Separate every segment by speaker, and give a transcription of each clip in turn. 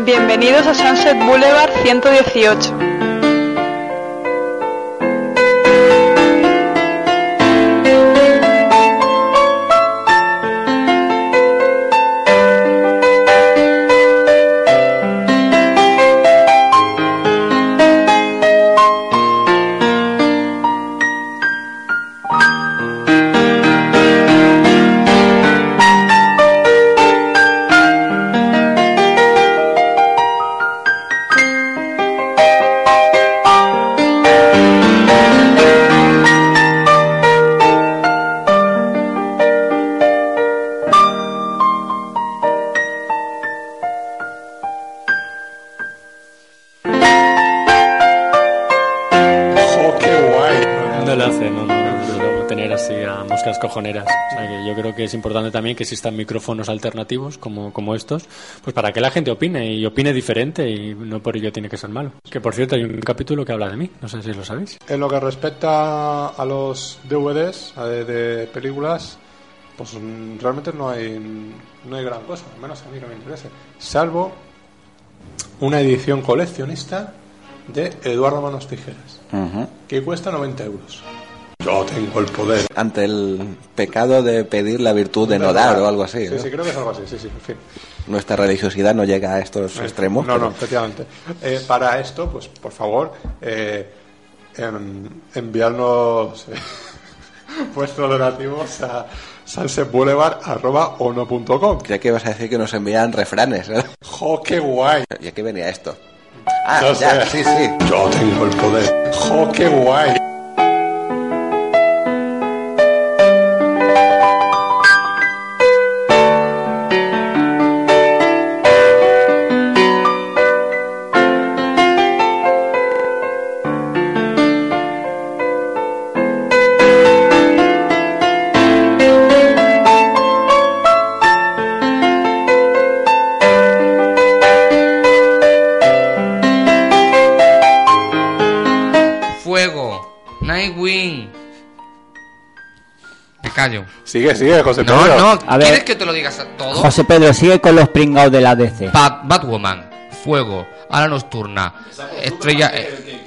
Speaker 1: Bienvenidos a Sunset Boulevard 118.
Speaker 2: ¡Jo, Oh, qué guay!
Speaker 3: No le hace, no, no, no, no, tener así a moscas cojoneras. O sea, que yo creo que es importante también que existan micrófonos alternativos como, como estos, pues para que la gente opine y opine diferente y no por ello tiene que ser malo. Que por cierto, hay un capítulo que habla de mí, no sé si lo sabéis.
Speaker 2: En lo que respecta a los DVDs a de, eh, de películas, pues mm, realmente no hay, no hay gran cosa, al menos a mí no me interesa. Salvo una edición coleccionista de Eduardo Manos Tijeras,
Speaker 4: Ujú.
Speaker 2: que cuesta 90 euros. Yo tengo el poder.
Speaker 4: Ante el pecado de pedir la virtud de no dar o algo así.
Speaker 2: Sí,
Speaker 4: ¿no?
Speaker 2: sí, creo que es algo así, sí, sí, en fin.
Speaker 4: Nuestra religiosidad no llega a estos extremos.
Speaker 2: No, no,
Speaker 4: pero-
Speaker 2: efectivamente. Eh, para esto, pues por favor, eh, em, enviarnos eh, vuestros donativos a sunsetboulevard.ono.com.
Speaker 4: Creía que ibas a decir que nos envían refranes. ¿no?
Speaker 2: ¡Jo, qué guay!
Speaker 4: ¿Y a qué venía esto? Ah,
Speaker 2: No
Speaker 4: ya,
Speaker 2: sé.
Speaker 4: sí, sí.
Speaker 2: Yo tengo el poder. ¡Jo, qué guay!
Speaker 5: Fuego. Nightwing. Me callo.
Speaker 2: Sigue, sigue, José
Speaker 5: No,
Speaker 2: Pedro.
Speaker 5: no.
Speaker 6: A ver.
Speaker 5: ¿Quieres que te lo digas a todo?
Speaker 6: José Pedro sigue con los pringados de la DC.
Speaker 5: Bat- Batwoman. Fuego. Ala nocturna. Estrella. eh,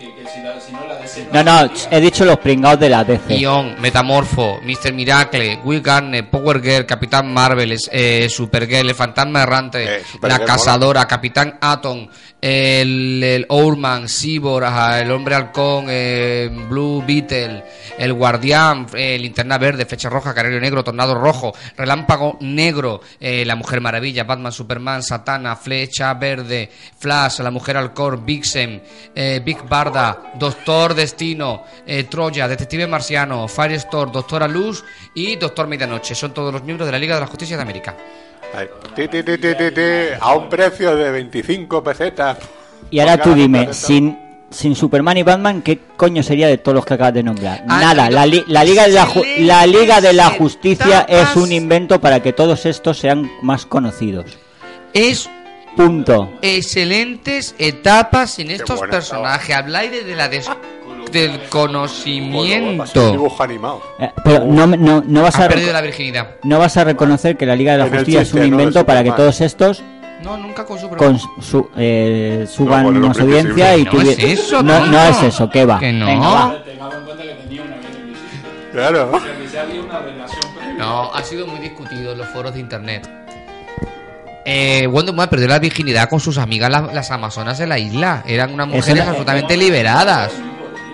Speaker 6: No, no, ch, he dicho los pringados de la DC.
Speaker 5: Ion, Metamorfo, Mr. Miracle, Will Garner, Power Girl, Capitán Marvel, es- eh, Supergirl, el Fantasma Errante,
Speaker 2: Eh, Supergirl,
Speaker 5: La Cazadora, Capitán Atom, el, el Ourman, Cyborg, ajá, el Hombre Halcón, eh, Blue Beetle, el Guardián, eh, Linterna Verde, Fecha Roja, Canario Negro, Tornado Rojo, Relámpago Negro, eh, La Mujer Maravilla, Batman, Superman, Satana, Flecha Verde, Flash, La Mujer Alcor, Vixen, eh, Big Barda, Doctor Destino, eh, Troya, Detective Marciano, Firestorm, Doctora Luz y Doctor Medianoche. Son todos los miembros de la Liga de la Justicia de América.
Speaker 2: Ahí. Ti, ti, ti, ti, ti, ti, a un precio de 25 pesetas.
Speaker 6: Y ahora
Speaker 2: Por
Speaker 6: tú
Speaker 2: cada
Speaker 6: dime,
Speaker 2: peseta.
Speaker 6: sin, sin Superman y Batman, ¿qué coño sería de todos los que acabas de nombrar?
Speaker 5: Ah,
Speaker 6: Nada,
Speaker 5: no,
Speaker 6: la, li- la, Liga de la, Ju-
Speaker 5: si
Speaker 6: la Liga de la
Speaker 5: se
Speaker 6: Justicia es
Speaker 5: tapas-
Speaker 6: un invento para que todos estos sean más conocidos.
Speaker 5: Es
Speaker 6: Punto.
Speaker 5: excelentes etapas en estos
Speaker 2: buena
Speaker 5: personajes. Habláis desde la des-
Speaker 2: Pues
Speaker 5: del
Speaker 2: Pasó un
Speaker 5: conocimiento.
Speaker 2: dibujo animado.
Speaker 6: Eh, pero no, no, no vas
Speaker 5: Ha
Speaker 6: a...
Speaker 5: perdido la virginidad.
Speaker 6: No vas a reconocer que la Liga de la
Speaker 2: En el
Speaker 6: Justicia es un
Speaker 2: chiste, ¿no? de
Speaker 6: invento para que
Speaker 2: Superman.
Speaker 6: todos estos
Speaker 5: No, nunca con su
Speaker 6: con su, eh, suban
Speaker 2: No, bueno, lo
Speaker 6: más audiencia y
Speaker 5: No
Speaker 6: tuvi-
Speaker 5: es eso,
Speaker 6: no,
Speaker 5: tío.
Speaker 6: no es eso, que va.
Speaker 5: Que no.
Speaker 6: Venga, va.
Speaker 2: Claro.
Speaker 5: No, ha sido muy discutido en los foros de internet. Eh, Wonder Woman perdió la virginidad con sus amigas la- las, amazonas de la isla. Eran unas mujeres
Speaker 6: no-
Speaker 5: absolutamente liberadas.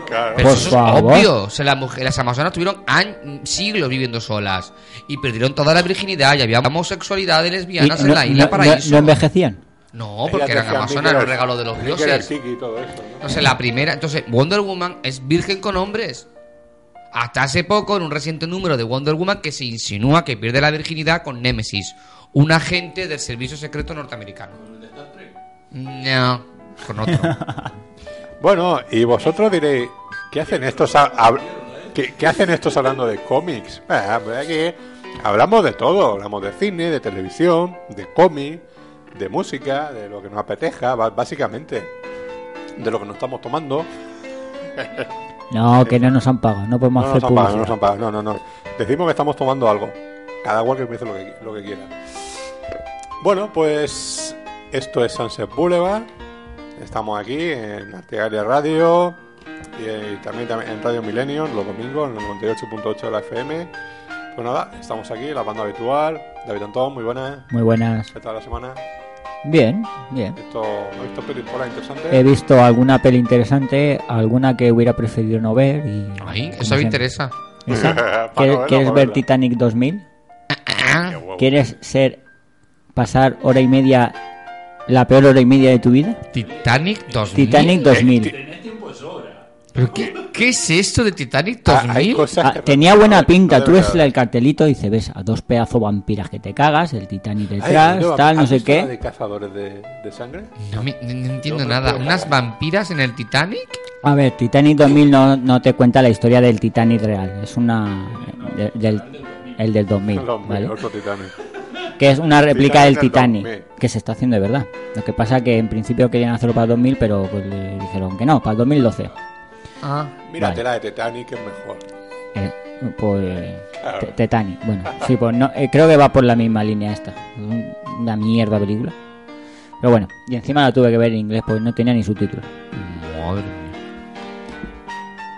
Speaker 2: claro.
Speaker 5: Pero
Speaker 6: Por
Speaker 5: eso es
Speaker 6: favor.
Speaker 5: obvio. O sea, las, mujeres, las amazonas tuvieron años, siglos viviendo solas. Y perdieron toda la virginidad. Y había homosexualidad de
Speaker 6: Y
Speaker 5: lesbianas en
Speaker 6: no,
Speaker 5: la isla
Speaker 6: no-
Speaker 5: paraíso.
Speaker 6: no envejecían.
Speaker 5: No,
Speaker 2: Ellas
Speaker 5: porque eran
Speaker 2: decían,
Speaker 5: amazonas,
Speaker 2: "Vicky
Speaker 5: los
Speaker 2: era-
Speaker 5: regalos de los
Speaker 2: Vicky era el
Speaker 5: dioses.
Speaker 2: Kiki y todo eso, ¿no?
Speaker 5: Entonces, la primera. Entonces, Wonder Woman es virgen con hombres. Hasta hace poco, en un reciente número de Wonder Woman, que se insinúa que pierde la virginidad con Nemesis, un agente del servicio secreto norteamericano. No, con otro.
Speaker 2: Bueno, y vosotros diréis, ¿qué hacen estos, a- hab- qué, qué hacen estos hablando de cómics? Ah, pues aquí hablamos de todo, hablamos de cine, de televisión, de cómic, de música, de lo que nos apeteja, ba- básicamente, de lo que nos estamos tomando.
Speaker 6: No, que no nos han pagado, no podemos
Speaker 2: No
Speaker 6: hacer
Speaker 2: nos han pagado, no nos han pagado, no, no, no. Decimos que estamos tomando algo. Cada cual que empiece lo que, qui- lo que quiera. Bueno, pues Esto es Sunset Boulevard. Estamos aquí en Artegalia Radio y, eh, también, también en Radio Millennium los domingos en el 98.8 de la FM. Pues nada, estamos aquí, la banda habitual. David Antón, muy buena.
Speaker 6: Muy buenas.
Speaker 2: ¿Qué tal la semana?
Speaker 6: Bien, bien.
Speaker 2: Esto, ¿Has visto pelis por ahí interesantes?
Speaker 6: He visto alguna peli interesante, alguna que hubiera preferido no ver. Y,
Speaker 5: Ay,
Speaker 6: como
Speaker 5: eso me
Speaker 6: siempre.
Speaker 5: interesa.
Speaker 6: ¿Esa?
Speaker 2: Para
Speaker 6: ¿Quieres,
Speaker 2: verla,
Speaker 6: quieres
Speaker 2: para
Speaker 6: ver
Speaker 2: verla.
Speaker 6: Titanic 2000?
Speaker 2: Qué guapo.
Speaker 6: ¿Quieres ser pasar hora y media, la peor hora y media de tu vida?
Speaker 5: Titanic 2000.
Speaker 6: Titanic
Speaker 2: Eh,
Speaker 6: Ah, 2000.
Speaker 5: ¿Pero qué, qué es esto de Titanic
Speaker 2: Ah, hay
Speaker 5: 2000?
Speaker 2: cosas
Speaker 6: Ah,
Speaker 2: que-
Speaker 6: tenía buena pinta.
Speaker 2: no
Speaker 6: Tú
Speaker 2: debería
Speaker 6: ves
Speaker 2: haber.
Speaker 6: el cartelito y dices, ves a dos pedazos vampiras que te cagas, el Titanic
Speaker 2: Ay,
Speaker 6: detrás,
Speaker 2: tío,
Speaker 6: tal, no
Speaker 2: ¿has
Speaker 6: sé
Speaker 2: visto la
Speaker 6: qué.
Speaker 2: de cazadores de, de sangre?
Speaker 5: no, me- no- no entiendo
Speaker 2: No me
Speaker 5: nada.
Speaker 2: acuerdo.
Speaker 5: ¿Unas vampiras en el Titanic?
Speaker 6: A ver, Titanic 2000 no, no te cuenta la historia del Titanic real. Es una... de- del, el del 2000,
Speaker 2: Los mil,
Speaker 6: ¿vale?
Speaker 2: otro Titanic.
Speaker 6: Que es una réplica del
Speaker 2: Titanic del
Speaker 6: Titanic,
Speaker 2: 2000.
Speaker 6: que se está haciendo de verdad. Lo que pasa que en principio querían hacerlo para 2000, pero pues le dijeron que no, para 2012.
Speaker 5: Ah,
Speaker 2: Mírate
Speaker 6: Vale.
Speaker 2: la de Titanic, que es mejor.
Speaker 6: Eh, pues...
Speaker 2: Claro.
Speaker 6: T- Titanic, bueno, sí, pues no, eh, creo que va por la misma línea esta. Un- Una mierda película. Pero bueno, y encima la tuve que ver en inglés, pues no tenía ni subtítulos.
Speaker 5: madre mía.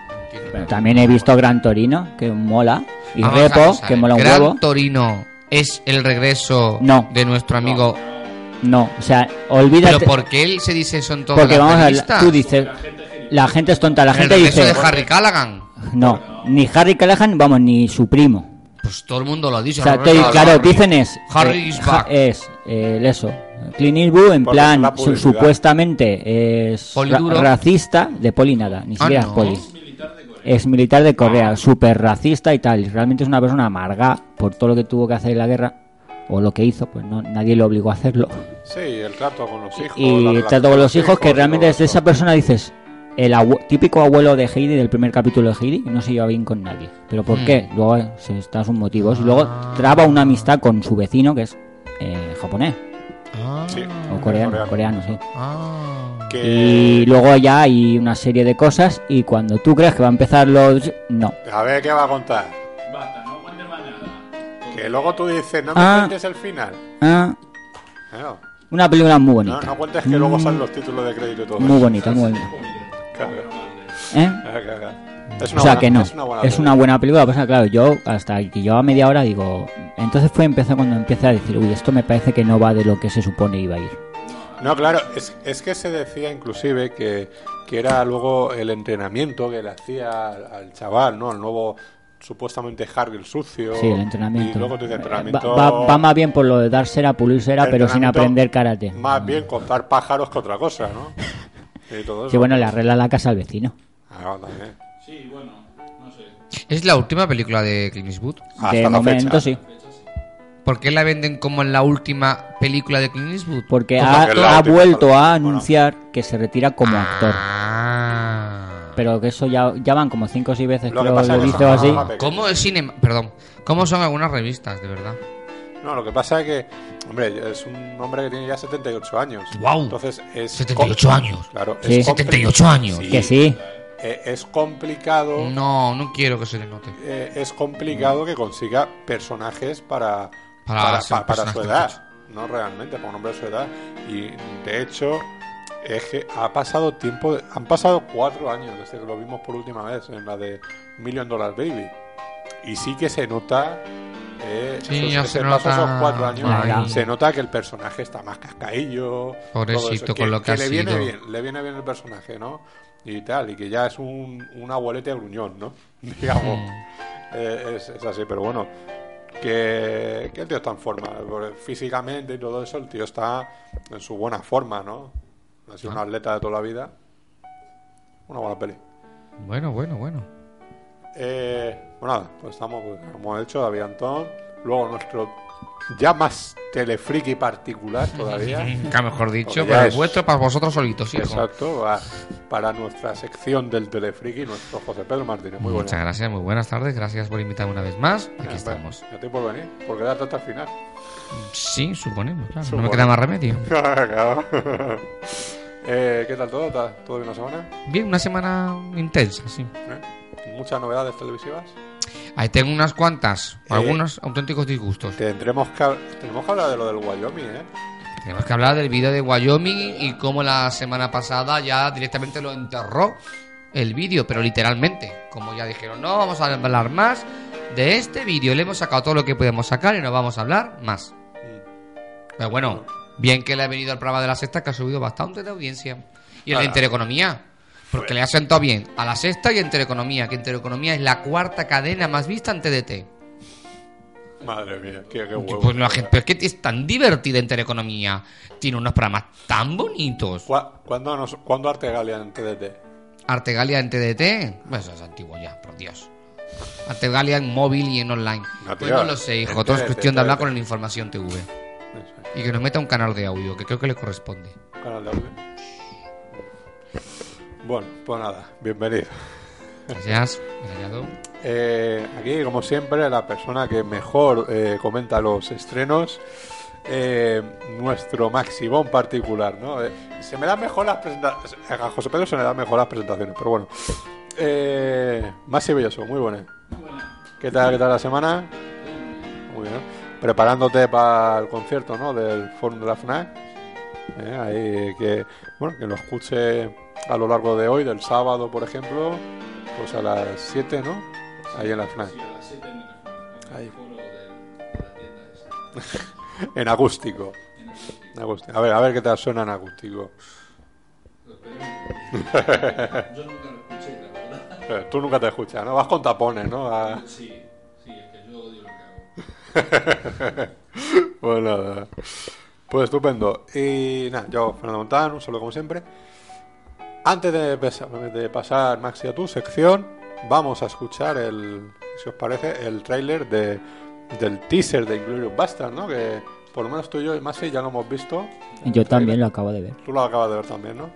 Speaker 5: No entiendo nada.
Speaker 6: También he visto Gran Torino, que mola. Y
Speaker 5: Ah, Vamos a
Speaker 6: Repo,
Speaker 5: ver,
Speaker 6: que mola un
Speaker 5: Gran
Speaker 6: huevo.
Speaker 5: Torino es el regreso
Speaker 6: No.
Speaker 5: de nuestro amigo.
Speaker 6: No, o sea,
Speaker 5: Pero
Speaker 6: olvídate.
Speaker 5: ¿por qué él se dice eso en toda
Speaker 6: porque
Speaker 5: la
Speaker 6: vamos a ver,
Speaker 5: revista?
Speaker 6: tú dices, la gente es tonta, la
Speaker 5: el
Speaker 6: gente
Speaker 5: regreso
Speaker 6: dice,
Speaker 5: de Harry Callaghan.
Speaker 6: no, ni Harry Callahan, vamos, ni su primo.
Speaker 5: Pues todo el mundo lo dice.
Speaker 6: O sea,
Speaker 5: Robert
Speaker 6: te-
Speaker 5: Callaghan.
Speaker 6: claro, dicen es.
Speaker 5: Harry
Speaker 6: eh,
Speaker 5: is
Speaker 6: ja-
Speaker 5: back.
Speaker 6: es eh, el eso. Clint Eastwood, en
Speaker 2: Por
Speaker 6: plan,
Speaker 2: la
Speaker 6: su-
Speaker 2: publicidad.
Speaker 6: supuestamente es ra-
Speaker 5: Poliduro.
Speaker 6: racista de poli nada, ni
Speaker 5: Ah,
Speaker 6: siquiera
Speaker 5: no. Ah.
Speaker 6: es poli. Es militar de Corea, súper racista y tal. Y realmente es una persona amarga por todo lo que tuvo que hacer en la guerra, o lo que hizo, pues no, nadie lo obligó a hacerlo.
Speaker 2: Sí, el trato con los hijos. la
Speaker 6: Y
Speaker 2: relación
Speaker 6: trato con los hijos, que realmente
Speaker 2: todo
Speaker 6: desde
Speaker 2: eso.
Speaker 6: esa persona dices, el abue- típico abuelo de Heidi del primer capítulo de Heidi, no se lleva bien con nadie. ¿Pero por
Speaker 5: Mm.
Speaker 6: qué? Luego eh, se está sus motivos. Y luego
Speaker 2: Ah.
Speaker 6: traba una amistad con su vecino, que es eh, japonés,
Speaker 5: Ah,
Speaker 2: Sí. Mm,
Speaker 6: o coreano,
Speaker 2: Coreano.
Speaker 6: coreano, sí.
Speaker 5: ah.
Speaker 2: Que-
Speaker 6: Y luego ya hay una serie de cosas y cuando tú crees que va a empezar los... No.
Speaker 2: A ver, ¿qué va a contar? Que luego tú dices, no me
Speaker 6: Ah.
Speaker 2: cuentes el final.
Speaker 6: Ah,
Speaker 2: Claro.
Speaker 6: una película muy
Speaker 2: No,
Speaker 6: bonita.
Speaker 2: no cuentes que luego
Speaker 6: Mm.
Speaker 2: salen los títulos de crédito y todo.
Speaker 6: Muy
Speaker 2: eso.
Speaker 6: bonita, muy bonita.
Speaker 2: Claro.
Speaker 6: ¿Eh?
Speaker 2: Ah, claro, claro. Es
Speaker 6: O sea
Speaker 2: buena-
Speaker 6: que no,
Speaker 2: Es una buena.
Speaker 6: es una buena película. Lo que pasa, claro, yo hasta que yo a media hora digo. Entonces fue empezar cuando empieza a decir, uy, esto me parece que no va de lo que se supone iba a ir.
Speaker 2: No, claro, es, es que se decía inclusive que, que era luego el entrenamiento que le hacía al, al chaval, ¿no? El nuevo, supuestamente Harry el sucio.
Speaker 6: Sí, el entrenamiento.
Speaker 2: Y luego te dice
Speaker 6: Eh,
Speaker 2: entrenamiento.
Speaker 6: va, va- va más bien por lo de dar cera, pulir cera, pero sin
Speaker 2: entrenamiento
Speaker 6: aprender karate.
Speaker 2: Más bien contar pájaros que otra cosa, ¿no? Y todo eso.
Speaker 6: Mm. Sí, bueno, le arregla la casa al vecino.
Speaker 2: Ah, también.
Speaker 5: Es la última película de Clint Eastwood.
Speaker 2: Hasta
Speaker 6: de
Speaker 2: la
Speaker 6: momento
Speaker 2: fecha.
Speaker 6: sí.
Speaker 5: ¿Por qué la venden como la última película de Clint Eastwood?
Speaker 6: Porque
Speaker 2: Como
Speaker 6: ha,
Speaker 2: que la
Speaker 6: ha
Speaker 2: última,
Speaker 6: vuelto
Speaker 2: bueno.
Speaker 6: a anunciar que se retira como actor.
Speaker 5: Ah.
Speaker 6: Pero que eso ya, ya van como 5 o 6 veces
Speaker 2: Lo
Speaker 6: que
Speaker 2: que
Speaker 6: lo,
Speaker 2: pasa
Speaker 6: lo
Speaker 2: es que
Speaker 6: dice
Speaker 2: son
Speaker 6: o así.
Speaker 2: más
Speaker 5: Ah. ¿Cómo es cine? Perdón. ¿Cómo son algunas revistas, de verdad?
Speaker 2: No, lo que pasa es que, hombre, es un hombre que tiene ya 78 años.
Speaker 5: Guau.
Speaker 2: Entonces es
Speaker 5: 78
Speaker 2: com-
Speaker 5: años.
Speaker 2: Claro, es
Speaker 6: Sí.
Speaker 2: compli-
Speaker 5: 78 años. Mm.
Speaker 6: Que sí.
Speaker 2: Eh, es complicado.
Speaker 5: No, no quiero que se le note.
Speaker 2: eh, es complicado que consiga personajes para,
Speaker 5: Mm. Para
Speaker 2: para,
Speaker 5: ser
Speaker 2: pa- para su
Speaker 5: personajes
Speaker 2: edad. No realmente, para un hombre de su edad. Y de hecho, es que ha pasado tiempo. de- han pasado cuatro años desde que lo vimos por última vez en la de Million Dollar Baby. Y sí que se nota. eh,
Speaker 5: Sí,
Speaker 2: esos-
Speaker 5: ya
Speaker 2: ese
Speaker 5: se
Speaker 2: paso,
Speaker 5: nota-
Speaker 2: esos cuatro años
Speaker 6: Ay.
Speaker 2: se nota que el personaje está más cascaillo. todo eso,
Speaker 5: Pobrecito con lo que ha
Speaker 2: le viene
Speaker 5: sido.
Speaker 2: bien, le viene bien el personaje, ¿no? Y tal, y que ya es un, un abuelete gruñón, ¿no? Digamos.
Speaker 5: Mm.
Speaker 2: Eh, es, es así, pero bueno. Que, que el tío está en forma. porque Físicamente y todo eso, el tío está en su buena forma, ¿no? Ha sido un
Speaker 5: Ah.
Speaker 2: atleta de toda la vida. Una buena peli.
Speaker 5: Bueno, bueno, bueno.
Speaker 2: Eh, bueno, nada, pues estamos, pues, como hemos hecho, David Antón. Luego nuestro ya más telefriki particular todavía.
Speaker 5: Nunca mejor
Speaker 2: Porque
Speaker 5: dicho,
Speaker 2: ya
Speaker 5: pero
Speaker 2: es-
Speaker 5: es vuestro para vosotros solitos, hijo.
Speaker 2: Exacto, va- para nuestra sección del telefriki, nuestro José Pedro Martínez. Muy bueno.
Speaker 5: Muchas gracias, muy buenas tardes. Gracias por invitarme una vez más. Aquí estamos.
Speaker 2: A ti por venir, por quedarte hasta el final.
Speaker 5: Sí, suponemos, claro. No
Speaker 2: Supongo.
Speaker 5: me queda más remedio.
Speaker 2: Ah, Claro. Eh, ¿Qué tal todo? ¿Ta- ¿Todo bien la semana?
Speaker 5: Bien, una semana intensa, sí.
Speaker 2: ¿Eh? ¿Muchas novedades televisivas?
Speaker 5: Ahí tengo unas cuantas,
Speaker 2: Eh.
Speaker 5: algunos auténticos disgustos.
Speaker 2: Tendremos que, hab- tenemos que hablar de lo del Wyoming, ¿eh?
Speaker 5: Tenemos que hablar del vídeo de Wyoming y cómo la semana pasada ya directamente lo enterró el vídeo, pero literalmente. Como ya dijeron, no vamos a hablar más de este vídeo. Le hemos sacado todo lo que podemos sacar y no vamos a hablar más. Pero bueno, bien que le ha venido al programa de la sexta, que ha subido bastante de audiencia. Y en la intereconomía. Porque le ha sentado bien a la sexta y a Intereconomía, que Intereconomía es la cuarta cadena más vista en TDT.
Speaker 2: Madre mía, qué, qué
Speaker 5: Pues
Speaker 2: huevo.
Speaker 5: la gente, pero es que es tan divertida Intereconomía. Tiene unos programas tan bonitos.
Speaker 2: ¿Cuá- ¿Cuándo, nos, ¿Cuándo Artegalia en TDT?
Speaker 5: Artegalia en TDT, pues eso es antiguo ya, por Dios. Artegalia en móvil y en online.
Speaker 2: No,
Speaker 5: pues
Speaker 2: tío,
Speaker 5: no lo sé, hijo.
Speaker 2: en
Speaker 5: Todo es
Speaker 2: TDT,
Speaker 5: cuestión de hablar
Speaker 2: TDT.
Speaker 5: con la información TV.
Speaker 2: Eso es.
Speaker 5: Y que nos meta un canal de audio, que creo que le corresponde.
Speaker 2: Canal de audio. Bueno, pues nada, bienvenido.
Speaker 5: Gracias, Gallardo.
Speaker 2: Eh, aquí, como siempre, la persona que mejor eh, comenta los estrenos, eh, nuestro Maximón particular, ¿no? Eh, se me dan mejor las presentaciones. A José Pedro se le dan mejor las presentaciones, pero bueno. Eh, Maxi Belloso, muy buena. ¿Qué tal, qué tal la semana? Muy bien. Preparándote para el concierto, ¿no? Del Forum de la FNAC. Eh, ahí que, bueno, que lo escuche a lo largo de hoy, del sábado, por ejemplo, pues a las 7, ¿no? Ahí en la FNAC. Ahí. en acústico. En acústico. A ver, a ver qué tal suena en acústico. Eh, Tú nunca te escuchas, ¿no? Vas con tapones, ¿no? A- Pues nada. Pues estupendo. Y nada, yo, Fernando Montán, un saludo como siempre. Antes de, pesa- de pasar, Maxi, a tu sección, vamos a escuchar el, si os parece, el tráiler de, del teaser de Inglorious Bastard, ¿no? Que por lo menos tú y yo y Maxi ya lo hemos visto.
Speaker 6: Yo también lo acabo de ver.
Speaker 2: Tú lo acabas de ver también, ¿no?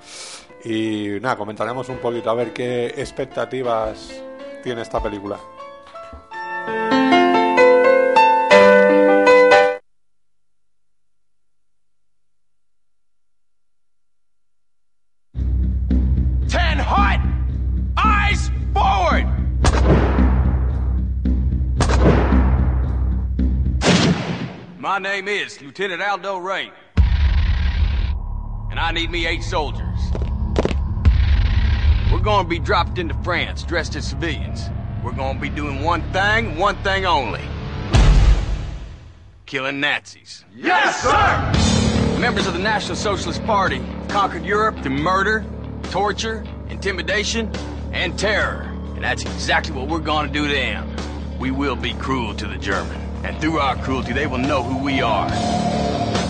Speaker 2: Y nada, comentaremos un poquito a ver qué expectativas tiene esta película.
Speaker 7: Ten hot! Eyes forward! My name is Lieutenant Aldo Ray. And I need me eight soldiers. We're gonna be dropped into France dressed as civilians. We're gonna be doing one thing, one thing only. Killing Nazis. Yes, sir! Members of the National Socialist Party have conquered Europe through murder, torture, intimidation, and terror. And that's exactly what we're going to do to them. We will be cruel to the German. And through our cruelty, they will know who we are.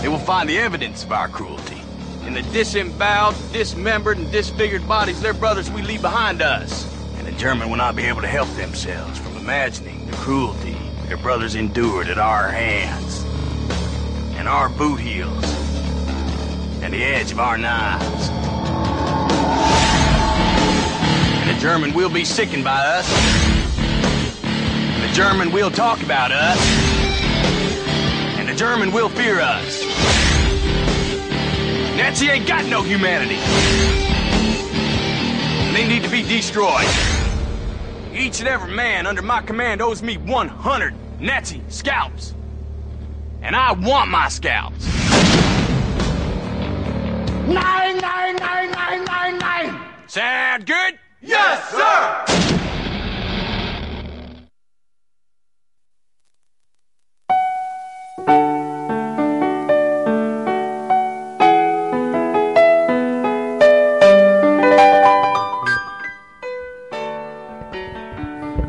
Speaker 7: They will find the evidence of our cruelty in the disemboweled, dismembered, and disfigured bodies of their brothers we leave behind us. And the German will not be able to help themselves from imagining the cruelty their brothers endured at our hands and our boot heels and the edge of our knives. And the German will be sickened by us. And the German will talk about us. And the German will fear us. Nazi ain't got no humanity. And they need to be destroyed. Each and every man under my command owes me 100 Nazi scalps. And I want my scalps. Nine, nine, nine, nine, nine, nine. Sound good? Yes, sir.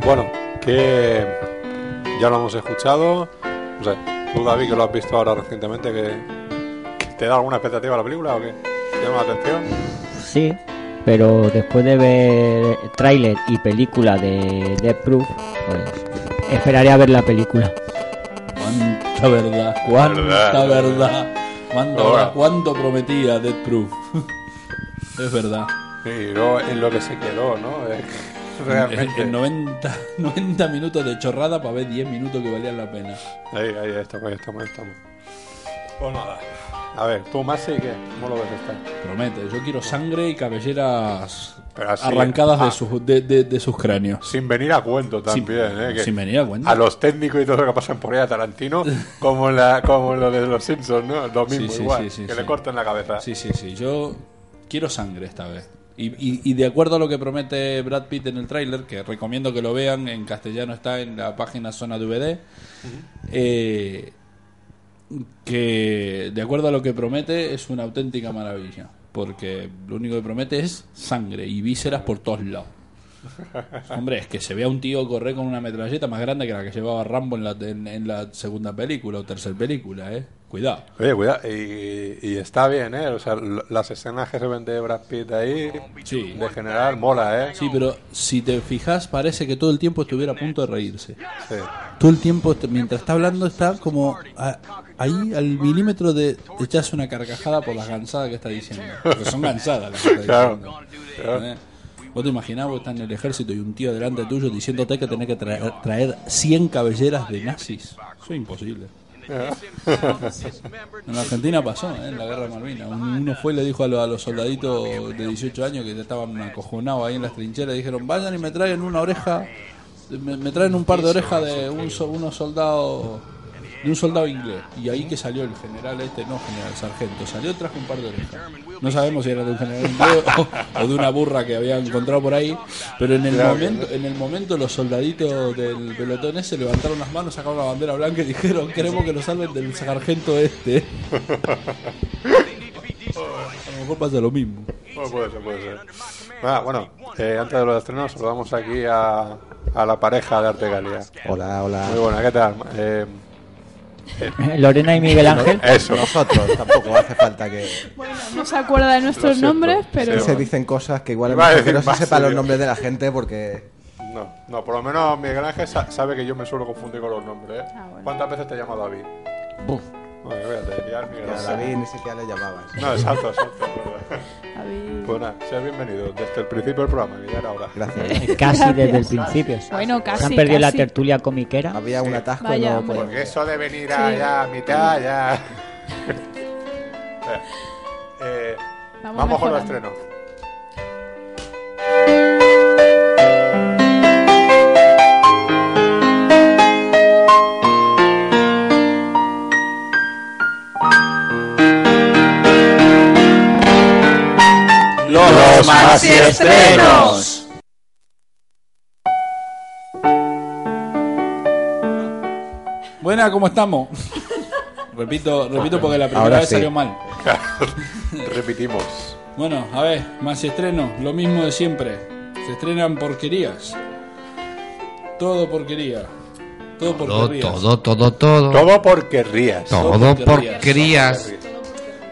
Speaker 2: Bueno, que ya lo hemos escuchado. No sé, tú, David, que lo has visto ahora recientemente, que, que ¿te da alguna expectativa la película o qué? ¿Te llama la atención?
Speaker 6: Sí, pero después de ver tráiler y película de Death Proof, pues esperaré a ver la película.
Speaker 8: Cuánta verdad, cuánta
Speaker 2: Verdad,
Speaker 8: verdad.
Speaker 2: verdad.
Speaker 8: Cuánta
Speaker 2: Ahora.
Speaker 8: verdad, cuánto prometía Death Proof. es verdad.
Speaker 2: Y luego en lo que se quedó, ¿no? Eh, Realmente.
Speaker 8: En 90, 90 minutos de chorrada para ver 10 minutos que valían la pena.
Speaker 2: Ahí, ahí estamos, ahí estamos, ahí estamos. Pues nada. A ver, tú, Masi, ¿qué? ¿cómo lo ves esta?
Speaker 8: Promete, yo quiero sangre y cabelleras
Speaker 2: Pero así-
Speaker 8: arrancadas
Speaker 2: ah.
Speaker 8: de, sus, de, de- de sus cráneos.
Speaker 2: Sin venir a cuento también, ¿eh? Que
Speaker 8: sin venir a cuento.
Speaker 2: A los técnicos y todo lo que pasan por ahí a Tarantino, como, en la, como en lo de los Simpsons, ¿no? Lo mismo,
Speaker 8: Sí, sí,
Speaker 2: igual.
Speaker 8: sí, sí,
Speaker 2: que
Speaker 8: sí.
Speaker 2: le cortan la cabeza.
Speaker 8: Sí, sí, sí. Yo quiero sangre esta vez. Y, y- y de acuerdo a lo que promete Brad Pitt en el tráiler, que recomiendo que lo vean, en castellano está en la página Zona DVD, eh, que de acuerdo a lo que promete es una auténtica maravilla, porque lo único que promete es sangre y vísceras por todos lados. Hombre, es que se vea un tío correr con una metralleta más grande que la que llevaba Rambo en la, en- en la segunda película o tercera película, ¿eh? Cuidado.
Speaker 2: Oye, cuidado, y, y está bien, ¿eh? O sea, l- las escenas que se ven de Brad Pitt ahí,
Speaker 8: Sí.
Speaker 2: de general, mola, ¿eh?
Speaker 8: Sí, pero si te fijas, parece que todo el tiempo estuviera a punto de reírse.
Speaker 2: Sí.
Speaker 8: Todo el tiempo, est- mientras está hablando, está como a- ahí al milímetro de echarse una carcajada por las gansadas que está diciendo. Porque son gansadas las que está
Speaker 2: Claro.
Speaker 8: diciendo. ¿Eh? ¿Vos te imaginás vos estás en el ejército y un tío delante tuyo diciéndote que tenés que traer, traer 100 cabelleras de nazis? Eso es imposible. En la Argentina pasó, ¿eh? en la guerra de Malvinas. Un- Uno fue y le dijo a, lo- a los soldaditos de 18 años que estaban acojonados ahí en las trincheras, dijeron, vayan y me traen una oreja, me, me traen un par de orejas de un, so- unos soldados, de un soldado inglés. Y ahí que salió el general este, no general, sargento, salió y trajo un par de orejas. No sabemos si era de un general inglés o, o de una burra que había encontrado por ahí, pero en el momento, en el momento los soldaditos del pelotón ese levantaron las manos, sacaron la bandera blanca y dijeron, queremos que lo salven del sargento este. A lo mejor pasa lo mismo.
Speaker 2: Bueno, puede ser, puede ser. Ah, bueno, eh, antes de los estrenos, saludamos aquí a, a la pareja de Artegalia.
Speaker 4: Hola,
Speaker 2: Muy
Speaker 4: hola.
Speaker 2: buena, ¿qué tal? Eh,
Speaker 6: Lorena y Miguel Ángel.
Speaker 2: eso.
Speaker 4: Nosotros tampoco hace falta que
Speaker 9: Bueno, no se acuerda de nuestros
Speaker 2: Lo siento.
Speaker 9: nombres, pero...
Speaker 2: Sí,
Speaker 4: se dicen cosas que igual
Speaker 2: Iba a
Speaker 4: mejor
Speaker 2: decir
Speaker 4: que no se
Speaker 2: más,
Speaker 4: sepan los
Speaker 2: tío.
Speaker 4: nombres de la gente porque
Speaker 2: No, no, por lo menos Miguel Ángel sa- sabe que yo me suelo confundir con los nombres. ¿eh?
Speaker 9: Ah, bueno.
Speaker 2: ¿Cuántas veces te llama David?
Speaker 4: buf,
Speaker 2: Bueno, fíjate, ya el Miguel
Speaker 4: que a
Speaker 2: Ángel.
Speaker 4: David ni siquiera le llamabas.
Speaker 2: No, exacto, exacto. es verdad.
Speaker 9: David-
Speaker 2: Pues nada, seas bienvenido desde el principio del programa, que ya era hora.
Speaker 4: Gracias.
Speaker 6: Casi desde el
Speaker 9: Gracias.
Speaker 6: principio.
Speaker 9: Bueno,
Speaker 6: Se
Speaker 9: casi,
Speaker 6: han perdido la
Speaker 9: casi.
Speaker 6: tertulia comiquera.
Speaker 4: Había un atasco
Speaker 9: Vaya,
Speaker 4: y no
Speaker 9: hombre.
Speaker 4: podemos.
Speaker 2: Porque eso de venir allá a mitad, ya. Espera. Eh,
Speaker 9: Vamos
Speaker 2: vamos con los
Speaker 9: mejorando.
Speaker 2: estrenos.
Speaker 8: Los
Speaker 5: estrenos.
Speaker 8: Buena, ¿cómo estamos? repito, repito porque la primera
Speaker 4: Ahora
Speaker 8: vez
Speaker 4: sí.
Speaker 8: salió mal.
Speaker 2: Repetimos.
Speaker 8: Bueno, a ver, más estreno, lo mismo de siempre. Se estrenan porquerías. Todo porquería. Todo
Speaker 5: Todo,
Speaker 8: porquería.
Speaker 5: todo, todo, todo.
Speaker 2: Todo porque rías.
Speaker 5: Todo porquerías.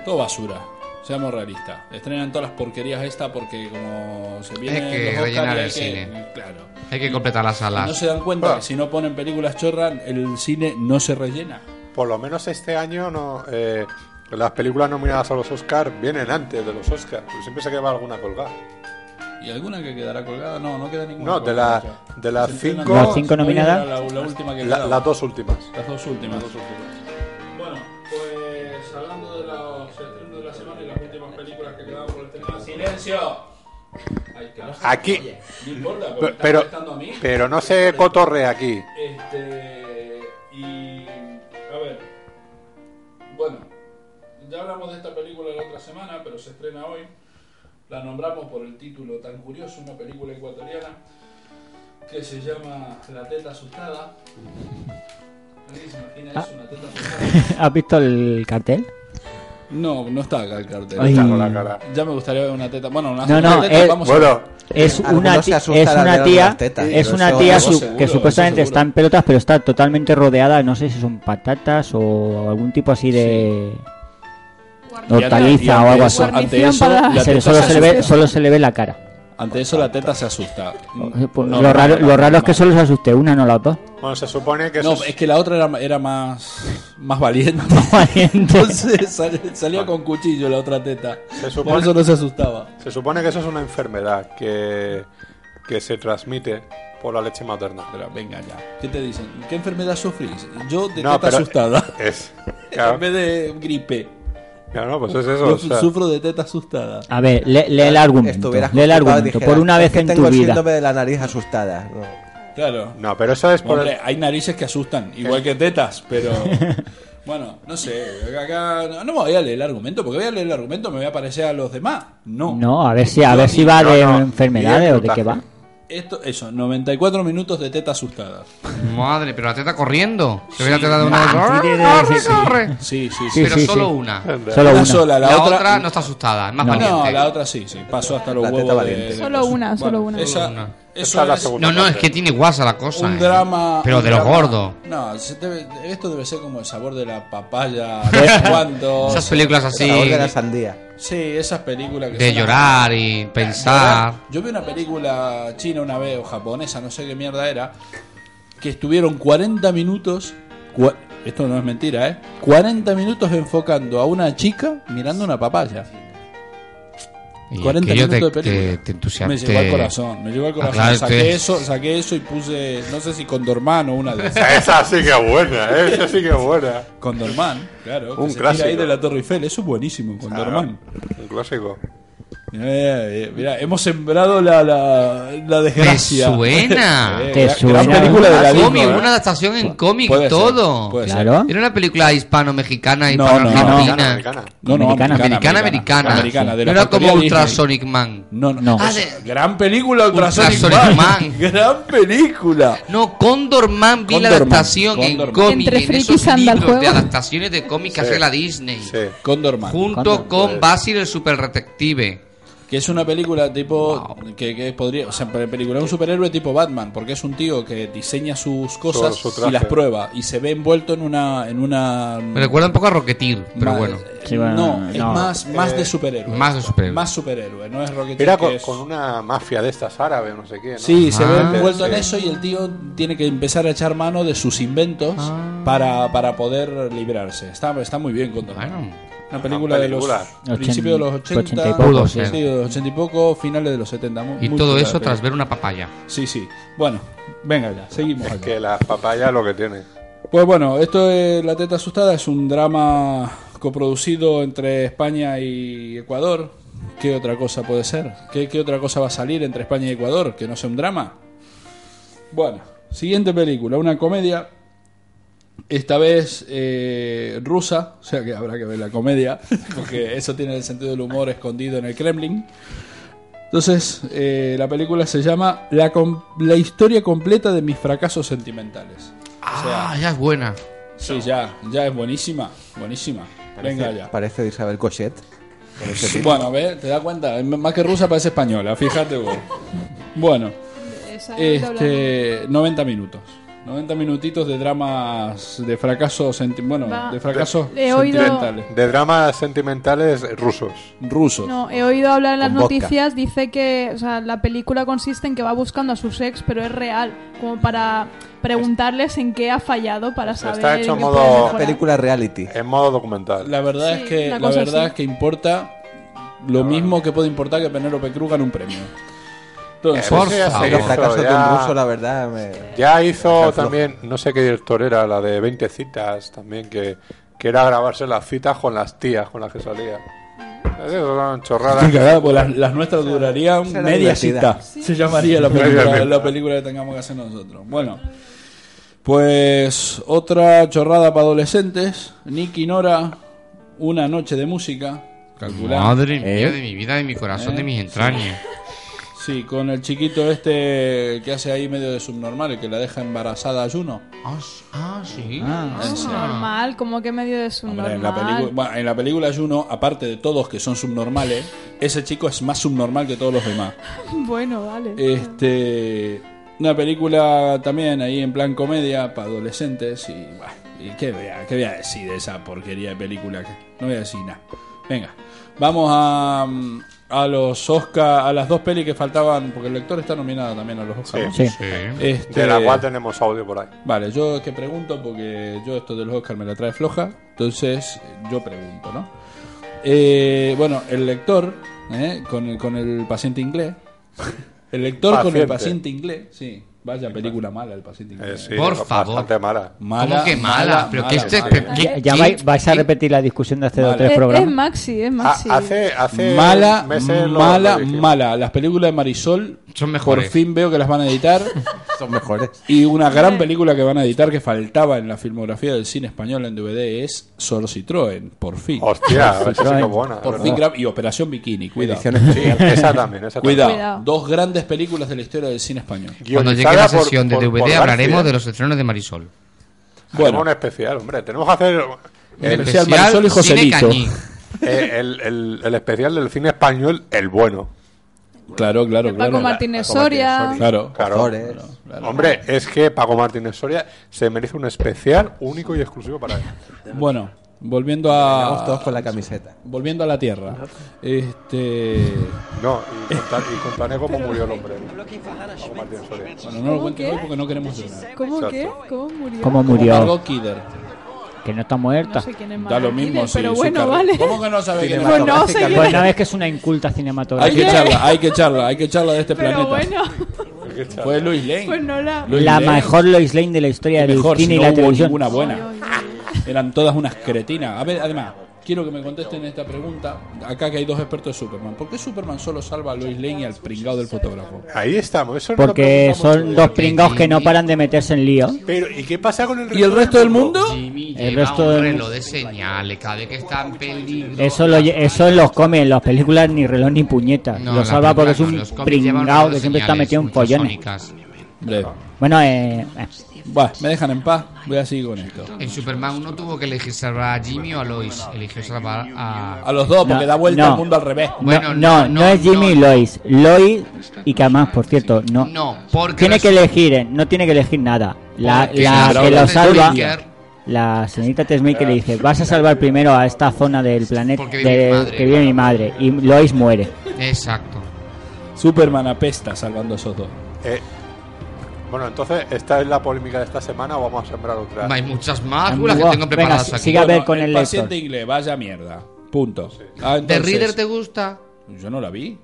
Speaker 8: Todo basura. Seamos realistas. Estrenan todas las porquerías esta porque como se viene
Speaker 5: que rellenar el cine.
Speaker 8: Claro.
Speaker 5: Hay que completar las
Speaker 8: No
Speaker 5: salas.
Speaker 8: se dan cuenta
Speaker 2: Ah.
Speaker 8: que si no ponen películas chorras, el cine no se rellena.
Speaker 2: Por lo menos este año no, eh, las películas nominadas a los Oscars vienen antes de los Oscars. Siempre se queda alguna colgada.
Speaker 8: ¿Y alguna que quedará colgada? No, no queda ninguna.
Speaker 2: No, de,
Speaker 8: colgada.
Speaker 2: la, de las
Speaker 8: Se estrenan
Speaker 2: cinco,
Speaker 6: Las cinco
Speaker 8: Hoy era
Speaker 6: nominadas.
Speaker 8: La, la última que
Speaker 2: la-
Speaker 8: quedaba.
Speaker 2: las dos últimas.
Speaker 8: Las dos últimas. Bueno, pues hablando de los estrenos de la semana y las últimas películas que quedaban por estrenar. ¡Silencio! Ay, que no se-
Speaker 2: Aquí,
Speaker 8: Oye, No importa, porque
Speaker 2: pe-
Speaker 8: está
Speaker 2: pero,
Speaker 8: molestando a mí.
Speaker 2: pero no se cotorre aquí.
Speaker 8: Este. Y. A ver. Bueno, ya hablamos de esta película la otra semana, pero se estrena hoy. La nombramos por el título tan curioso, una película ecuatoriana que se llama La teta asustada. ¿Alguien se imagina eso? Una teta asustada.
Speaker 6: ¿Has visto el cartel?
Speaker 8: No, no está acá el cartel.
Speaker 6: Ay.
Speaker 2: Está con la cara.
Speaker 8: Ya me gustaría ver una teta. Bueno, una,
Speaker 6: No,
Speaker 8: una
Speaker 6: no, eh,
Speaker 8: teta,
Speaker 6: es-
Speaker 8: vamos a-
Speaker 2: Bueno,
Speaker 6: Es
Speaker 4: Algunos
Speaker 6: una,
Speaker 4: se
Speaker 6: ti-
Speaker 4: asustan
Speaker 6: es
Speaker 4: al ver
Speaker 6: una
Speaker 4: las
Speaker 6: tía,
Speaker 4: tetas,
Speaker 6: es
Speaker 4: pero
Speaker 6: una
Speaker 4: eso-
Speaker 6: tía
Speaker 8: eso
Speaker 6: su-
Speaker 8: seguro,
Speaker 6: que
Speaker 8: eso
Speaker 6: supuestamente
Speaker 8: seguro.
Speaker 6: está en pelotas, pero está totalmente rodeada, no sé si son patatas o algún tipo así de
Speaker 8: Y
Speaker 6: hortaliza
Speaker 8: ante-
Speaker 6: o
Speaker 8: y
Speaker 6: algo así.
Speaker 8: eso- Ante eso,
Speaker 9: Guarnición para-
Speaker 8: la
Speaker 6: Se-
Speaker 8: teta
Speaker 6: solo, se le ve,
Speaker 8: asusta.
Speaker 6: solo se le ve la cara.
Speaker 8: Ante eso la teta se asusta.
Speaker 6: Eh, pues, lo, raro, lo raro es que solo se asuste una, no las dos.
Speaker 2: bueno, se supone que
Speaker 8: No,
Speaker 2: eso es-
Speaker 8: es que la otra era, era más, más valiente. Entonces sal- salía con cuchillo la otra teta.
Speaker 2: Se supone-
Speaker 8: Por eso no se asustaba.
Speaker 2: se supone que eso es una enfermedad que, que se transmite por la leche materna.
Speaker 8: Pero venga ya. ¿Qué te dicen? ¿Qué enfermedad sufrís? Yo de
Speaker 2: No,
Speaker 8: teta
Speaker 2: pero
Speaker 8: asustada.
Speaker 2: Es,
Speaker 8: En
Speaker 2: claro,
Speaker 8: vez de gripe.
Speaker 2: Claro, pues es eso.
Speaker 8: Yo
Speaker 2: o sea,
Speaker 8: sufro de teta asustada.
Speaker 6: A ver, lee, lee el argumento.
Speaker 10: Estuvieras
Speaker 6: Lee
Speaker 10: constipado
Speaker 6: el
Speaker 10: y
Speaker 6: argumento.
Speaker 10: dijeras,
Speaker 6: Por una
Speaker 10: "Es
Speaker 6: vez
Speaker 10: que
Speaker 6: en tu
Speaker 10: tengo el
Speaker 6: vida.
Speaker 10: síndrome de la nariz asustada. No.
Speaker 8: Claro.
Speaker 2: No, pero eso es por. el- Eh.
Speaker 8: Hombre, hay narices que asustan, igual que tetas, pero. Bueno, no sé, acá no, no me voy a leer el argumento, porque voy a leer el argumento, me voy a parecer a los demás. No.
Speaker 6: No, a ver si, a
Speaker 8: No,
Speaker 6: ver si va
Speaker 2: no,
Speaker 6: de
Speaker 2: no.
Speaker 6: enfermedades
Speaker 2: Bien,
Speaker 6: o de qué va.
Speaker 2: puntaje.
Speaker 8: Esto, eso, 94 minutos de teta asustada.
Speaker 5: Madre, pero la teta corriendo. Se ve la teta de una vez.
Speaker 6: Ah, sí, sí,
Speaker 5: ¡Corre,
Speaker 6: sí,
Speaker 5: corre!
Speaker 8: Sí, sí, sí.
Speaker 6: Sí,
Speaker 5: Pero
Speaker 6: sí,
Speaker 5: solo
Speaker 6: sí.
Speaker 5: una.
Speaker 6: Solo
Speaker 8: una
Speaker 6: una.
Speaker 8: sola, la,
Speaker 5: La
Speaker 8: otra.
Speaker 5: otra no está asustada, es más
Speaker 6: No.
Speaker 8: no, la
Speaker 5: valiente.
Speaker 8: otra sí, sí. Pasó hasta los
Speaker 10: La teta
Speaker 8: huevos. de-
Speaker 10: valiente.
Speaker 8: de-
Speaker 9: Solo una, solo
Speaker 8: Bueno,
Speaker 9: una.
Speaker 8: Esa,
Speaker 5: Solo una.
Speaker 8: Eso
Speaker 2: Esa es la
Speaker 8: es
Speaker 2: segunda.
Speaker 5: No, no, es que tiene guasa la cosa.
Speaker 8: un
Speaker 5: eh.
Speaker 8: drama.
Speaker 5: Pero
Speaker 8: un
Speaker 5: de los
Speaker 8: drama-
Speaker 5: gordos.
Speaker 8: No, se debe- esto debe ser como el sabor de la papaya. no sé cuánto.
Speaker 5: Esas películas
Speaker 10: El sabor
Speaker 5: así
Speaker 10: de la sandía.
Speaker 8: Sí, esas películas que
Speaker 5: de
Speaker 8: son- Ah,
Speaker 5: llorar ah. y pensar.
Speaker 8: Yo vi una película china una vez, o japonesa, no sé qué mierda era, que estuvieron 40 minutos. cua- Esto no es mentira, ¿eh? 40 minutos enfocando a una chica mirando una papaya.
Speaker 5: Y
Speaker 8: 40
Speaker 5: aquello
Speaker 8: minutos
Speaker 5: te,
Speaker 8: de película.
Speaker 5: te- te entusiasma.
Speaker 8: Me llegó al corazón, me llegó al corazón.
Speaker 5: claro,
Speaker 8: saqué,
Speaker 5: te-
Speaker 8: eso, saqué eso y puse, no sé si Condorman o una de esas.
Speaker 2: Esa sí que es buena, ¿eh? esa sí que es buena.
Speaker 8: Condorman, claro. que
Speaker 2: Un
Speaker 8: se tira ahí
Speaker 2: clásico. Ah,
Speaker 8: de la Torre Eiffel, eso es buenísimo, Eh, Condorman.
Speaker 2: Un clásico.
Speaker 8: Mira, mira, mira, hemos sembrado la, la, la
Speaker 5: Me
Speaker 8: desgracia.
Speaker 5: suena.
Speaker 8: Eh,
Speaker 6: Te
Speaker 8: gran- gran
Speaker 6: suena.
Speaker 8: película de la
Speaker 5: Cómic,
Speaker 8: Disney, ¿eh?
Speaker 5: Ah, una adaptación en cómic
Speaker 8: Puede
Speaker 5: y
Speaker 8: ser,
Speaker 5: todo.
Speaker 8: puede ser.
Speaker 6: Claro.
Speaker 5: Era una película hispano-mexicana,
Speaker 8: No,
Speaker 5: hispano-argentina.
Speaker 2: Americana, americana.
Speaker 8: No, no,
Speaker 6: Americana,
Speaker 5: Americana-americana.
Speaker 8: Americana, de
Speaker 5: no
Speaker 8: la
Speaker 5: era como
Speaker 8: factoría
Speaker 5: Ultra
Speaker 8: Disney.
Speaker 5: Sonic Man.
Speaker 8: No, no.
Speaker 6: No.
Speaker 5: Ah,
Speaker 8: Eso,
Speaker 5: de-
Speaker 8: gran película Ultra
Speaker 5: Ultra
Speaker 8: Sonic
Speaker 5: Sonic
Speaker 8: Man.
Speaker 5: Man.
Speaker 8: Gran película.
Speaker 5: No, Condor Man vi la
Speaker 8: Condor Man,
Speaker 5: adaptación
Speaker 8: Condor Man.
Speaker 5: en cómic.
Speaker 9: Entre
Speaker 5: en
Speaker 9: frikis
Speaker 5: esos
Speaker 9: anda el
Speaker 5: libros de
Speaker 9: juego.
Speaker 5: adaptaciones de cómic que
Speaker 2: Sí.
Speaker 5: hace la Disney.
Speaker 2: Sí.
Speaker 8: Condorman.
Speaker 5: Junto con Basil el super detective.
Speaker 8: Que es una película tipo. Que, que podría. O sea, pe- película de un superhéroe tipo Batman. Porque es un tío que diseña sus cosas
Speaker 2: Su- su traje.
Speaker 8: y las prueba. Y se ve envuelto en una. En una
Speaker 5: Me recuerda un poco a Rocketeer, pero
Speaker 8: ma- eh,
Speaker 5: bueno.
Speaker 6: Sí, bueno,
Speaker 8: no, es
Speaker 6: no. Eh,
Speaker 8: más, más de superhéroe.
Speaker 5: más de superhéroe.
Speaker 8: Más superhéroe. No es Rocket
Speaker 2: Era con, con una mafia de estas árabes, no sé qué. ¿no?
Speaker 8: Sí, se ve
Speaker 5: Ah.
Speaker 8: envuelto en eso y el tío tiene que empezar a echar mano de sus inventos
Speaker 5: Ah.
Speaker 8: para, para poder librarse. Está, está muy bien contado.
Speaker 5: Bueno.
Speaker 8: Una película de los
Speaker 2: película.
Speaker 8: principios de los 80,
Speaker 6: 80 y poco,
Speaker 5: Pudo
Speaker 8: sí,
Speaker 5: ser.
Speaker 8: sí, de los 80 y poco, finales de los 70. Muy-
Speaker 5: Y
Speaker 8: muy
Speaker 5: todo
Speaker 8: chula
Speaker 5: eso
Speaker 8: la
Speaker 5: tras
Speaker 8: película.
Speaker 5: ver una papaya.
Speaker 8: Sí, sí. Bueno, venga ya, seguimos.
Speaker 2: Es
Speaker 8: acá.
Speaker 2: que las papayas lo que tiene.
Speaker 8: Pues bueno, esto es La Teta Asustada, es un drama coproducido entre España y Ecuador. ¿Qué otra cosa puede ser? ¿Qué, qué otra cosa va a salir entre España y Ecuador que no sea un drama? Bueno, siguiente película, una comedia. Esta vez eh, rusa, o sea que habrá que ver la comedia, porque eso tiene el sentido del humor escondido en el Kremlin. Entonces, eh, la película se llama la, com- la historia completa de mis fracasos sentimentales. O sea,
Speaker 5: Ah, ya es buena.
Speaker 8: Sí, ya, ya es buenísima, buenísima. Venga ya.
Speaker 10: Parece de Isabel Cochet. Con ese título.
Speaker 8: Bueno, ve, te das cuenta, M- más que rusa parece española, fíjate vos. Bueno,
Speaker 9: Esa doblada.
Speaker 8: este, 90 minutos. 90 minutitos de dramas de fracasos senti- bueno,
Speaker 9: Va.
Speaker 8: de fracasos
Speaker 9: Le he oído-
Speaker 8: sentimentales
Speaker 2: De dramas sentimentales rusos.
Speaker 8: rusos.
Speaker 9: No, he oído hablar en las
Speaker 10: Con vodka.
Speaker 9: noticias, dice que o sea, la película consiste en que va buscando a sus ex, pero es real, como para preguntarles en qué ha fallado para
Speaker 2: Está
Speaker 9: saber
Speaker 2: hecho
Speaker 9: en qué
Speaker 2: modo-
Speaker 9: pueden mejorar.
Speaker 10: Una película reality.
Speaker 2: En modo documental.
Speaker 8: La verdad
Speaker 9: Sí,
Speaker 8: es que
Speaker 9: una
Speaker 8: la
Speaker 9: cosa
Speaker 8: verdad
Speaker 9: así.
Speaker 8: es que importa lo mismo que puede importar que Penélope Cruz gane un premio. Entonces,
Speaker 5: Por
Speaker 2: Eso ya se
Speaker 5: favor.
Speaker 2: hizo,
Speaker 10: Los fracasos de
Speaker 2: ya-
Speaker 10: un ruso, la verdad. me-
Speaker 2: Ya hizo también, no sé qué director era, la de 20 citas también, que, que era grabarse las citas con las tías con las que salía. Eso son
Speaker 8: Estoy
Speaker 2: chorradas.
Speaker 8: cagado, pues las, las nuestras durarían
Speaker 10: será
Speaker 8: media
Speaker 10: divertida.
Speaker 8: cita. Se llamaría la película,
Speaker 2: divertida.
Speaker 8: la película que tengamos que hacer nosotros. Bueno, pues otra chorrada para adolescentes. Nicky Nora, una noche de música. Calculá.
Speaker 5: Madre mía,
Speaker 10: Eh.
Speaker 5: de mi vida, de mi corazón,
Speaker 8: Eh.
Speaker 5: de mis entrañas.
Speaker 8: Sí, con el chiquito este que hace ahí medio de subnormal, el que la deja embarazada a Juno.
Speaker 5: Ah, s- Ah, sí.
Speaker 6: Ah.
Speaker 8: En
Speaker 9: Es un normal, como que medio de su
Speaker 8: Hombre, en, la pelicu-
Speaker 9: normal.
Speaker 8: bueno, en la película Juno, aparte de todos que son subnormales, ese chico es más subnormal que todos los demás.
Speaker 9: Bueno, vale.
Speaker 8: Este, una película también ahí en plan comedia para adolescentes y, bah, y qué voy a- qué voy a decir de esa porquería de película, que no voy a decir nada. Venga, vamos a, mm, a los Oscar, a las dos pelis que faltaban, porque el lector está nominada también a los Oscar. ¿no?
Speaker 6: Sí.
Speaker 5: Sí.
Speaker 8: Este,
Speaker 2: De la cual tenemos audio por ahí.
Speaker 8: Vale, yo es que pregunto porque yo esto de los Oscar me la trae floja, entonces yo pregunto, ¿no? Eh, bueno, el lector, ¿eh? con, el, con el paciente inglés, el lector con el
Speaker 2: Paciente.
Speaker 8: paciente inglés, sí, Vaya película mala el paciente.
Speaker 2: Eh, sí,
Speaker 5: Por
Speaker 2: bastante
Speaker 5: favor.
Speaker 2: mala.
Speaker 8: Mala,
Speaker 5: ¿Cómo que mala?
Speaker 8: mala,
Speaker 5: Pero
Speaker 8: mala,
Speaker 5: que este-
Speaker 8: mala.
Speaker 5: pero-
Speaker 6: Ya,
Speaker 5: ¿qué-
Speaker 6: ya
Speaker 5: qué-
Speaker 6: vais, vais a
Speaker 5: qué-
Speaker 6: repetir la discusión de hace dos o
Speaker 8: Vale.
Speaker 6: tres
Speaker 9: Es, es
Speaker 6: programas.
Speaker 9: Maxi, es
Speaker 2: Ah,
Speaker 9: Maxi.
Speaker 2: hace, hace
Speaker 8: mala,
Speaker 2: meses lo- lo
Speaker 8: mala,
Speaker 2: dije.
Speaker 8: mala. Las películas de Marisol
Speaker 5: Son mejores.
Speaker 8: Por fin veo que las van a editar.
Speaker 10: Son mejores.
Speaker 8: y una gran película que van a editar que faltaba en la filmografía del cine español en DVD es Sor Citroën, por fin.
Speaker 2: Hostia, esa sí que
Speaker 6: Por
Speaker 2: es buena.
Speaker 8: Por
Speaker 2: es
Speaker 8: fin
Speaker 2: verdad.
Speaker 8: gran- y Operación Bikini, cuidado.
Speaker 10: Edición especial.
Speaker 2: Sí, esa también, esa también.
Speaker 8: Cuidado.
Speaker 9: Cuidado.
Speaker 8: Dos grandes películas de la historia del cine español.
Speaker 5: Cuando llegue
Speaker 2: Guionizada
Speaker 5: la
Speaker 2: por-
Speaker 5: sesión
Speaker 2: por-
Speaker 5: de
Speaker 2: por
Speaker 5: DVD
Speaker 2: García.
Speaker 5: hablaremos de los estrenos de Marisol.
Speaker 2: Bueno,
Speaker 8: Bueno.
Speaker 2: un especial, hombre. Tenemos que hacer el,
Speaker 8: especial Marisol
Speaker 5: Cine
Speaker 8: y Joselito.
Speaker 5: Cañí.
Speaker 2: eh, el- el- el especial del cine español, el bueno.
Speaker 8: Claro, claro,
Speaker 9: De Paco
Speaker 8: claro.
Speaker 9: Martínez
Speaker 10: Paco Martínez
Speaker 9: Soria.
Speaker 10: Soria.
Speaker 8: Claro. eh.
Speaker 2: Claro.
Speaker 10: Ozores.
Speaker 2: Claro, claro. Hombre, es que Paco Martínez Soria se merece un especial único y exclusivo para él.
Speaker 8: Bueno, volviendo
Speaker 10: Vamos todos
Speaker 8: a
Speaker 10: con la camiseta.
Speaker 8: volviendo a la Tierra. Este,
Speaker 2: No, y contar, y contaré cómo murió el hombre. Paco Martínez Soria.
Speaker 8: bueno, no lo
Speaker 9: ¿Cómo
Speaker 8: cuento
Speaker 9: qué?
Speaker 8: hoy porque no queremos llorar.
Speaker 9: ¿Cómo
Speaker 2: Exacto.
Speaker 9: qué? ¿Cómo murió?
Speaker 6: ¿Cómo
Speaker 8: Como
Speaker 6: murió?
Speaker 8: Margot Kidder.
Speaker 6: Que no está
Speaker 9: No
Speaker 6: muerta.
Speaker 9: sé quién es
Speaker 8: Da lo
Speaker 9: Margot
Speaker 8: mismo,
Speaker 9: Kidder,
Speaker 8: sí,
Speaker 9: pero
Speaker 8: su
Speaker 9: bueno,
Speaker 8: carrera.
Speaker 9: vale.
Speaker 8: ¿Cómo que no sabe quién es
Speaker 9: Pues no sé quién es.
Speaker 6: Bueno, es que es una inculta
Speaker 8: Hay que
Speaker 6: cinematográfica.
Speaker 8: echarla, hay que echarla, hay que echarla de este
Speaker 9: Pero
Speaker 8: planeta.
Speaker 9: bueno,
Speaker 8: Fue Luis Lane.
Speaker 9: pues no la...
Speaker 8: Lois
Speaker 6: La
Speaker 8: Lane.
Speaker 6: mejor Lois Lane de la historia del
Speaker 8: Mejor,
Speaker 6: cine
Speaker 8: si
Speaker 6: y
Speaker 8: no
Speaker 6: la
Speaker 8: hubo
Speaker 6: televisión.
Speaker 8: ninguna
Speaker 9: Ay,
Speaker 8: buena.
Speaker 9: ay, ay.
Speaker 8: Eran todas unas cretinas. A ver, además, quiero que me contesten esta pregunta. Acá que hay dos expertos de Superman. ¿Por qué Superman solo salva a Lois Lane y al pringado del fotógrafo?
Speaker 2: Ahí estamos, eso no lo
Speaker 6: Porque
Speaker 2: preguntamos
Speaker 6: son
Speaker 2: todavía.
Speaker 6: dos pringados que no paran de meterse en lío.
Speaker 2: Pero, ¿y qué pasa con el resto,
Speaker 8: ¿Y el resto del mundo?
Speaker 5: Jimmy
Speaker 6: El
Speaker 5: lleva
Speaker 6: resto
Speaker 5: un
Speaker 6: de-
Speaker 5: reloj de señales cada vez que está en peligro.
Speaker 6: Eso, lo, lle- eso en los comes, en las películas ni reloj ni puñetas.
Speaker 5: No,
Speaker 6: lo
Speaker 5: la
Speaker 6: salva porque es
Speaker 5: película no,
Speaker 6: un
Speaker 5: los cómics llevan un
Speaker 6: pringao
Speaker 5: reloj
Speaker 6: que
Speaker 5: de
Speaker 6: siempre está
Speaker 5: señales
Speaker 6: metido en follones.
Speaker 5: ultrasónicas.
Speaker 8: Hombre,
Speaker 6: Bueno, eh, eh,
Speaker 8: Buah, me dejan en paz. Voy a seguir con esto.
Speaker 5: En Superman 1 tuvo que elegir salvar a Jimmy o a Lois. Eligió salvar a.
Speaker 8: A los dos, porque
Speaker 6: No,
Speaker 8: da vuelta
Speaker 6: no.
Speaker 8: al mundo al revés.
Speaker 5: Bueno,
Speaker 6: no, no, no es Jimmy y
Speaker 5: no.
Speaker 6: Lois. Lois y que además, por cierto, no.
Speaker 5: No, porque.
Speaker 6: Tiene
Speaker 5: res-
Speaker 6: que elegir, eh, no tiene que elegir nada. La,
Speaker 5: porque
Speaker 6: la
Speaker 5: resulta
Speaker 6: que lo
Speaker 5: de
Speaker 6: salva,
Speaker 5: Twitter,
Speaker 6: la señorita Tessmaker le dice: Vas a salvar primero a esta zona del planeta
Speaker 5: Porque vive mi
Speaker 6: de-
Speaker 5: madre".
Speaker 6: que vive mi madre. Y Lois muere.
Speaker 5: Exacto.
Speaker 8: Superman apesta salvando a esos dos.
Speaker 2: Eh, bueno, entonces, ¿esta es la polémica de esta semana o vamos a sembrar otra?
Speaker 5: Hay muchas más las que tengo
Speaker 6: Wow, venga,
Speaker 5: preparadas
Speaker 6: sí,
Speaker 5: aquí.
Speaker 6: siga. a ver con el
Speaker 8: paciente
Speaker 6: lector.
Speaker 8: inglés, vaya mierda. Punto.
Speaker 5: ¿De Reader te gusta?
Speaker 8: te... Yo no la vi.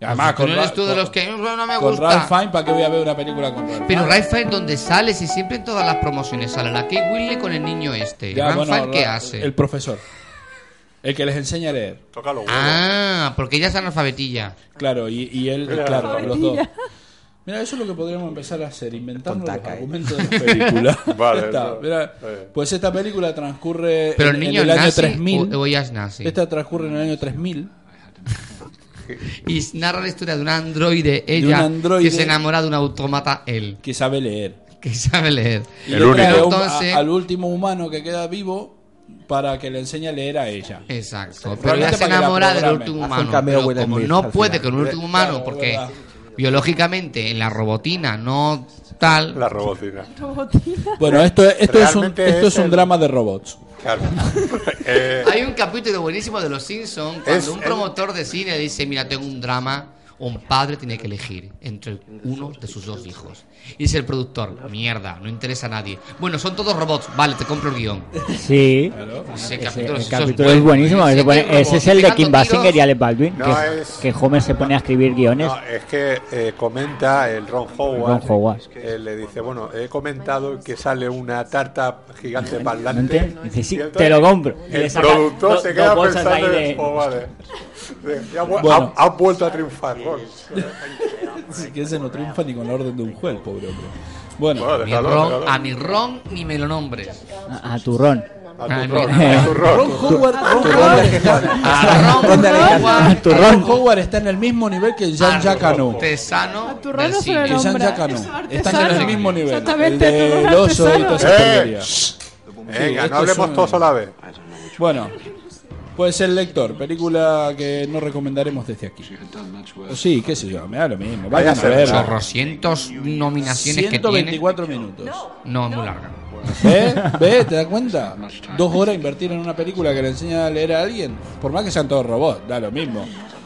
Speaker 5: Además,
Speaker 8: con
Speaker 5: no eres
Speaker 8: Ra-
Speaker 5: tú de
Speaker 8: con-
Speaker 5: los que "Mm, no me
Speaker 8: Con Ralph
Speaker 5: gusta.
Speaker 8: Fine, ¿para qué voy a ver una película con Ralph
Speaker 5: Pero
Speaker 8: Fiennes?
Speaker 5: Ralph Fine, donde sale? Si siempre en todas las promociones sale la Kate Willy con el niño este.
Speaker 8: Ya,
Speaker 5: Ralph
Speaker 8: bueno,
Speaker 5: Fine, ¿qué
Speaker 8: Ra-
Speaker 5: hace?
Speaker 8: El profesor. El que les enseña a leer.
Speaker 2: Toca los huevos.
Speaker 5: Ah, porque ella es analfabetilla.
Speaker 8: Claro, y, y él,
Speaker 2: Mira.
Speaker 8: claro, los dos. Mira, eso es lo que podríamos empezar a hacer, inventar los
Speaker 10: Tontaca, eh.
Speaker 8: argumentos de las películas.
Speaker 2: Vale,
Speaker 8: Ya está,
Speaker 2: no.
Speaker 8: mira,
Speaker 2: Eh.
Speaker 8: pues esta película transcurre
Speaker 5: Pero el
Speaker 8: en, en
Speaker 5: niño
Speaker 8: el
Speaker 5: es
Speaker 8: año
Speaker 5: nazi
Speaker 8: 3000.
Speaker 5: o, o ella es nazi.
Speaker 8: Esta transcurre en el año 3000.
Speaker 5: Y narra la historia de un androide,
Speaker 8: un
Speaker 5: ella,
Speaker 8: androide.
Speaker 5: que se enamora de un autómata, él,
Speaker 8: que sabe leer.
Speaker 5: que sabe leer.
Speaker 8: Y
Speaker 2: El
Speaker 8: le trae
Speaker 5: único.
Speaker 8: a un- a-
Speaker 5: Entonces-
Speaker 8: al último humano que queda vivo para que le enseñe a leer a ella.
Speaker 5: Eh. Exacto. Pero
Speaker 8: Realmente
Speaker 5: ella se
Speaker 8: para que la
Speaker 5: enamora del
Speaker 8: programen.
Speaker 5: último
Speaker 10: Hace un
Speaker 5: humano.
Speaker 10: cameo
Speaker 5: pero
Speaker 10: Will
Speaker 5: como
Speaker 10: Smith
Speaker 5: no
Speaker 10: al
Speaker 5: puede
Speaker 10: final.
Speaker 5: con un último humano,
Speaker 8: Claro,
Speaker 5: porque
Speaker 8: verdad.
Speaker 5: biológicamente en la robotina no tal.
Speaker 2: La robotina.
Speaker 9: Robotina.
Speaker 8: Bueno, esto, es- esto es un,
Speaker 2: Realmente
Speaker 8: esto
Speaker 2: es
Speaker 8: es un
Speaker 2: el-
Speaker 8: drama de robots.
Speaker 2: Claro. Eh,
Speaker 5: Hay un capítulo buenísimo de Los Simpsons cuando
Speaker 2: Es-
Speaker 5: un
Speaker 2: es-
Speaker 5: promotor de cine dice, mira, tengo un drama, un padre tiene que elegir entre uno de sus dos hijos. Y dice el productor, mierda, no interesa a nadie. Bueno, son todos robots, vale, te compro el guión.
Speaker 6: Sí.
Speaker 5: Ese
Speaker 6: Ese-
Speaker 5: capítulo,
Speaker 6: el
Speaker 5: sí,
Speaker 6: capítulo
Speaker 5: eso
Speaker 6: es buenísimo.
Speaker 5: bueno.
Speaker 6: ese, pone-
Speaker 5: Sigue
Speaker 6: ese es el de
Speaker 5: pegando
Speaker 6: Kim Basinger y
Speaker 5: tiros.
Speaker 6: Alec Baldwin.
Speaker 2: No,
Speaker 6: que,
Speaker 2: es-
Speaker 6: que Homer se pone a escribir guiones.
Speaker 2: No, es que eh, comenta el Ron Howard.
Speaker 6: Ron Howard.
Speaker 2: eh, le dice, bueno, he comentado que sale una tarta gigante
Speaker 6: ¿No
Speaker 2: parlante.
Speaker 6: entiendes? Dice, sí,
Speaker 2: Y entonces
Speaker 6: te lo compro. Y le
Speaker 2: El
Speaker 6: saca
Speaker 2: productor
Speaker 6: do-
Speaker 2: se
Speaker 6: dos
Speaker 2: queda
Speaker 6: bolsas
Speaker 2: pensando
Speaker 6: ahí
Speaker 2: en
Speaker 6: de-
Speaker 2: "Oh, vale". Sí, ya vu-
Speaker 8: Bueno.
Speaker 2: ha- ha vuelto a triunfar. Ron.
Speaker 8: Así que ese no triunfa ni con la orden de un juez, pobre hombre. Bueno,
Speaker 2: Bueno,
Speaker 5: Mi
Speaker 2: déjalo,
Speaker 5: ron,
Speaker 2: déjalo.
Speaker 5: a mi ron ni me lo nombres.
Speaker 6: A, a turrón.
Speaker 2: A
Speaker 5: a
Speaker 2: tu
Speaker 5: mi-
Speaker 2: Ron, a tu Ron.
Speaker 8: Ron Howard, Ron Howard,
Speaker 5: A ron,
Speaker 10: Ron de Alicante.
Speaker 6: A
Speaker 5: Howard,
Speaker 8: Ron
Speaker 6: turrón.
Speaker 8: Howard está en el mismo nivel que Jean-Jacques Cano.
Speaker 5: artesano
Speaker 9: A tu rol
Speaker 5: del
Speaker 9: no se lo
Speaker 5: cine.
Speaker 8: Jean
Speaker 9: nombra.
Speaker 8: Jacques Cano.
Speaker 9: Es artesano.
Speaker 8: Están en el mismo nivel.
Speaker 9: Exactamente,
Speaker 8: El de
Speaker 9: tu rol
Speaker 8: el oso y toda
Speaker 9: artesano.
Speaker 8: esa
Speaker 2: Eh,
Speaker 8: porquería.
Speaker 2: Venga, no
Speaker 8: estos
Speaker 2: hablemos
Speaker 8: son-
Speaker 2: todos a la vez.
Speaker 8: Bueno, pues El Lector, película que no recomendaremos desde aquí. O sí, qué sé yo, me da lo mismo. Vayan a
Speaker 2: Vaya
Speaker 8: verla.
Speaker 5: Chorrocientos nominaciones que tiene.
Speaker 8: 124 minutos.
Speaker 5: No, es muy larga.
Speaker 8: ¿Ves? ¿Ves? ¿Te das cuenta? Dos horas invertir en una película que le enseña a leer a alguien. Por más que sean todos robots, da lo mismo.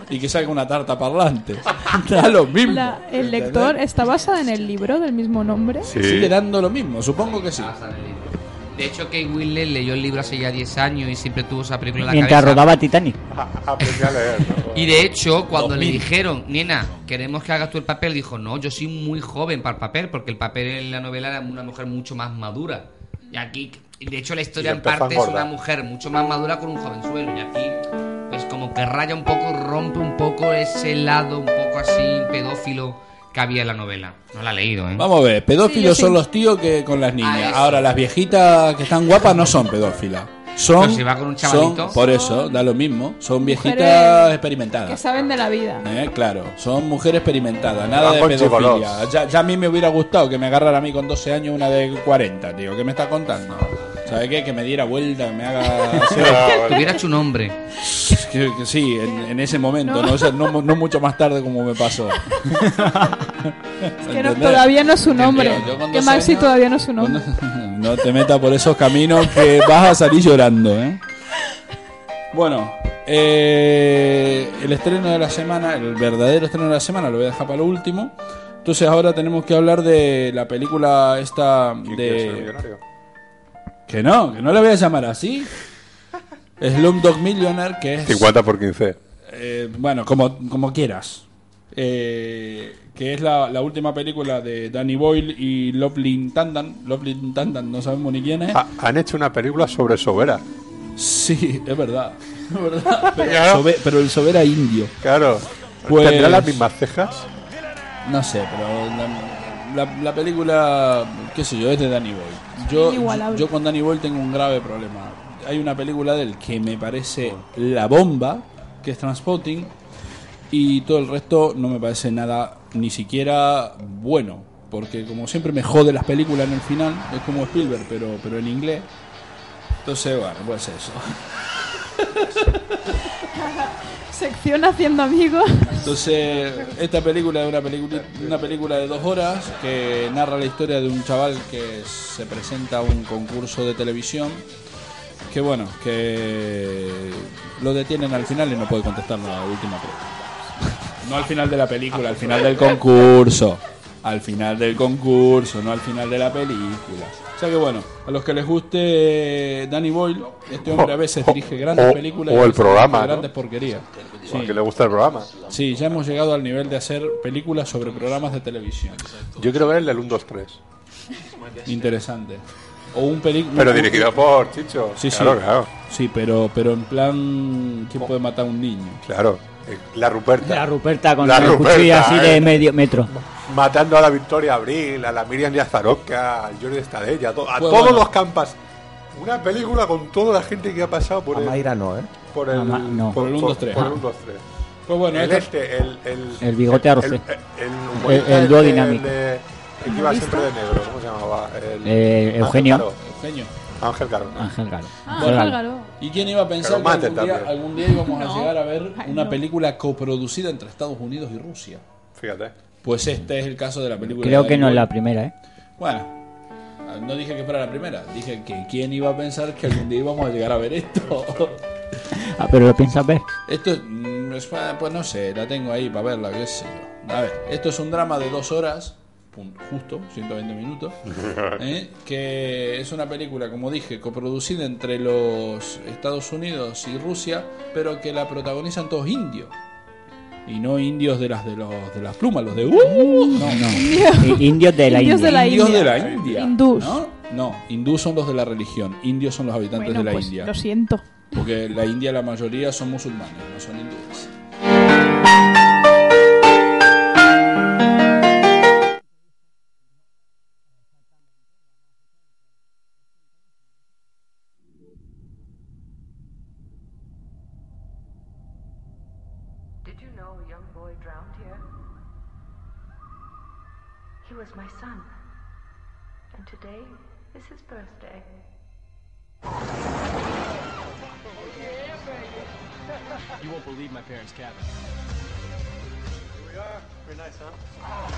Speaker 8: Y que salga una tarta parlante. Da lo mismo.
Speaker 9: La- el lector está basada en el libro del mismo nombre.
Speaker 8: Sigue dando lo mismo, supongo que sí.
Speaker 5: De hecho, Kate Winslet leyó el libro hace ya 10 años y siempre tuvo esa película en la
Speaker 6: Mientras
Speaker 5: cabeza.
Speaker 6: rodaba Titanic.
Speaker 2: Aprendí a leer. ¿no?
Speaker 5: Y de hecho, cuando le dijeron, nena, queremos que hagas tú el papel, dijo, no, yo soy muy joven para el papel, porque el papel en la novela era una mujer mucho más madura. Y aquí, y de hecho, la
Speaker 2: Y
Speaker 5: historia en
Speaker 2: empezó a
Speaker 5: parte es
Speaker 2: engordar.
Speaker 5: una mujer mucho más madura con un jovenzuelo. Y aquí, pues como que raya un poco, rompe un poco ese lado un poco así pedófilo que había en la novela. No la he leído, ¿eh?
Speaker 8: Vamos a ver,
Speaker 9: Sí, yo
Speaker 8: pedófilos
Speaker 9: sí.
Speaker 8: son los tíos que con las niñas.
Speaker 5: eso.
Speaker 8: Ahora, las viejitas que están guapas no son pedófilas. Son,
Speaker 5: Pero si va con un
Speaker 8: son,
Speaker 5: chavalito.
Speaker 8: por eso, da lo mismo. Son viejitas
Speaker 9: Mujeres Que
Speaker 8: experimentadas.
Speaker 9: saben de la vida.
Speaker 8: Eh, claro, son mujeres experimentadas, nada
Speaker 2: Van
Speaker 8: de
Speaker 2: con
Speaker 8: pedofilia.
Speaker 2: chibolos.
Speaker 8: Ya, ya a mí me hubiera gustado que me agarrara a mí con 12 años una de 40, tío. ¿Qué me está contando? ¿Sabes qué? Que me diera vuelta, que me haga... Sí,
Speaker 5: Tuviera hecho un hombre.
Speaker 8: que- que sí, en, en ese momento, no. O sea, no- no mucho más tarde como me pasó.
Speaker 9: Es que no-
Speaker 8: ¿Entendés?
Speaker 9: todavía no es su nombre.
Speaker 8: Yo con 12
Speaker 9: Que Maxi
Speaker 8: años-
Speaker 9: todavía no es su nombre.
Speaker 8: No te metas por esos caminos que vas a salir llorando, ¿eh? Bueno, eh, el estreno de la semana, el verdadero estreno de la semana, lo voy a dejar para lo último. Entonces ahora tenemos que hablar de la película esta
Speaker 2: ¿Quién quiere ser
Speaker 8: de...
Speaker 2: millonario?
Speaker 8: Que no, que no la voy a llamar así. Slumdog Millionaire, que es...
Speaker 2: 50 por 15.
Speaker 8: Eh, bueno, como, como quieras. Eh, que es la, la última película de Danny Boyle y Lovelin Tandan. Lovelin Tandan, no sabemos ni quién es.
Speaker 2: Ha- Ah, han hecho una película sobre Sobera.
Speaker 8: Sí, es verdad. Es verdad. Pero,
Speaker 2: Claro.
Speaker 8: Sobe- pero el sobera indio.
Speaker 2: Claro.
Speaker 8: Pues-
Speaker 2: ¿Tendrá las mismas cejas?
Speaker 8: No sé, pero la, la- la película, qué sé yo, es de Danny Boyle. Yo,
Speaker 9: Inigualable.
Speaker 8: yo con Danny Boyle tengo un grave problema. Hay una película de él que me parece la bomba, que es Transpotting, y todo el resto no me parece nada ni siquiera bueno. Porque como siempre me jode las películas en el final, es como Spielberg, pero, pero en inglés. Entonces, bueno, pues eso.
Speaker 9: Sección Haciendo Amigos.
Speaker 8: Entonces, esta película es una película, una película de dos horas que narra la historia de un chaval que se presenta a un concurso de televisión. Que bueno, que lo detienen al final y no puede contestar la última pregunta. No al final de la película, al final del concurso. Al final del concurso, no al final de la película. O sea que bueno, a los que les guste eh, Danny Boyle, este hombre a veces
Speaker 2: O-
Speaker 8: dirige grandes
Speaker 2: o-
Speaker 8: películas y
Speaker 2: o
Speaker 8: a
Speaker 2: el
Speaker 8: veces
Speaker 2: programa,
Speaker 8: dirige
Speaker 2: ¿no?
Speaker 8: grandes porquerías. Sí.
Speaker 2: Porque le gusta el programa.
Speaker 8: Sí, ya hemos llegado al nivel de hacer películas sobre programas de televisión.
Speaker 2: Yo quiero ver el del 1, 2, 3.
Speaker 8: Interesante. O un película.
Speaker 2: Pero dirigido por Chicho.
Speaker 8: Sí, sí.
Speaker 2: claro, claro.
Speaker 8: Sí, pero, pero en plan. ¿Quién puede matar a un niño?
Speaker 2: Claro. Eh, La Ruperta.
Speaker 6: La Ruperta con
Speaker 2: La
Speaker 6: la,
Speaker 2: Ruperta,
Speaker 6: cuchilla así
Speaker 2: eh.
Speaker 6: de medio metro.
Speaker 2: Matando a la Victoria Abril, a la Miriam Yazaroca, al Jordi Estadella, a, to- a
Speaker 8: Pues
Speaker 2: todos
Speaker 8: bueno.
Speaker 2: los campas. Una película con toda la gente que ha pasado por
Speaker 10: A
Speaker 2: el.
Speaker 10: Mayra no, ¿eh?
Speaker 2: Por el,
Speaker 6: A Ma- no.
Speaker 2: por,
Speaker 8: Por el un,
Speaker 2: por-
Speaker 8: dos, tres. Ah.
Speaker 2: por el un, dos, tres.
Speaker 8: Pues bueno,
Speaker 2: El
Speaker 8: esta-
Speaker 2: este, el. El,
Speaker 6: El bigote
Speaker 2: el-
Speaker 6: arrocé.
Speaker 2: El, el,
Speaker 6: El- el dúo dinámico.
Speaker 2: El, de- el que iba siempre de negro, ¿cómo se llamaba? El,
Speaker 6: Eh,
Speaker 2: Ángel
Speaker 6: Eugenio.
Speaker 2: Caro.
Speaker 8: Eugenio.
Speaker 2: Ángel Caro.
Speaker 6: Ángel Galo.
Speaker 9: Ah,
Speaker 6: Ángel Galo.
Speaker 9: Álvaro.
Speaker 8: ¿Y quién iba a
Speaker 2: Pero
Speaker 8: pensar que
Speaker 2: mate
Speaker 8: algún día,
Speaker 2: también.
Speaker 8: algún día íbamos
Speaker 9: No.
Speaker 8: a llegar a ver
Speaker 9: Ay,
Speaker 8: una
Speaker 9: no.
Speaker 8: película coproducida entre Estados Unidos y Rusia?
Speaker 2: Fíjate.
Speaker 8: Pues este es el caso de la película.
Speaker 6: Creo
Speaker 8: de
Speaker 6: que
Speaker 8: Danny
Speaker 6: no es la
Speaker 8: Boyle.
Speaker 6: primera, ¿eh?
Speaker 8: Bueno. ah, No dije que fuera la primera, dije que quién iba a pensar que algún día íbamos a llegar a ver esto.
Speaker 6: Ah, pero lo piensas ver.
Speaker 8: Esto es- mm, es, pa- pues no sé, la tengo ahí para verla, qué sé yo. A ver, esto es un drama de dos horas, pun- justo, 120 minutos, ¿eh? que es una película, como dije, coproducida entre los Estados Unidos y Rusia, pero que la protagonizan todos indios. Y no indios de las de los de las plumas, los de ¡Uh! no,
Speaker 6: I- Indios de la
Speaker 9: Indios
Speaker 6: India.
Speaker 9: de la
Speaker 8: indios
Speaker 9: India.
Speaker 8: de la India.
Speaker 9: Hindús.
Speaker 8: ¿no? No, hindús son los de la religión, indios son los habitantes
Speaker 9: Bueno,
Speaker 8: de la
Speaker 9: pues
Speaker 8: India.
Speaker 9: lo siento.
Speaker 8: Porque la India la mayoría son musulmanes, no son hindúes.
Speaker 11: Did you know a young boy drowned here? He was my son. And today is his birthday.
Speaker 7: You won't believe my parents' cabin. Here we are. Very nice, huh?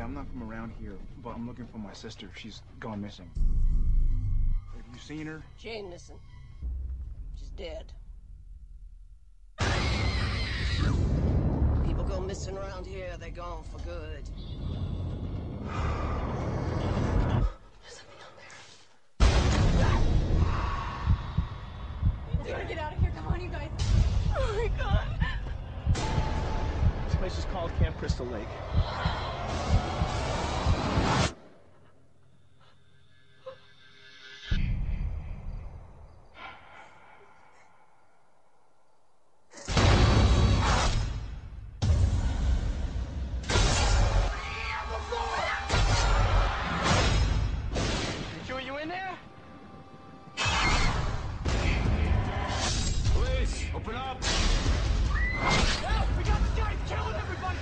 Speaker 12: I'm not from around here, but I'm looking for my sister. She's gone missing. Have you seen her?
Speaker 13: She ain't missing. She's dead. People go missing around here, they're gone for good.
Speaker 11: We gotta get out of here. Come on, you guys. Oh my god.
Speaker 14: This place is called Camp Crystal Lake.
Speaker 7: Joe, you in there? Police, open up! Help! We got the guy killing everybody!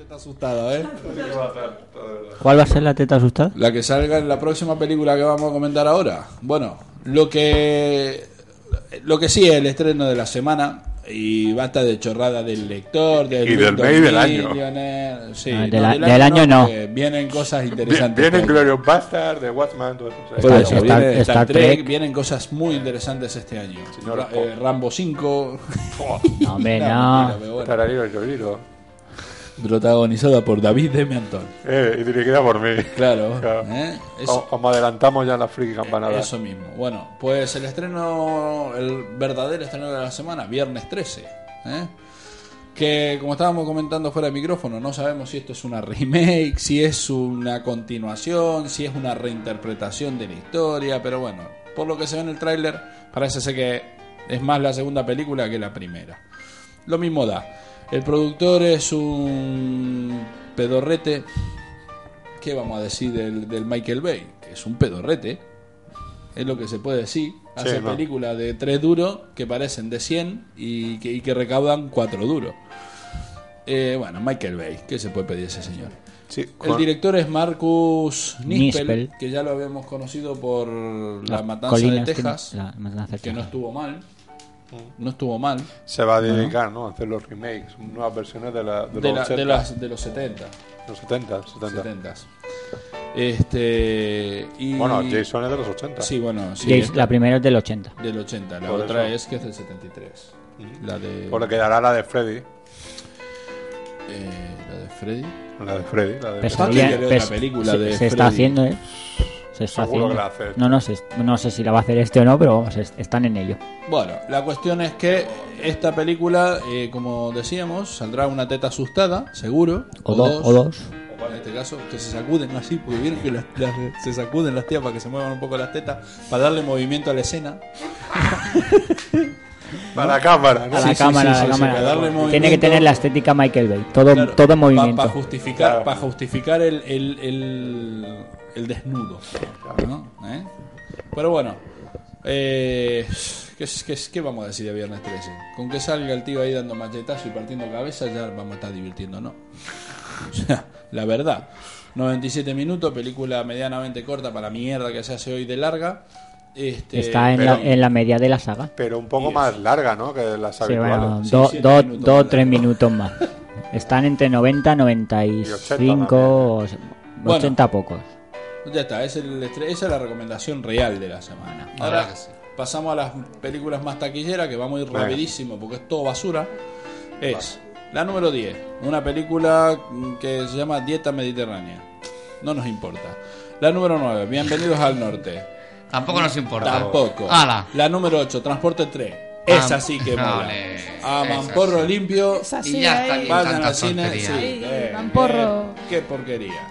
Speaker 8: Está asustada, ¿eh?
Speaker 6: ¿Cuál va a ser la teta asustada?
Speaker 8: La que salga en la próxima película que vamos a comentar ahora. Bueno, lo que lo que sí es el estreno de la semana y basta de chorrada del lector, del
Speaker 2: Y del
Speaker 8: Windows
Speaker 2: mes y del año.
Speaker 8: Millionaire, sí,
Speaker 6: Ah,
Speaker 8: no,
Speaker 6: del a- del año no.
Speaker 8: porque Vienen cosas interesantes.
Speaker 2: Vienen Glorious Bastard, de Watchman, todo eso.
Speaker 8: Por eso,
Speaker 6: Star-
Speaker 8: viene Star
Speaker 6: Star
Speaker 8: Trek,
Speaker 6: Trek.
Speaker 8: vienen cosas muy interesantes este año.
Speaker 2: Señor
Speaker 8: Ra-
Speaker 2: Po.
Speaker 8: eh, Rambo 5.
Speaker 6: No, hombre, no.
Speaker 2: Tarariro, lloriro.
Speaker 8: Protagonizada por David Demi Antón.
Speaker 2: Eh, y dirigida por mí.
Speaker 8: Claro. ¿eh?
Speaker 2: O- Como adelantamos ya la friki campanada.
Speaker 8: Eso mismo. Bueno, pues el estreno, el verdadero estreno de la semana, viernes 13. ¿eh? Que como estábamos comentando fuera de micrófono, no sabemos si esto es una remake, si es una continuación, si es una reinterpretación de la historia, pero bueno, por lo que se ve en el tráiler, parece ser que es más la segunda película que la primera. Lo mismo da. El productor es un pedorrete. ¿Qué vamos a decir del, del Michael Bay? Que es un pedorrete. Es lo que se puede decir. Hace
Speaker 2: no.
Speaker 8: películas de 3 duros que parecen de 100 y que, y que recaudan 4 duros. Eh, bueno, Michael Bay. ¿Qué se puede pedir a ese señor? El
Speaker 2: con-
Speaker 8: director es Marcus Nispel,
Speaker 6: Nispel.
Speaker 8: que ya lo habíamos conocido por La
Speaker 6: Las
Speaker 8: Matanza de
Speaker 6: colinas que-
Speaker 8: Texas,
Speaker 6: la Matanza de
Speaker 8: que no
Speaker 6: Texas.
Speaker 8: estuvo mal. No estuvo mal.
Speaker 2: Se va a dedicar, ¿no? A hacer los remakes, nuevas versiones de, la, de,
Speaker 8: de,
Speaker 2: los,
Speaker 8: la-
Speaker 2: 80,
Speaker 8: de las, de los 70.
Speaker 2: los 70. 70.
Speaker 8: 70. Este, y-
Speaker 2: Bueno, Jason es de los 80.
Speaker 8: Sí, bueno, sí,
Speaker 6: James-
Speaker 8: es
Speaker 6: la primera es del 80.
Speaker 8: del 80. La
Speaker 2: Por
Speaker 8: otra
Speaker 2: eso.
Speaker 8: es que es del 73. La de,
Speaker 2: Por lo que dará Pues la de Freddy.
Speaker 8: eh, la de Freddy.
Speaker 2: La de Freddy. La de
Speaker 6: Pero
Speaker 8: Está
Speaker 6: sería-
Speaker 8: que veo
Speaker 6: pero
Speaker 8: la película
Speaker 6: pues se,
Speaker 8: de
Speaker 6: se está
Speaker 8: Freddy.
Speaker 6: haciendo, ¿eh? Se está
Speaker 2: Seguro
Speaker 6: haciendo.
Speaker 2: que la hace.
Speaker 6: No, no, sé, no sé si la va a hacer este o no, pero vamos, es- están en ello.
Speaker 8: Bueno, la cuestión es que esta película, eh, como decíamos, saldrá una teta asustada, seguro.
Speaker 6: O, dos, o dos.
Speaker 8: En este caso, que se sacuden así, porque vieron que las- las- se sacuden las tías para que se muevan un poco las tetas, para darle movimiento a la escena.
Speaker 2: Para la cámara, ¿no?
Speaker 6: A la
Speaker 8: Sí, sí,
Speaker 6: cámara,
Speaker 8: sí,
Speaker 6: a la
Speaker 8: sí,
Speaker 6: cámara.
Speaker 8: para darle
Speaker 6: Tiene que
Speaker 8: movimiento.
Speaker 6: tener la estética Michael Bay. Todo, todo movimiento.
Speaker 8: Para justificar, pa' justificar el, el, el- el desnudo. ¿no? ¿Eh? Pero bueno, eh, ¿qué, es- qué, es- qué vamos a decir de viernes 13? Con que salga el tío ahí dando machetazo y partiendo cabeza, ya vamos a estar divirtiendo, ¿no? O sea, la verdad. 97 minutos, película medianamente corta para la mierda que se hace hoy de larga. Este,
Speaker 6: está en la,
Speaker 8: pero-
Speaker 6: en la media de la saga.
Speaker 2: Pero un poco más larga, ¿no? Que las
Speaker 6: Sí,
Speaker 2: habituales.
Speaker 6: bueno,
Speaker 8: Sí,
Speaker 6: dos,
Speaker 8: siete
Speaker 6: dos,
Speaker 8: minutos
Speaker 6: dos,
Speaker 8: más
Speaker 6: tres
Speaker 8: largo.
Speaker 6: minutos más. Están entre 90, 95, o se-
Speaker 8: Bueno.
Speaker 6: 80 pocos.
Speaker 8: Ya está, es el estre- esa es la recomendación real de la semana. Ahora pasamos a las pasamos a las películas más taquilleras, que vamos a ir
Speaker 2: Venga.
Speaker 8: rapidísimo porque es todo basura. Es la número 10, una película mm, que se llama Dieta Mediterránea. No nos importa. La número 9, Bienvenidos al Norte.
Speaker 5: Tampoco nos importa.
Speaker 8: Tampoco.
Speaker 5: Ala.
Speaker 8: La número 8, Transporte 3. Esa sí que mola.
Speaker 5: Vale. Esa
Speaker 8: A Mamporro
Speaker 5: sí.
Speaker 8: limpio.
Speaker 9: Esa sí,
Speaker 5: Y ya está
Speaker 9: ahí.
Speaker 5: con
Speaker 8: Vayan al
Speaker 5: tantas
Speaker 8: cine.
Speaker 5: tonterías.
Speaker 8: sí,
Speaker 9: Ay,
Speaker 8: eh,
Speaker 9: mamporro.
Speaker 8: Qué, qué porquería.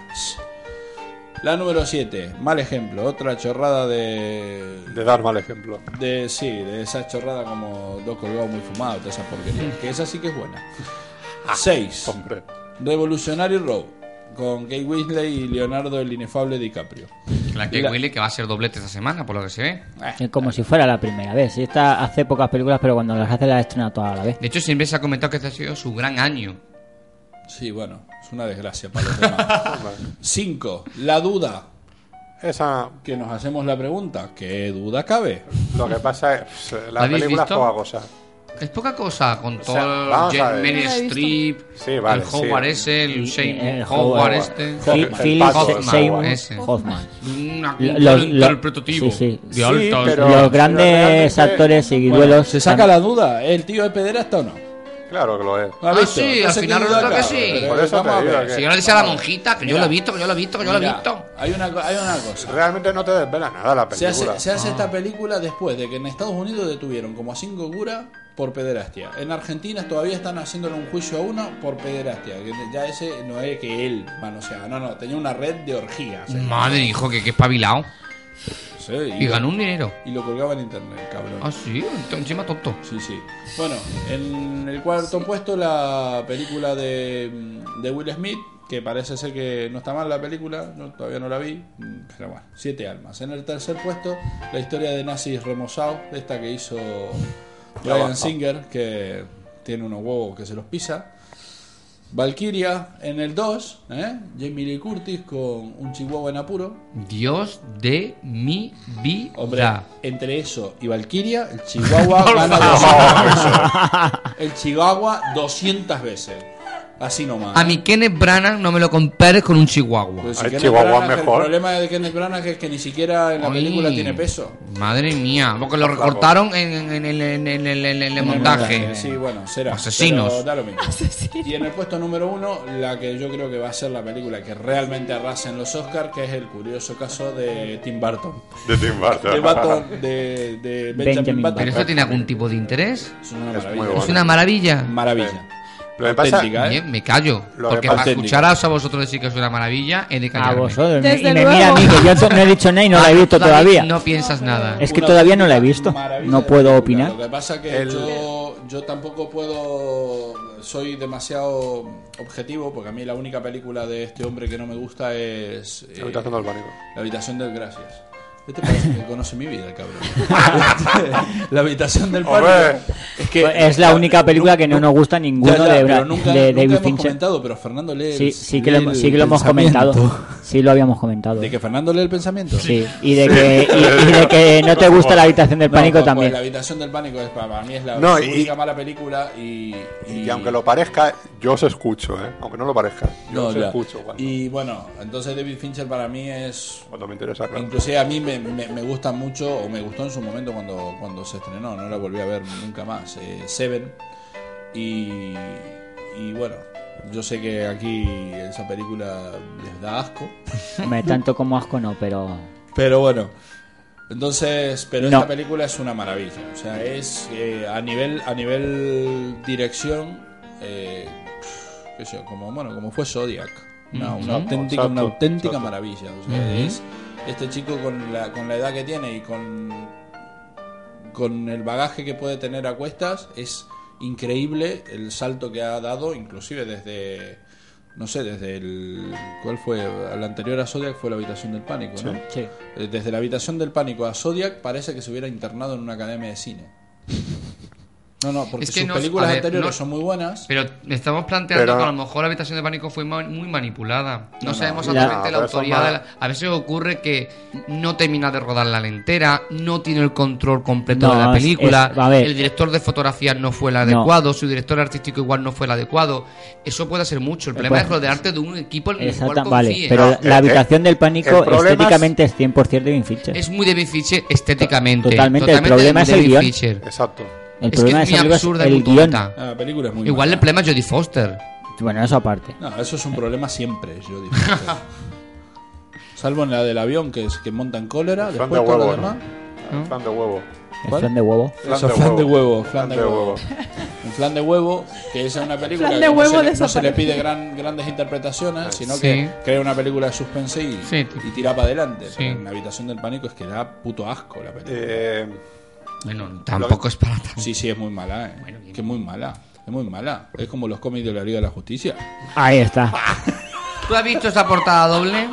Speaker 8: La número 7, mal ejemplo. Otra chorrada de.
Speaker 2: De dar mal ejemplo.
Speaker 8: de sí, de esa chorrada como dos colgados muy fumados, toda esa porquería. que esa sí que es buena. 6.
Speaker 2: Hombre.
Speaker 8: Revolutionary Road. Con Kate Winslet y Leonardo el inefable DiCaprio.
Speaker 5: La Jake Willy que va a ser doblete esta semana, por lo que se ve.
Speaker 6: Es como si fuera la primera vez. Y esta hace pocas películas, pero cuando las hace las estrena todas a la vez.
Speaker 5: De hecho, siempre se ha comentado que este ha sido su gran año.
Speaker 8: Sí, bueno, es una desgracia para los demás. Cinco, la duda.
Speaker 2: Esa.
Speaker 8: Que nos hacemos la pregunta, ¿qué duda cabe?
Speaker 2: Lo que pasa es la
Speaker 5: ¿Habéis
Speaker 2: película es
Speaker 5: visto?
Speaker 2: poca cosa.
Speaker 5: Es poca cosa con
Speaker 2: sea,
Speaker 5: todo
Speaker 2: vamos
Speaker 5: el
Speaker 2: a ver.
Speaker 5: Jermaine
Speaker 2: No la he visto.
Speaker 5: Strip,
Speaker 2: Sí, vale,
Speaker 5: el Howard
Speaker 2: sí.
Speaker 5: ese, el Shane
Speaker 6: eh, el
Speaker 5: Howard
Speaker 6: Howard.
Speaker 5: este,
Speaker 6: Phil-
Speaker 5: Hoffman,
Speaker 6: Philip Seymour
Speaker 5: ese.
Speaker 6: Hoffman.
Speaker 5: Una-
Speaker 6: Lo-
Speaker 5: un
Speaker 6: los-
Speaker 5: talento
Speaker 6: lo-
Speaker 5: interpretativo.
Speaker 6: sí, sí.
Speaker 5: De alta-
Speaker 6: los grandes actores y duelos.
Speaker 8: Se saca la duda, ¿el tío es pederasta o no?
Speaker 2: Claro que lo es.
Speaker 8: ¿Lo has
Speaker 5: Ah,
Speaker 8: visto?
Speaker 5: sí, al
Speaker 8: sé qué
Speaker 5: final
Speaker 8: duda
Speaker 5: resulta que
Speaker 8: cabe,
Speaker 5: sí.
Speaker 8: pero
Speaker 2: Por eso
Speaker 8: vamos
Speaker 2: te
Speaker 8: a
Speaker 2: digo
Speaker 8: ver.
Speaker 2: que-
Speaker 5: Si yo le decía a la monjita, que yo
Speaker 8: Mira.
Speaker 5: lo he visto, que yo lo he visto, que yo lo he
Speaker 8: Mira,
Speaker 5: visto.
Speaker 8: Hay una, co- hay una cosa.
Speaker 2: Realmente no te desvela nada la
Speaker 8: Se
Speaker 2: película.
Speaker 8: hace, se hace esta película después de que en Estados Unidos detuvieron como a cinco curas por pederastia. En Argentina todavía están haciéndole un juicio a uno por pederastia. Que Ya ese no es que él manoseaba, no, no, tenía una red de orgías. eh.
Speaker 5: Madre, hijo, que, que espabilado.
Speaker 8: Sí,
Speaker 5: Y ganó un dinero.
Speaker 8: Y lo colgaba en internet, cabrón.
Speaker 5: Ah, sí, ento- encima tonto.
Speaker 8: Sí, sí. Bueno, en el cuarto puesto la película de, de Will Smith, que parece ser que no está mal la película, no, todavía no la vi, mm, pero bueno, Siete Almas. En el tercer puesto, la historia de Nazis Remozao, esta que hizo Brian Singer, que tiene unos huevos que se los pisa. Valkyria en el 2, ¿eh? Jamie Lee Curtis con un chihuahua en apuro.
Speaker 5: Dios de mi vida.
Speaker 8: Hombre, entre eso y Valkyria, el Chihuahua
Speaker 5: Por
Speaker 8: gana
Speaker 5: favor.
Speaker 8: 200 veces. El Chihuahua 200 veces. Así nomás.
Speaker 5: A mi Kenneth Branagh no me lo compares con un chihuahua.
Speaker 8: Pues si
Speaker 2: Al
Speaker 8: Kenneth
Speaker 2: Chihuahua
Speaker 8: Branagh,
Speaker 2: mejor.
Speaker 8: El problema de Kenneth Branagh es que ni siquiera en la
Speaker 5: Ay.
Speaker 8: película tiene peso.
Speaker 5: Madre mía, porque lo recortaron en, en- en- en- en- en- en- en- en el montaje.
Speaker 8: Sí, bueno, será.
Speaker 5: Asesinos.
Speaker 8: Pero da lo mismo. Y en el puesto número uno, la que yo creo que va a ser la película que realmente arrasa en los Oscars, que es el curioso caso de Tim Burton.
Speaker 2: De Tim Burton.
Speaker 8: De, Burton, de, de Benjamin
Speaker 6: Benjamin
Speaker 8: Button.
Speaker 5: ¿Pero esto tiene algún tipo de interés?
Speaker 8: Es una
Speaker 2: Es
Speaker 8: maravilla.
Speaker 2: muy bueno.
Speaker 5: Es una maravilla.
Speaker 8: Maravilla.
Speaker 2: Lo que pasa-
Speaker 8: Auténtica, ¿eh?
Speaker 5: Bien, me callo.
Speaker 2: Lo que
Speaker 5: Porque
Speaker 2: pasa-
Speaker 5: para escucharos a vosotros decir que es una maravilla, he de
Speaker 6: A
Speaker 5: callarme.
Speaker 6: vosotros.
Speaker 9: Desde
Speaker 6: y me
Speaker 9: luego.
Speaker 6: mira a mí, que yo no he dicho nada y no la he visto
Speaker 5: David,
Speaker 6: todavía.
Speaker 5: No piensas nada.
Speaker 6: Es que
Speaker 8: Una
Speaker 6: todavía no la he
Speaker 8: película
Speaker 6: visto.
Speaker 8: maravilla
Speaker 6: No
Speaker 8: de
Speaker 6: puedo
Speaker 8: película.
Speaker 6: opinar.
Speaker 8: Lo que pasa es que
Speaker 2: El-
Speaker 8: yo, yo tampoco puedo. Soy demasiado objetivo, porque a mí la única película de este hombre que no me gusta es. eh,
Speaker 2: La habitación del pánico.
Speaker 8: La habitación del Gracias. Este parece que conoce mi vida, el cabrón. la habitación del
Speaker 2: Hombre.
Speaker 8: pánico. Es, que,
Speaker 6: Pues Es la única película que no nos gusta ninguno
Speaker 8: Ya, ya,
Speaker 6: de,
Speaker 8: pero
Speaker 6: Bra-
Speaker 8: nunca,
Speaker 6: de
Speaker 8: nunca
Speaker 6: David
Speaker 8: hemos
Speaker 6: Fincher.
Speaker 8: comentado, pero Fernando lee. el-
Speaker 6: Sí, sí que
Speaker 8: lee
Speaker 6: lo,
Speaker 8: el
Speaker 6: sí que lo hemos
Speaker 8: pensamiento.
Speaker 6: comentado. Sí lo habíamos comentado.
Speaker 8: ¿De que Fernando lee el pensamiento?
Speaker 6: Sí, y de que, y- y de que no te gusta la habitación del
Speaker 8: No,
Speaker 6: pánico
Speaker 8: pues,
Speaker 6: también.
Speaker 8: La habitación del pánico es para para mí es la
Speaker 2: No,
Speaker 8: su
Speaker 2: y-
Speaker 8: única mala película y,
Speaker 2: Y aunque lo parezca, yo os escucho, ¿eh? Aunque no lo parezca, yo
Speaker 8: No,
Speaker 2: os
Speaker 8: ya.
Speaker 2: escucho cuando,
Speaker 8: Y bueno, entonces David Fincher para mí es
Speaker 2: cuando me interesa. claro.
Speaker 8: inclusive a mí me, me- me gusta mucho o me gustó en su momento cuando cuando se estrenó, no la volví a ver nunca más, eh, Seven y y bueno, yo sé que aquí esa película les da asco,
Speaker 6: Hombre, tanto como asco no, pero
Speaker 8: pero bueno, entonces, pero
Speaker 6: No.
Speaker 8: esta película es una maravilla. O sea, es eh, a nivel a nivel dirección, eh, qué sé yo, como bueno, como fue Zodiac, una, una
Speaker 5: Ujú.
Speaker 8: auténtica una
Speaker 2: Exacto,
Speaker 8: auténtica
Speaker 2: exacto.
Speaker 8: maravilla. O sea,
Speaker 5: Ujú.
Speaker 8: es este chico con la con la edad que tiene y con con el bagaje que puede tener a cuestas es increíble el salto que ha dado, inclusive desde no sé, desde el cuál fue la anterior a Zodiac fue la habitación del pánico, ¿no?
Speaker 6: sí.
Speaker 8: Eh, Desde la habitación del pánico a Zodiac parece que se hubiera internado en una academia de cine. No, no, porque
Speaker 5: Es que
Speaker 8: sus
Speaker 5: no-
Speaker 8: películas
Speaker 5: a ver,
Speaker 8: anteriores
Speaker 5: no-
Speaker 8: son muy buenas.
Speaker 5: Pero estamos planteando
Speaker 2: Pero-
Speaker 5: que a lo mejor la habitación de pánico fue ma- muy manipulada. No,
Speaker 8: No,
Speaker 5: sabemos
Speaker 2: no,
Speaker 5: exactamente
Speaker 2: no,
Speaker 5: la
Speaker 2: pero eso
Speaker 5: autoridad.
Speaker 2: es
Speaker 5: de la- A veces ocurre que no termina de rodar la lentera, no tiene el control completo
Speaker 6: No,
Speaker 5: de la
Speaker 6: es-
Speaker 5: película.
Speaker 6: es- a ver.
Speaker 5: el director de fotografía no fue el adecuado, su director artístico igual no fue el adecuado. Eso puede hacer mucho. El
Speaker 6: Eh,
Speaker 5: problema
Speaker 6: pues,
Speaker 5: es rodearte de un equipo en el cual
Speaker 6: Exacta, vale,
Speaker 5: confíes.
Speaker 6: pero la,
Speaker 2: Eh, eh,
Speaker 6: habitación del
Speaker 2: el
Speaker 6: pánico
Speaker 2: problema es-
Speaker 6: estéticamente es 100% de Fincher.
Speaker 5: Es muy David Fincher estéticamente.
Speaker 6: Totalmente, el problema
Speaker 5: muy
Speaker 6: es el
Speaker 5: David
Speaker 6: guión.
Speaker 5: Fincher.
Speaker 2: Exacto.
Speaker 6: el
Speaker 5: es que es
Speaker 6: problema
Speaker 5: muy
Speaker 6: de esa película
Speaker 5: absurda y
Speaker 6: es
Speaker 5: muy
Speaker 6: el guión.
Speaker 5: tonta.
Speaker 8: Ah, la película es muy
Speaker 5: Igual el
Speaker 8: mala.
Speaker 5: problema es Jodie Foster.
Speaker 6: Bueno, eso aparte.
Speaker 8: No, eso es un problema siempre, yo digo. O sea, Salvo en la del avión que es que montan cólera,
Speaker 2: El fan
Speaker 8: después
Speaker 2: de
Speaker 8: todo lo
Speaker 2: huevo,
Speaker 8: demás.
Speaker 5: ¿no?
Speaker 2: Fan de huevo.
Speaker 6: El
Speaker 8: ¿Cuál?
Speaker 6: plan de huevo.
Speaker 8: Eso, flan de huevo, flan de huevo.
Speaker 2: huevo.
Speaker 8: Un flan de huevo, que es una película
Speaker 9: Flan
Speaker 8: que
Speaker 9: de
Speaker 8: no,
Speaker 9: huevo
Speaker 8: se le, no se le
Speaker 9: desaparecido.
Speaker 8: pide gran- grandes interpretaciones, sino
Speaker 5: Sí.
Speaker 8: que crea una película de suspense y,
Speaker 5: Sí.
Speaker 8: y tira para adelante.
Speaker 5: Sí.
Speaker 8: Pero en la habitación del pánico es que da puto asco la película.
Speaker 2: Eh,
Speaker 5: Bueno, tampoco es para tanto.
Speaker 8: Sí, sí, es muy mala, eh.
Speaker 5: Bueno, bien.
Speaker 8: que es muy mala. Es muy mala. Es como los cómics de la Liga de la Justicia.
Speaker 6: Ahí está.
Speaker 5: ¿Tú has visto esa portada doble? ¿Tú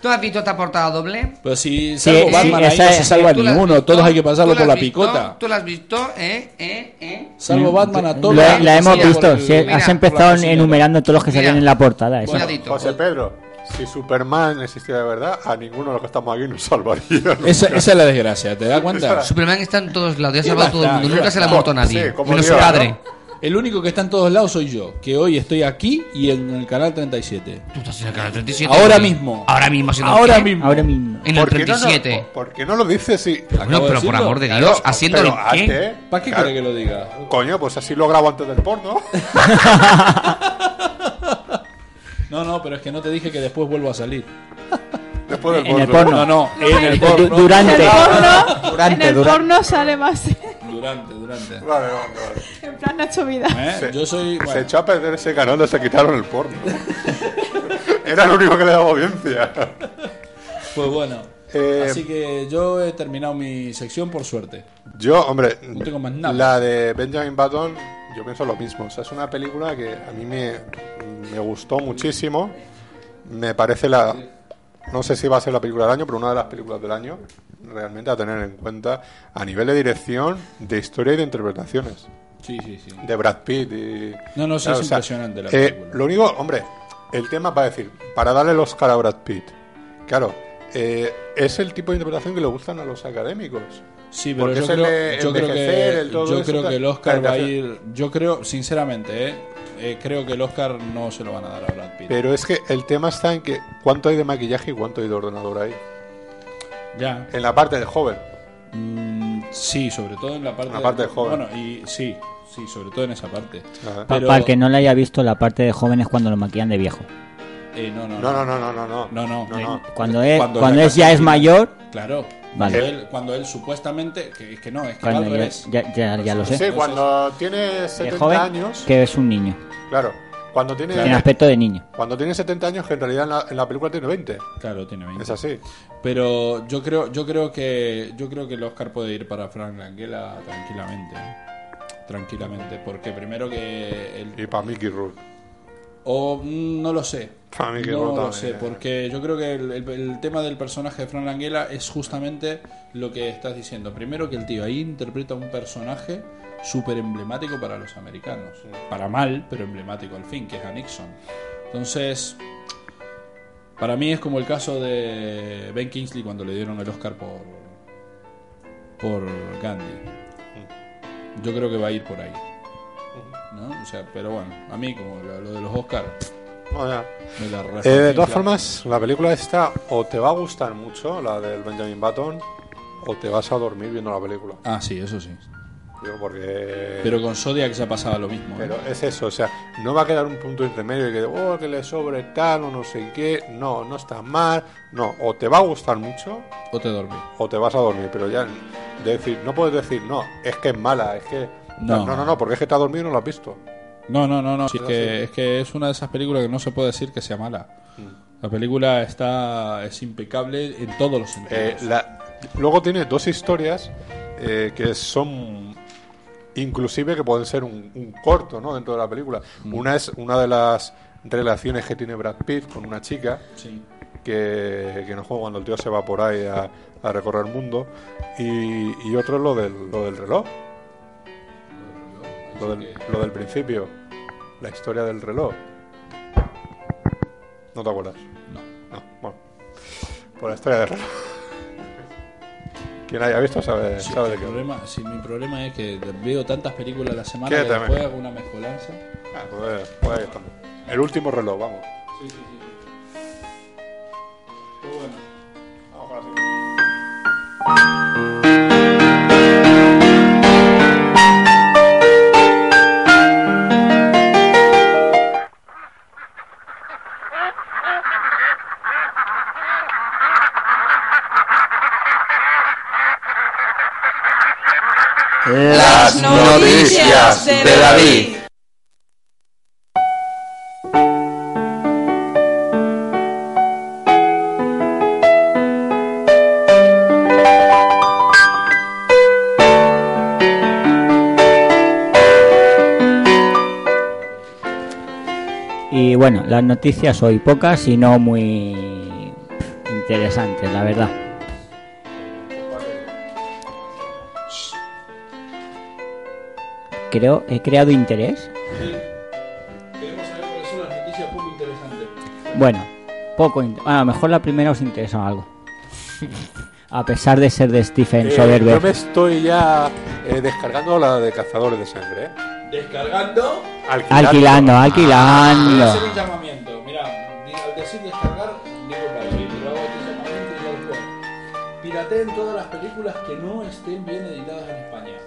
Speaker 5: ¿Tú has visto esta portada doble?
Speaker 8: Pero
Speaker 6: Sí,
Speaker 8: si salvo
Speaker 6: sí,
Speaker 8: Batman ahí
Speaker 6: esa
Speaker 8: no
Speaker 6: es-
Speaker 8: se salva
Speaker 6: tú la-
Speaker 8: ninguno, todos hay que
Speaker 5: ¿Tú
Speaker 8: pasarlo
Speaker 5: la
Speaker 8: por
Speaker 5: has
Speaker 8: la
Speaker 5: visto?
Speaker 8: picota.
Speaker 5: ¿Tú la has visto? ¿Eh? ¿Eh? ¿Eh?
Speaker 8: Salvo Batman a todos.
Speaker 6: Mm. La, la hemos
Speaker 8: Sí, por
Speaker 6: visto.
Speaker 8: el-
Speaker 6: sí,
Speaker 8: mira,
Speaker 6: has
Speaker 8: por la
Speaker 6: empezado
Speaker 8: cocina.
Speaker 6: enumerando todos los que salían en la portada. eso.
Speaker 2: Bueno, José Pedro, si Superman existiera de verdad, a ninguno de los que estamos aquí nos salvaría.
Speaker 8: Esa, esa es la desgracia, ¿te das cuenta?
Speaker 5: Superman está en todos lados, ya ha
Speaker 8: Y
Speaker 5: salvado a todo el
Speaker 8: basta,
Speaker 5: mundo,
Speaker 8: y
Speaker 5: nunca se le ha
Speaker 8: basta.
Speaker 5: muerto a
Speaker 8: Sí,
Speaker 5: nadie,
Speaker 8: como
Speaker 5: menos su
Speaker 8: Dios,
Speaker 5: padre.
Speaker 8: ¿no? El único que está en todos lados soy yo, que hoy estoy aquí y en el canal 37.
Speaker 5: Tú estás en el canal 37.
Speaker 8: Ahora
Speaker 5: ¿no?
Speaker 8: mismo.
Speaker 5: Ahora mismo, haciendo
Speaker 8: Ahora
Speaker 5: qué?
Speaker 8: mismo.
Speaker 6: Ahora mismo.
Speaker 5: En el
Speaker 2: ¿Por qué no nos-
Speaker 5: 37.
Speaker 2: ¿Por qué no lo dices si.?
Speaker 5: Bueno, pero por amor de Dios, haciendo
Speaker 2: haciéndolo
Speaker 5: el qué?
Speaker 8: ¿Para qué quiere que lo diga?
Speaker 2: Coño, pues así lo grabo antes del porno.
Speaker 8: No, no, pero es que no te dije que después vuelvo a salir.
Speaker 2: Después del
Speaker 6: En el porno.
Speaker 8: No, no, en el
Speaker 6: Du-
Speaker 8: porno.
Speaker 6: durante.
Speaker 9: En el porno,
Speaker 8: Durante,
Speaker 9: en el
Speaker 8: durante.
Speaker 9: porno sale más.
Speaker 8: Durante, durante.
Speaker 2: Vale, vale, vale.
Speaker 9: en plan Nacho Vida.
Speaker 8: ¿Eh?
Speaker 2: Se-
Speaker 8: Yo soy.
Speaker 2: Se
Speaker 8: bueno.
Speaker 2: echó a perder ese canal, se quitaron el porno. Era lo único que le daba audiencia.
Speaker 8: Pues bueno.
Speaker 2: Eh,
Speaker 8: Así que yo he terminado mi sección por suerte.
Speaker 2: Yo, hombre,
Speaker 8: No tengo más nada.
Speaker 2: la de Benjamin Button, yo pienso lo mismo. O sea, es una película que a mí me, me gustó muchísimo. Me parece la. No sé si va a ser la película del año, pero una de las películas del año, realmente a tener en cuenta, a nivel de dirección, de historia y de interpretaciones.
Speaker 8: Sí, sí, sí.
Speaker 2: de Brad Pitt. y-
Speaker 8: No, no, sí, es
Speaker 2: o sea,
Speaker 8: impresionante la
Speaker 2: eh,
Speaker 8: película.
Speaker 2: lo único, hombre, el tema para decir, para darle el Oscar a Brad Pitt, claro, eh, es el tipo de interpretación que le gustan a los académicos.
Speaker 8: Sí, pero
Speaker 2: Porque
Speaker 8: yo
Speaker 2: es el
Speaker 8: creo,
Speaker 2: de
Speaker 8: yo creo
Speaker 2: envejecer,
Speaker 8: que,
Speaker 2: el todo
Speaker 8: yo
Speaker 2: eso,
Speaker 8: creo
Speaker 2: tal.
Speaker 8: que el Oscar va a
Speaker 2: Claro,
Speaker 8: ir. Yo creo, sinceramente, eh, eh, creo que el Oscar no se lo van a dar a Brad Pitt.
Speaker 2: Pero es que el tema está en que cuánto hay de maquillaje y cuánto hay de ordenador ahí.
Speaker 8: Ya.
Speaker 2: En la parte del joven.
Speaker 8: Mm, sí, sobre todo en la parte.
Speaker 2: La parte de joven.
Speaker 8: Bueno, y sí, sí, sobre todo en esa parte.
Speaker 2: Ajá.
Speaker 6: Pa-
Speaker 8: Pero-
Speaker 6: Para el que no le haya visto la parte de jóvenes cuando lo maquillan de viejo.
Speaker 8: eh, no, no,
Speaker 2: No, no, no, no, no, no.
Speaker 8: No, no.
Speaker 2: No, no.
Speaker 6: Cuando, es,
Speaker 8: Cuando
Speaker 6: cuando,
Speaker 8: la
Speaker 6: es, ya es
Speaker 8: Argentina-
Speaker 6: mayor.
Speaker 8: Claro. Cuando,
Speaker 6: Vale.
Speaker 8: él, cuando él supuestamente. Que, es que no, es que va
Speaker 6: Cuando
Speaker 8: al
Speaker 6: ya,
Speaker 8: revés.
Speaker 6: ya- ya- ya lo sé.
Speaker 2: Sí, cuando tiene
Speaker 6: De
Speaker 2: 70
Speaker 6: joven,
Speaker 2: años.
Speaker 6: que es un niño.
Speaker 2: Claro. Cuando tiene,
Speaker 6: Tiene aspecto de niño.
Speaker 2: cuando tiene 70 años, que en realidad en la, en la película tiene 20.
Speaker 8: Claro, tiene 20.
Speaker 2: Es así.
Speaker 8: Pero yo creo, yo creo que yo creo que el Oscar puede ir para Frank Langella tranquilamente. Tranquilamente. Porque primero que el
Speaker 2: Y para Mickey Rourke.
Speaker 8: O mm, no lo sé.
Speaker 2: Para mí que no
Speaker 8: no lo sé,
Speaker 2: también. eh.
Speaker 8: porque yo creo que el, el- el tema del personaje de Fran Langela es justamente lo que estás diciendo. Primero que el tío ahí interpreta un personaje súper emblemático para los americanos. Para mal, pero emblemático al fin, que es a Nixon. Entonces, para mí es como el caso de Ben Kingsley cuando le dieron el Oscar por, por Gandhi. Yo creo que va a ir por ahí. ¿no? O sea, pero bueno, a mí como lo, lo de los Oscars...
Speaker 2: No, ya.
Speaker 8: Me la
Speaker 2: Eh, de todas
Speaker 8: reconfirma.
Speaker 2: formas, la película esta o te va a gustar mucho, la del Benjamin Button, o te vas a dormir viendo la película.
Speaker 8: Ah, sí, eso sí.
Speaker 2: Digo, porque...
Speaker 8: Pero con Zodiac ya pasaba lo mismo. ¿eh?
Speaker 2: Pero es eso, o sea, no va a quedar un punto intermedio de que, oh, que le sobre tal o no sé qué, no, no está mal, no, o te va a gustar mucho
Speaker 8: O te dormí.
Speaker 2: o te vas a dormir, pero ya de decir, no puedes decir, no, es que es mala, es que...
Speaker 8: No.
Speaker 2: No, no, no, porque es que te has dormido y no lo has visto.
Speaker 8: No, no, no, no. sí, es,
Speaker 2: Pero
Speaker 8: que,
Speaker 2: sí.
Speaker 8: es que es una de esas películas que no se puede decir que sea mala.
Speaker 2: Mm.
Speaker 8: La película está es impecable en todos los sentidos.
Speaker 2: Eh, la- luego tiene dos historias eh, que son inclusive que pueden ser un, un corto ¿no? dentro de la película. Una es una de las relaciones que tiene Brad Pitt con una chica
Speaker 8: Sí.
Speaker 2: que, que no juega cuando el tío se va por ahí a, a recorrer el mundo y, y otro es lo del, lo del reloj. Lo del, lo del principio, la historia del reloj. ¿No te acuerdas?
Speaker 8: No.
Speaker 2: No, bueno. Por la historia del reloj. Quien haya visto sabe,
Speaker 8: Sí,
Speaker 2: sabe
Speaker 8: el
Speaker 2: de qué.
Speaker 8: problema, sí, mi problema es que veo tantas películas a la semana
Speaker 2: ¿Qué
Speaker 8: que
Speaker 2: también?
Speaker 8: después hago una mezcolanza.
Speaker 2: Ah, pues, pues ahí estamos. El último reloj, vamos.
Speaker 8: Sí, sí, sí. Pues bueno.
Speaker 4: Las noticias de David.
Speaker 6: Y bueno, las noticias hoy pocas y no muy pff, interesante, la verdad. Creo, he creado interés.
Speaker 8: Queremos saber cuáles son las noticias poco interesantes.
Speaker 6: Bueno, poco. in- A lo mejor la primera os interesa algo. A pesar de ser de Stephen
Speaker 2: Eh,
Speaker 6: Soderbergh.
Speaker 2: yo me estoy ya eh, descargando la de Cazadores de Sangre. ¿eh?
Speaker 8: Descargando.
Speaker 6: Alquilando,
Speaker 2: Ah,
Speaker 6: alquilando.
Speaker 8: Voy a hacer un llamamiento. Mira, al decir descargar, digo para mí, pero hago este llamamiento y ya lo juego. Pirateen todas las películas que no estén bien editadas en España.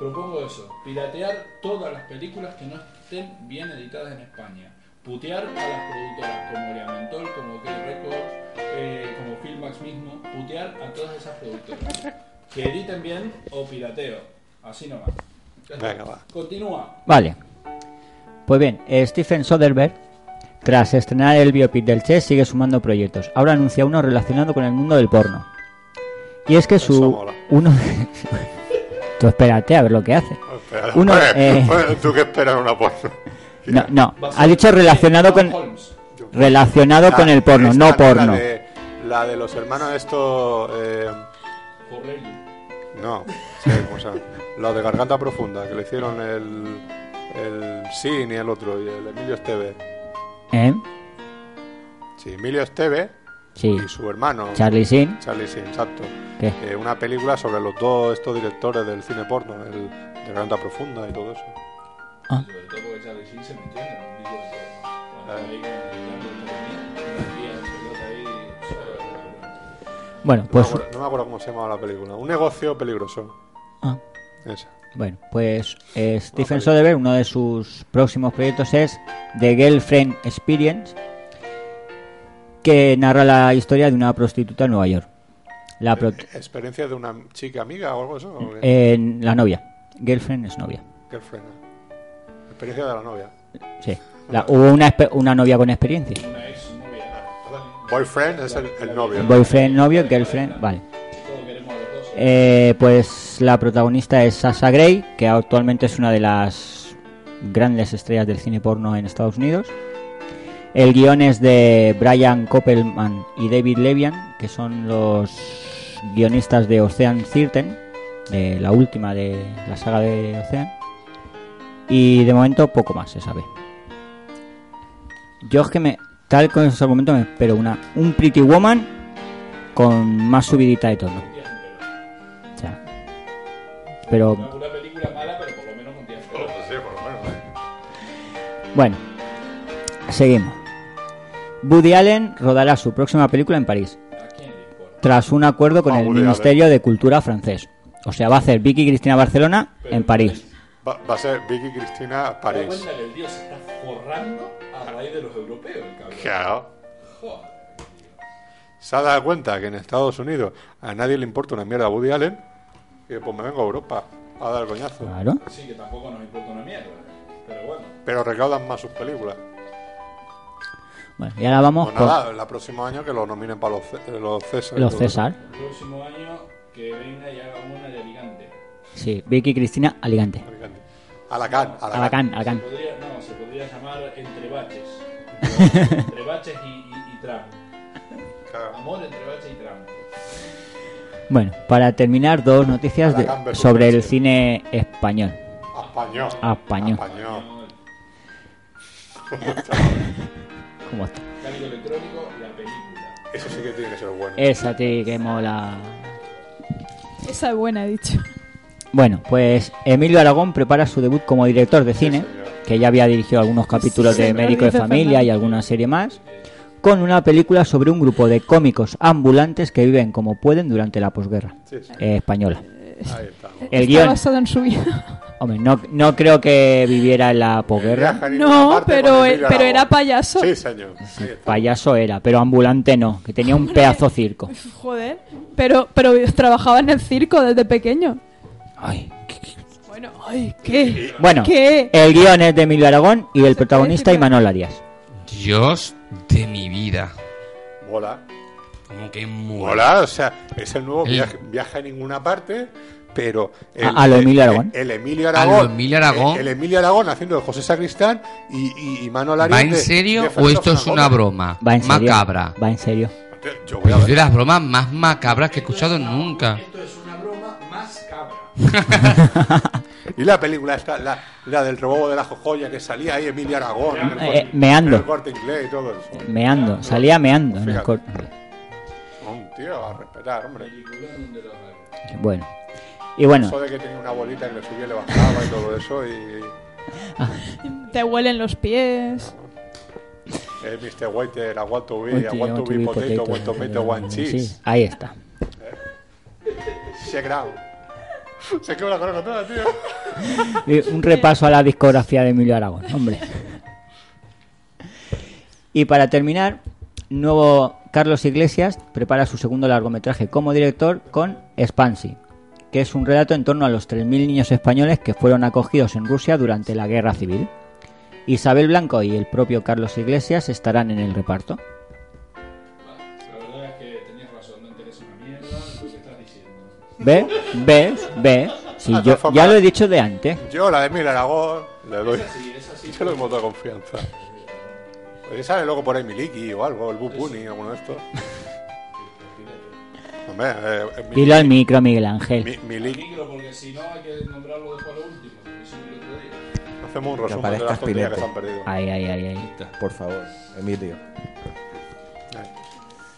Speaker 8: Propongo eso. Piratear todas las películas que no estén bien editadas en España. Putear a las productoras como Leamentol, como Key Records, eh, como Filmax mismo. Putear a todas esas productoras. Que editen bien o pirateo. Así nomás. Ya está.
Speaker 2: Venga, va.
Speaker 8: Continúa.
Speaker 6: Vale. Pues bien, eh, Stephen Soderbergh, tras estrenar el biopic del Che, sigue sumando proyectos. Ahora anuncia uno relacionado con el mundo del porno. Y es que su uno de- Tú espérate a ver lo que hace.
Speaker 2: Espera,
Speaker 6: Uno,
Speaker 2: eh,
Speaker 6: eh,
Speaker 2: ¿Tú qué esperas una porno?
Speaker 6: no, no, ha dicho relacionado con relacionado con el porno,
Speaker 2: Esta,
Speaker 6: no porno.
Speaker 2: La de, la de los hermanos esto... Eh, no, sí, o sea, la de Garganta Profunda, que le hicieron el... El Sin y el otro, y el Emilio Esteve.
Speaker 6: ¿Eh?
Speaker 2: Sí, Emilio Esteve
Speaker 6: Sí.
Speaker 2: y su hermano.
Speaker 6: Charlie Sheen.
Speaker 2: Charlie Sheen, exacto.
Speaker 6: ¿Qué?
Speaker 2: Eh, una película sobre los dos, estos directores del cine porno, el de Garganta Profunda y todo eso.
Speaker 8: Sobre todo porque Charlie Sheen se metió en el vídeo de Cuando vi que
Speaker 6: Bueno,
Speaker 2: No
Speaker 6: pues
Speaker 2: me, acuerdo, no me acuerdo cómo se llamaba la película. Un negocio peligroso.
Speaker 6: Ah.
Speaker 2: Esa.
Speaker 6: Bueno, pues eh, Stephen Soderbergh, uno de sus próximos proyectos es The Girlfriend Experience, que narra la historia de una prostituta en Nueva York. La, pro-
Speaker 2: Eh, ¿Experiencia de una chica amiga o algo eso? o qué?
Speaker 6: eh, la novia. Girlfriend es novia.
Speaker 2: Girlfriend. Experiencia de la novia.
Speaker 6: Sí. La- hubo una, espe- una novia con experiencia.
Speaker 2: Boyfriend es el, el novio.
Speaker 6: Boyfriend, novio, girlfriend, vale. Eh, pues la protagonista es Sasha Grey, que actualmente es una de las grandes estrellas del cine porno en Estados Unidos. El guión es de Brian Koppelman y David Levian, que son los guionistas de Ocean Cirten, de la última de la saga de Ocean. Y de momento poco más se sabe. Yo es que me, tal con esos argumentos, me espero una, un Pretty Woman con más subidita de tono. O sea, pero
Speaker 8: Una película mala, pero por lo menos un día.
Speaker 2: Sí, por lo menos.
Speaker 6: bueno, seguimos. Woody Allen rodará su próxima película en París, tras un acuerdo con el
Speaker 2: Ah, Woody
Speaker 6: Ministerio de Cultura francés. O sea, va a hacer Vicky Cristina Barcelona en París.
Speaker 2: Va, va a ser Vicky Cristina
Speaker 8: París.
Speaker 2: París.
Speaker 8: que el dios se está forrando a raíz de los europeos, el cabrón.
Speaker 2: Claro.
Speaker 8: Joder.
Speaker 2: Se ha dado cuenta que en Estados Unidos a nadie le importa una mierda a Woody Allen. Y pues me vengo a Europa a dar el coñazo.
Speaker 6: Claro.
Speaker 8: Sí, que tampoco nos importa una mierda. Pero bueno.
Speaker 2: Pero recaudan más sus películas.
Speaker 6: Bueno, y ahora vamos
Speaker 2: Pues
Speaker 6: con
Speaker 2: nada, el próximo año que lo nominen para los, Ce- los César.
Speaker 6: los César.
Speaker 8: El próximo año que venga y haga una de Alicante.
Speaker 6: Sí, Vicky Cristina Alicante.
Speaker 2: Alacán,
Speaker 6: Alacán, Alacán.
Speaker 8: Se podría, no, se podría llamar Entre Baches. Entre Baches, Entre baches y, y, y tram. Amor entre baches y tram.
Speaker 6: Bueno, para terminar, dos noticias de-
Speaker 8: Alacán versus
Speaker 6: sobre el cine español.
Speaker 2: Español.
Speaker 6: Español.
Speaker 2: Español.
Speaker 6: ¿Cómo está?
Speaker 8: Cambio electrónico, la película.
Speaker 2: Eso sí que tiene que ser bueno.
Speaker 6: Esa ti que mola.
Speaker 9: Esa es buena, he dicho.
Speaker 6: Bueno, pues Emilio Aragón prepara su debut como director de cine, que ya había dirigido algunos capítulos
Speaker 9: Sí,
Speaker 6: de
Speaker 9: señor.
Speaker 6: Médico de
Speaker 9: Dice
Speaker 6: Familia y alguna serie más, con una película sobre un grupo de cómicos ambulantes que viven como pueden durante la posguerra
Speaker 9: Sí, sí.
Speaker 6: eh, española.
Speaker 9: Ahí
Speaker 6: El
Speaker 9: está
Speaker 6: guión,
Speaker 9: basado en su vida.
Speaker 6: hombre, no, no creo que viviera en la posguerra.
Speaker 9: No, pero, e- pero era payaso.
Speaker 2: Sí, señor. Sí.
Speaker 6: Payaso era, pero ambulante no, que tenía un pedazo circo.
Speaker 9: Joder. Pero, pero trabajaba en el circo desde pequeño.
Speaker 6: Ay,
Speaker 9: Bueno, ay, ¿qué?
Speaker 6: Bueno,
Speaker 9: ¿Qué?
Speaker 6: el guión es de Emilio Aragón y el protagonista Imanol Arias.
Speaker 5: Dios de mi vida.
Speaker 2: Mola.
Speaker 5: Como que
Speaker 2: Mola, o sea, es el nuevo
Speaker 5: El-
Speaker 2: viaje, viaja a ninguna parte, pero. El, e-
Speaker 6: A- a lo Emilio Aragón.
Speaker 2: El, el Emilio
Speaker 5: A lo
Speaker 2: Aragón. eh,
Speaker 5: Emilio Aragón.
Speaker 2: El, el Emilio Aragón haciendo de José Sacristán y, y, y Manuel Arias.
Speaker 5: ¿Va en
Speaker 2: de-
Speaker 5: serio
Speaker 2: de
Speaker 5: o
Speaker 2: Fernando
Speaker 5: esto es una
Speaker 2: Zaragoza.
Speaker 5: broma?
Speaker 6: Va en serio.
Speaker 5: Macabra.
Speaker 6: Va en serio.
Speaker 2: Yo voy a
Speaker 5: Es
Speaker 2: ver.
Speaker 5: de Pues las bromas más macabras que he escuchado nunca.
Speaker 2: Y la película esta, la, la del robo de la jojoya que salía ahí Emilia Aragón. en el
Speaker 6: Eh,
Speaker 2: corte-
Speaker 6: eh, meando.
Speaker 2: en el corte inglés y todo eso.
Speaker 6: Meando, salía meando en el corte.
Speaker 2: Un tío, a respetar, hombre.
Speaker 6: Bueno. Y bueno,
Speaker 2: Eso de que tenía una bolita que le subía y le bajaba y todo eso. Y
Speaker 9: Ah, Te huelen los pies.
Speaker 2: eh, Mr. Waiter, I want to be,
Speaker 6: Waiter,
Speaker 2: I
Speaker 6: I
Speaker 2: want to
Speaker 6: want
Speaker 2: be potato,
Speaker 6: potato,
Speaker 2: want to
Speaker 6: eh,
Speaker 2: tomato, one
Speaker 6: sí,
Speaker 2: cheese.
Speaker 6: ahí está.
Speaker 2: Se grabó. Se quedó la cara con toda, tío.
Speaker 6: Y Un repaso a la discografía de Emilio Aragón, hombre. Y para terminar, nuevo Carlos Iglesias prepara su segundo largometraje como director con Spansi, que es un relato en torno a los 3.000 niños españoles que fueron acogidos en Rusia durante la Guerra Civil. Isabel Blanco y el propio Carlos Iglesias estarán en el reparto.
Speaker 8: La verdad es que tenías razón, no interesa una mierda lo que estás diciendo.
Speaker 6: ¿Ves? ¿Ves? ¿Ves? Sí,
Speaker 2: Ah, de
Speaker 6: yo,
Speaker 2: forma-
Speaker 6: ya lo he dicho de antes.
Speaker 2: Yo la de Emil Aragón le doy.
Speaker 8: Esa sí, esa sí.
Speaker 2: Yo le doy toda confianza. Pues sale luego por ahí Miliki o algo, el Bupuni, alguno de estos. Hombre, eh, eh, Miliki-
Speaker 6: Dilo al micro, Miguel Ángel.
Speaker 2: Mi- Miliki.
Speaker 8: Micro, porque si no hay que nombrarlo después a lo último. como hicimos el otro día.
Speaker 2: Hacemos un
Speaker 10: Que
Speaker 2: resumen de
Speaker 10: aparezca
Speaker 2: las tonterías que
Speaker 10: Spinetta.
Speaker 2: se han perdido.
Speaker 6: Ay, ay, ay, ay.
Speaker 10: Por favor, Emilio.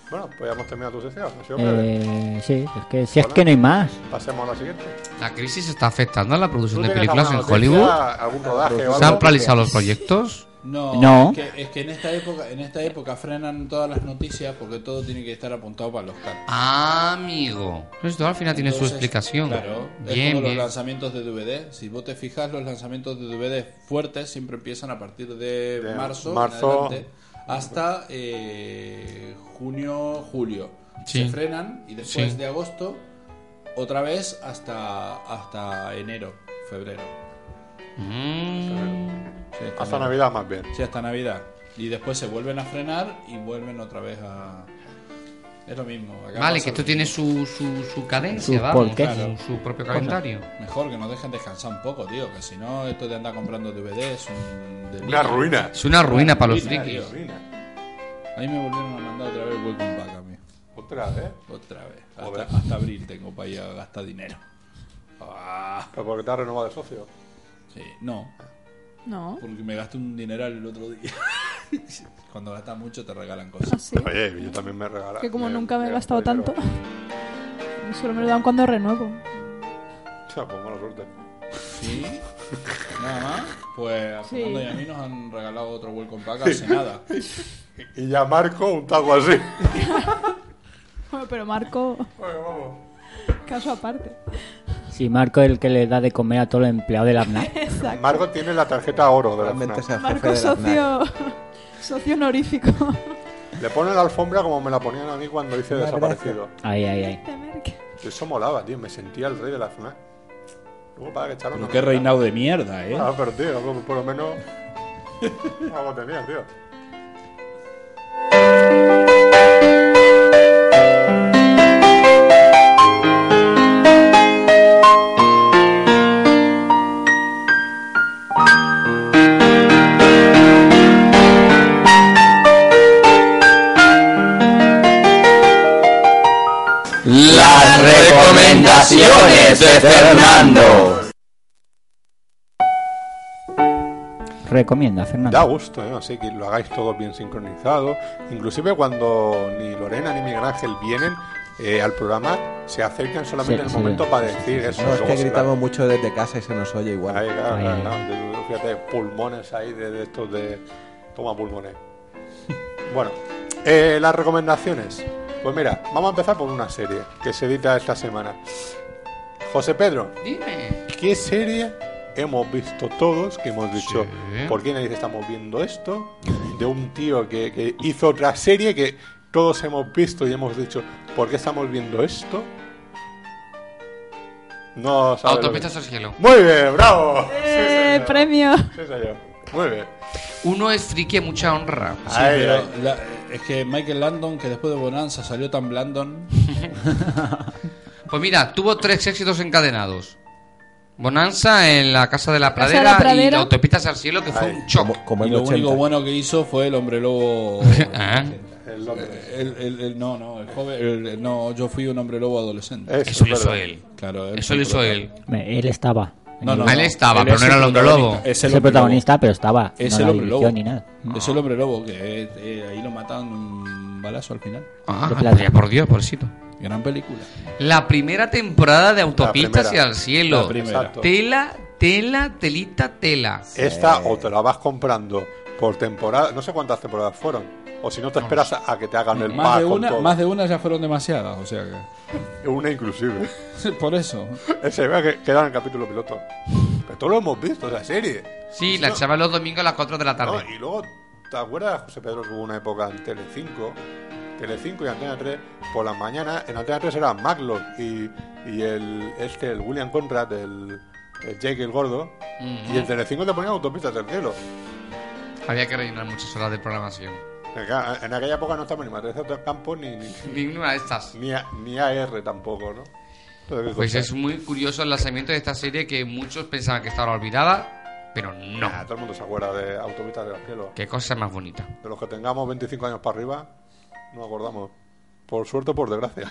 Speaker 2: Bueno, pues ya hemos terminado tu sección. Ha sido breve.
Speaker 6: Eh, sí, es que si es que no hay más.
Speaker 2: Pasemos a la siguiente.
Speaker 5: La crisis está afectando a la producción
Speaker 2: ¿Tú
Speaker 5: de
Speaker 2: tienes
Speaker 5: películas en
Speaker 2: alguna
Speaker 5: Hollywood.
Speaker 2: noticia, algún rodaje o
Speaker 5: ¿Se han
Speaker 2: algo?
Speaker 5: paralizado los proyectos?
Speaker 8: No,
Speaker 5: No.
Speaker 8: Es, que, es que en esta época en esta época frenan todas las noticias porque todo tiene que estar apuntado para los Oscar.
Speaker 5: Ah, amigo. Esto al final tiene su
Speaker 8: Entonces,
Speaker 5: explicación.
Speaker 8: Claro, es
Speaker 5: Bien,
Speaker 8: como los
Speaker 5: bien.
Speaker 8: lanzamientos de DVD. Si vos te fijas, los lanzamientos de DVD fuertes siempre empiezan a partir de,
Speaker 2: De
Speaker 8: marzo, en
Speaker 2: marzo.
Speaker 8: adelante, hasta eh, junio, julio.
Speaker 5: Sí.
Speaker 8: Se frenan y después
Speaker 5: Sí.
Speaker 8: de agosto, otra vez hasta, hasta enero, febrero.
Speaker 5: Mm.
Speaker 8: Sí, hasta
Speaker 2: Hasta
Speaker 8: enero.
Speaker 2: Navidad más bien.
Speaker 8: Sí, hasta Navidad. Y después se vuelven a frenar y vuelven otra vez a. Es lo mismo.
Speaker 5: Vale,
Speaker 8: acá
Speaker 5: que
Speaker 8: pasa lo
Speaker 5: esto
Speaker 8: mismo.
Speaker 5: tiene su, su, su cadencia,
Speaker 6: Sus
Speaker 5: vamos,
Speaker 6: porqués.
Speaker 5: su, su propio calendario.
Speaker 8: Mejor que nos dejen descansar un poco, tío. Que si no, esto de andar comprando DVDs. Un delirio.
Speaker 2: Una ruina.
Speaker 5: Es una ruina para los
Speaker 8: Ruina,
Speaker 5: frikis.
Speaker 8: tío, ruina. A mí me volvieron a mandar otra vez Welcome Back a mí.
Speaker 2: Otra ¿eh? vez.
Speaker 8: Otra vez.
Speaker 2: Joder.
Speaker 8: Hasta, hasta abril tengo para ir a gastar dinero. Ah,
Speaker 2: Pero porque te has renovado de socio.
Speaker 8: sí, no.
Speaker 9: No.
Speaker 8: Porque me gasté un dineral el otro día. Cuando gastas mucho te regalan cosas.
Speaker 9: Ah, Sí.
Speaker 2: Oye, yo también me regalaba.
Speaker 9: Que como nunca me he gastado tanto. Solo me lo dan cuando renuevo.
Speaker 2: Pues buena suerte.
Speaker 8: Sí. Nada más. Pues a
Speaker 9: Sí.
Speaker 8: Fernando y a mí nos han regalado otro Welcome Back hace nada.
Speaker 2: Y ya Marco un taco así.
Speaker 9: Bueno, Pero Marco,
Speaker 2: Bueno, vamos.
Speaker 9: caso aparte.
Speaker 6: Si Marco es el que le da de comer a todos los empleados de la AFNAC.
Speaker 9: Exacto.
Speaker 2: Marco tiene la tarjeta oro de la
Speaker 10: Realmente es
Speaker 2: FNAC.
Speaker 10: el jefe
Speaker 9: Marco
Speaker 10: de la FNAC.
Speaker 9: socio, socio honorífico.
Speaker 2: Le ponen la alfombra como me la ponían a mí cuando hice desaparecido.
Speaker 6: Ay, ay, ay.
Speaker 2: Eso molaba, tío. Me sentía el rey de la FNAC. Luego para que echaron
Speaker 8: Pero
Speaker 2: a
Speaker 8: qué
Speaker 2: mi-
Speaker 8: reinado de mierda, eh.
Speaker 2: Ah, pero tío, por- por lo menos. Algo tenía, tío.
Speaker 4: Las recomendaciones de Fernando.
Speaker 6: Recomienda, Fernando.
Speaker 2: Da gusto, ¿eh? Así que lo hagáis todo bien sincronizado. Inclusive cuando ni Lorena ni Miguel Ángel vienen eh, al programa, se acercan solamente
Speaker 6: Sí,
Speaker 2: en el
Speaker 6: sí,
Speaker 2: momento
Speaker 6: sí,
Speaker 2: para
Speaker 6: sí,
Speaker 2: decir eso.
Speaker 10: No, es
Speaker 2: Luego
Speaker 10: que
Speaker 2: se la-
Speaker 10: gritamos mucho desde casa y se nos oye igual.
Speaker 2: Ahí, claro,
Speaker 6: Ahí,
Speaker 2: claro,
Speaker 6: ahí.
Speaker 2: claro. Fíjate, pulmones ahí de, de estos de. Toma pulmones. bueno, eh, las recomendaciones. Pues mira, vamos a empezar por una serie que se edita esta semana. José Pedro,
Speaker 5: Dime.
Speaker 2: ¿qué serie hemos visto todos? Que hemos dicho, ¿por qué nadie estamos viendo esto? De un tío que, que hizo otra serie que todos hemos visto y hemos dicho, ¿por qué estamos viendo esto? No, sabes lo que-
Speaker 5: Autopistas al cielo.
Speaker 2: Muy bien, bravo.
Speaker 9: Eh, premio.
Speaker 2: Sí, señor. Muy bien.
Speaker 5: Uno es friki a mucha honra.
Speaker 8: Sí,
Speaker 2: Ay,
Speaker 8: pero
Speaker 2: ay.
Speaker 8: la- es que Michael Landon, que después de Bonanza salió tan blandon.
Speaker 5: Pues mira, tuvo tres éxitos encadenados. Bonanza en la Casa de la
Speaker 9: Casa de
Speaker 5: Pradera,
Speaker 9: la
Speaker 5: y
Speaker 9: Pradera.
Speaker 5: la Autopistas al cielo, que fue
Speaker 2: Ay.
Speaker 5: un shock.
Speaker 10: Como, como
Speaker 8: Y
Speaker 10: el
Speaker 8: lo
Speaker 10: 80.
Speaker 8: único bueno que hizo fue el hombre lobo.
Speaker 5: Ah,
Speaker 2: El el hombre.
Speaker 8: El, el- el- no, no, el joven, el- el- no, yo fui un hombre lobo adolescente.
Speaker 10: Eh.
Speaker 2: Eso, Eso lo es hizo verdad.
Speaker 5: él.
Speaker 8: Claro,
Speaker 5: Eso lo hizo él.
Speaker 6: Me- Él estaba.
Speaker 8: No, no,
Speaker 6: Ah,
Speaker 8: no. Él es el protagonista,
Speaker 6: Es el, protagonista,
Speaker 8: lobo.
Speaker 6: pero estaba. no
Speaker 8: Es el
Speaker 6: la
Speaker 8: hombre
Speaker 6: dirigió
Speaker 8: lobo.
Speaker 6: ni nada.
Speaker 8: Es el hombre lobo, que eh, eh, ahí lo matan un balazo al final.
Speaker 5: Ah, pues ya por Dios, pobrecito.
Speaker 8: Gran película.
Speaker 5: La primera temporada de Autopista
Speaker 2: primera.
Speaker 5: hacia el cielo.
Speaker 2: La primera. Exacto.
Speaker 5: Tela, tela, telita, tela.
Speaker 2: Esta o te la vas comprando por temporada, no sé cuántas temporadas fueron. O si no te esperas a a que te hagan el
Speaker 8: Más
Speaker 2: pack
Speaker 8: de,
Speaker 2: con
Speaker 8: una,
Speaker 2: todo.
Speaker 8: más de una ya fueron demasiadas, o sea que.
Speaker 2: Una inclusive.
Speaker 8: Por eso.
Speaker 2: Se ve que queda en el capítulo piloto. Pero todo lo hemos visto, esa serie.
Speaker 5: Sí, la echaban los domingos a las 4 de la tarde.
Speaker 2: No, y luego, ¿te acuerdas, José Pedro, que hubo una época en Telecinco? Telecinco y Antena 3, por las mañanas, en Antena 3 era Maglock y, y el, este, el William Conrad, el, el Jake el Gordo,
Speaker 5: Ujú.
Speaker 2: y en Telecinco te ponían autopistas del cielo.
Speaker 5: Había que rellenar muchas horas de programación.
Speaker 2: Acá- En aquella época no estaba ni Matriz de Campo ni, ni,
Speaker 5: Ninguna de estas.
Speaker 2: ni, A- ni AR tampoco, ¿no? Entonces,
Speaker 5: Pues
Speaker 2: o sea,
Speaker 5: es muy curioso el lanzamiento de esta serie que muchos pensaban que estaba olvidada, pero no.
Speaker 2: nah, Ah, todo el mundo se acuerda de autopistas del cielo.
Speaker 5: Qué cosa más bonita.
Speaker 2: De los que tengamos 25 años para arriba, no acordamos. Por suerte o por desgracia.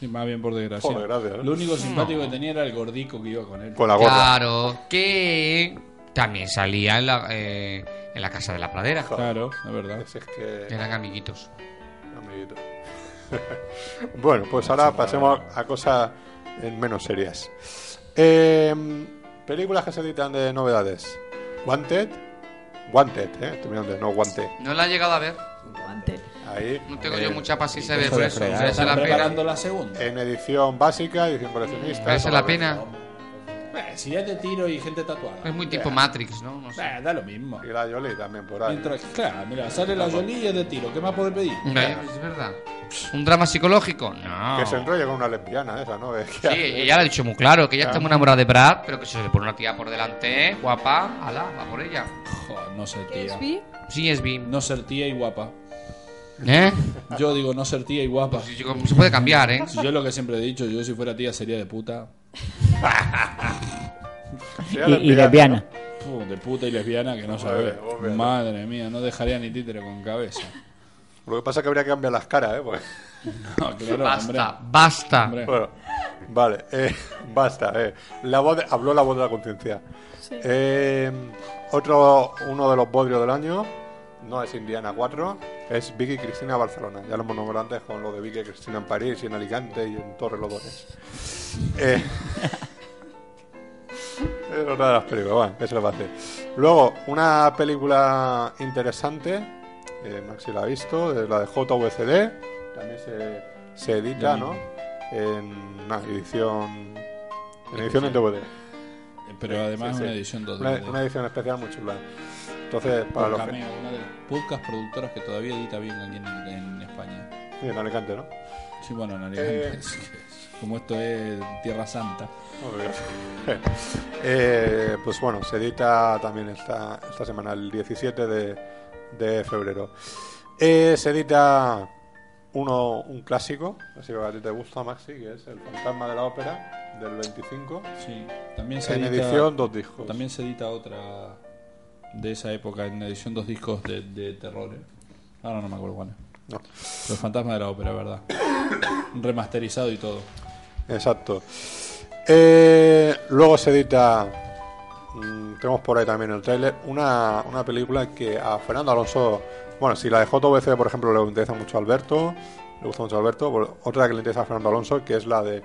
Speaker 8: Sí, más bien por desgracia.
Speaker 2: Por desgracia, ¿no?
Speaker 8: Lo único simpático que tenía era el gordico que iba con él.
Speaker 2: Con la gorra.
Speaker 5: Claro, que también salía en la, eh, en la casa de la pradera.
Speaker 8: Claro, la verdad.
Speaker 2: Ese es que...
Speaker 5: Eran amiguitos.
Speaker 2: Amiguito. bueno, pues ahora pasemos a cosas en menos serias. Eh, películas que se editan de novedades. Wanted. Wanted, ¿eh? Estoy mirando, no Wanted.
Speaker 5: No la he llegado a ver.
Speaker 2: Ahí.
Speaker 5: No tengo
Speaker 2: eh,
Speaker 5: yo mucha paciencia de
Speaker 2: eso
Speaker 5: ver
Speaker 2: de
Speaker 5: eso.
Speaker 2: fregar.
Speaker 5: Merece la
Speaker 2: Están
Speaker 5: pena.
Speaker 2: preparando-
Speaker 8: Dando la segunda.
Speaker 2: En edición básica, edición coleccionista.
Speaker 5: Merece
Speaker 2: todo
Speaker 5: la
Speaker 2: lo
Speaker 5: pena.
Speaker 8: Eh, si ya te tiro y gente tatuada.
Speaker 5: Es muy tipo
Speaker 8: Eh,
Speaker 5: Matrix, ¿no? No sé.
Speaker 8: eh, da lo mismo.
Speaker 2: que- Y la Jolie también por ahí.
Speaker 8: Mientras- claro, mira, sale la Jolie y es de tiro. ¿Qué más puedes pedir?
Speaker 5: Eh, Es verdad. ¿Un drama psicológico? No.
Speaker 2: Que se enrolla con una lesbiana esa, ¿no? Es que-
Speaker 5: Sí, ella lo ha dicho muy claro, que ella está muy enamorada de Brad, pero que se le pone una tía por delante, ¿eh? guapa, ala, va por ella.
Speaker 8: Joder, no ser tía.
Speaker 9: ¿Sí?
Speaker 5: Sí, es bien.
Speaker 8: No ser tía y guapa.
Speaker 5: ¿Eh? Pues
Speaker 8: Yo digo no ser tía y guapa.
Speaker 5: Se puede cambiar, ¿eh?
Speaker 8: Si Yo lo que siempre he dicho, yo si fuera tía sería de puta.
Speaker 6: Y, y lesbiana.
Speaker 8: Puh, Uh, de puta y lesbiana que no sabe.
Speaker 2: obvio.
Speaker 8: Madre mía, no dejaría ni títere con cabeza.
Speaker 2: Lo que pasa es que habría que cambiar las caras, ¿eh? Porque-
Speaker 8: No, claro,
Speaker 5: Basta, basta.
Speaker 8: hombre. hombre.
Speaker 2: Bueno, vale, eh, basta. eh. La voz de- habló la voz de la conciencia.
Speaker 9: Sí.
Speaker 2: Eh, otro, uno de los bodrios del año, no es Indiana 4, es Vicky Cristina Barcelona. Ya lo hemos nombrado antes con lo de Vicky Cristina en París y en Alicante y en Torre Lodones. Eh, es otra de las películas, bueno, ¿qué se le va a hacer? Luego, una película interesante, eh, Maxi la ha visto, es la de JVCD, también se, se edita, ¿no? En una edición, en edición en DVD.
Speaker 8: Eh, Pero además
Speaker 2: Sí, sí.
Speaker 8: una edición 2
Speaker 2: Una, una edición especial muy chula. Entonces, para los que...
Speaker 8: una de las pocas productoras que todavía edita bien aquí en, en España.
Speaker 2: Sí, en Alicante, ¿no?
Speaker 8: Sí, bueno, en Alicante,
Speaker 2: Eh.
Speaker 8: es que- como esto es Tierra Santa.
Speaker 2: Eh, pues bueno, se edita también esta, esta semana, el 17 de, de febrero. Eh, se edita uno, un clásico, así que a ti te gusta, Maxi, que es El fantasma de la ópera, del 25.
Speaker 8: Sí, también se
Speaker 2: en
Speaker 8: edita,
Speaker 2: edición, dos discos.
Speaker 8: También se edita otra de esa época, en edición dos discos de, de terror. ¿eh? Ahora no me acuerdo cuál es.
Speaker 2: No.
Speaker 8: Los fantasmas de la ópera, ¿verdad? Remasterizado y todo.
Speaker 2: Exacto. Eh, luego se edita. mm, tenemos por ahí también el tráiler. Una, una película que a Fernando Alonso. Bueno, si la de JVC, por ejemplo, le interesa mucho a Alberto. Le gusta mucho a Alberto. por- Otra que le interesa a Fernando Alonso, que es la de.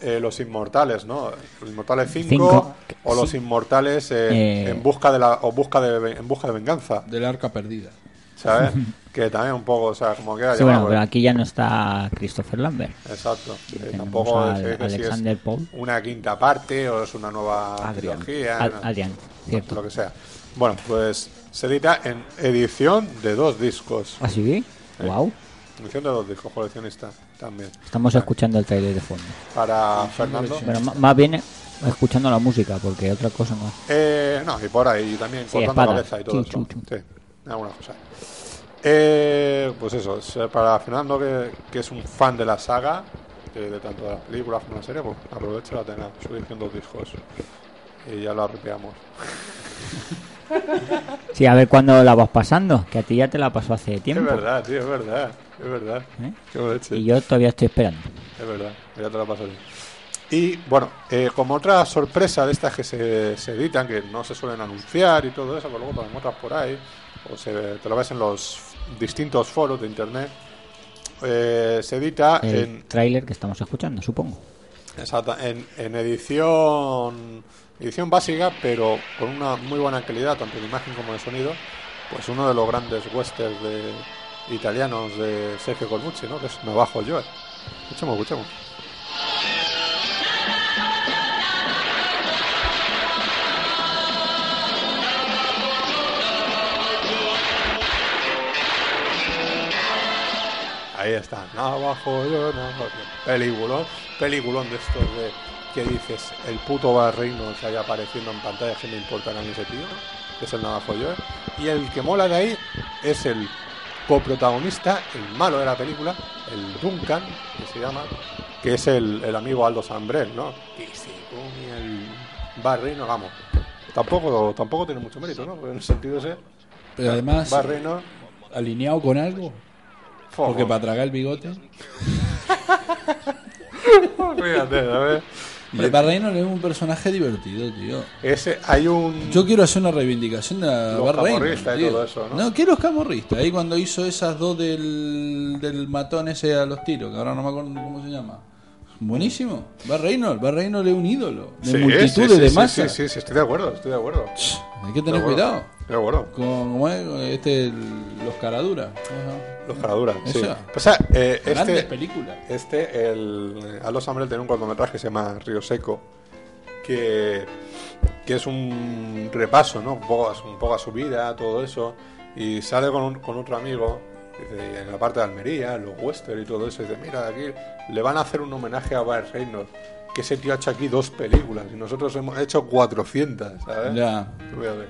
Speaker 2: eh, los Inmortales, ¿no? Los Inmortales 5
Speaker 6: Cinco.
Speaker 2: o Los Inmortales eh,
Speaker 6: Eh.
Speaker 2: en busca de la o busca de ve- en busca de venganza,
Speaker 8: Del arca perdida.
Speaker 2: ¿sabes? que también un poco, o sea, como queda
Speaker 6: Sí, bueno,
Speaker 2: llamado,
Speaker 6: pero
Speaker 2: ¿eh?
Speaker 6: aquí ya no está Christopher Lambert.
Speaker 2: Exacto. Eh,
Speaker 6: Tenemos
Speaker 2: tampoco
Speaker 6: al-
Speaker 2: se dice si es
Speaker 6: Alexander Paul.
Speaker 2: una quinta parte o es una nueva
Speaker 6: Adrián.
Speaker 2: trilogía,
Speaker 6: Ad-
Speaker 2: no-
Speaker 6: Adrián, cierto.
Speaker 2: lo que sea. Bueno, pues se edita en edición de dos discos.
Speaker 6: ¿Así? Wow.
Speaker 2: Edición de dos discos, coleccionista también.
Speaker 6: Estamos escuchando el trailer de fondo.
Speaker 2: Para Fernando.
Speaker 6: Bueno, ma- más bien escuchando la música, porque otra cosa no.
Speaker 2: Eh, no, y por ahí también
Speaker 6: Sí,
Speaker 2: cortando
Speaker 6: espada.
Speaker 2: cabeza y todo
Speaker 6: Chu, chu,
Speaker 2: eso.
Speaker 6: chu.
Speaker 2: Sí, alguna cosa. Eh, pues eso, es para Fernando, que, que es un fan de la saga, de, de tanto de las películas como de la serie, pues aprovecha la tenga su edición dos discos. Y ya la arrepiamos.
Speaker 6: Sí, a ver cuándo la vas pasando, que a ti ya te la pasó hace tiempo. ¿Eh?
Speaker 2: Es verdad, tío, es verdad. Es verdad. Qué leche.
Speaker 6: Y yo todavía estoy esperando.
Speaker 2: Es verdad, ya te la pasaré. Y bueno, eh, como otra sorpresa de estas que se, se editan, que no se suelen anunciar y todo eso, pero luego te las encuentras por ahí, o se, te lo ves en los distintos foros de internet, eh, se edita
Speaker 6: El
Speaker 2: en,
Speaker 6: tráiler que estamos escuchando, supongo.
Speaker 2: exacta- en, en edición, edición básica, pero con una muy buena calidad, tanto de imagen como de sonido, pues uno de los grandes westerns de, italianos de Sergio Corbucci, ¿no? que es Navajo Joe. Escuchemos, escuchemos. Ahí está, abajo yo, navajo. Peliculón, peliculón de estos de que dices, el puto barrino se haya apareciendo en pantalla que me importará a ese tío, que es el navajo yo. ¿eh? Y el que mola de ahí es el coprotagonista, el malo de la película, el Duncan, que se llama, que es el, el amigo Aldo Sambrel, ¿no? Que se come el barrino, vamos. Tampoco, tampoco tiene mucho mérito, ¿no? En el sentido ese.
Speaker 8: Pero
Speaker 2: Ah,
Speaker 8: además,
Speaker 2: Barreno.
Speaker 8: alineado con algo.
Speaker 2: Fo-
Speaker 8: Porque para tragar el bigote.
Speaker 2: Fíjate, a ver.
Speaker 8: Hombre, Barreino es un personaje divertido, tío.
Speaker 2: Ese, hay un.
Speaker 8: Yo quiero hacer una reivindicación de
Speaker 2: Los
Speaker 8: Barreino.
Speaker 2: camorristas y
Speaker 8: tío.
Speaker 2: todo eso, ¿no?
Speaker 8: ¿qué los camorristas? Ahí cuando hizo esas dos del, del matón ese a los tiros, que ahora no me acuerdo cómo se llama. Buenísimo. Barreino, Barreino es un ídolo. De
Speaker 2: Sí,
Speaker 8: multitudes
Speaker 2: sí, sí,
Speaker 8: de
Speaker 2: sí, Sí,
Speaker 8: masa.
Speaker 2: sí, sí, estoy de acuerdo, estoy de acuerdo.
Speaker 8: Hay que
Speaker 2: De
Speaker 8: tener
Speaker 2: acuerdo,
Speaker 8: cuidado.
Speaker 2: De acuerdo.
Speaker 8: Con, ¿cómo es? Este, el- los caraduras.
Speaker 2: Los caraduras, sí.
Speaker 8: Esa.
Speaker 2: O sea, eh,
Speaker 8: Grandes
Speaker 2: este,
Speaker 8: películas.
Speaker 2: este, el Aldo Sambrel tiene un cortometraje que se llama Río Seco, que, que es un repaso, ¿no? Un poco, a su- un poco a su vida, todo eso. Y sale con, un- con otro amigo dice, en la parte de Almería, los western y todo eso. Y dice, mira, de aquí le van a hacer un homenaje a Bart Reynolds, que ese tío ha hecho aquí dos películas y nosotros hemos hecho 400, ¿sabes?
Speaker 8: Ya.
Speaker 2: Fíjate.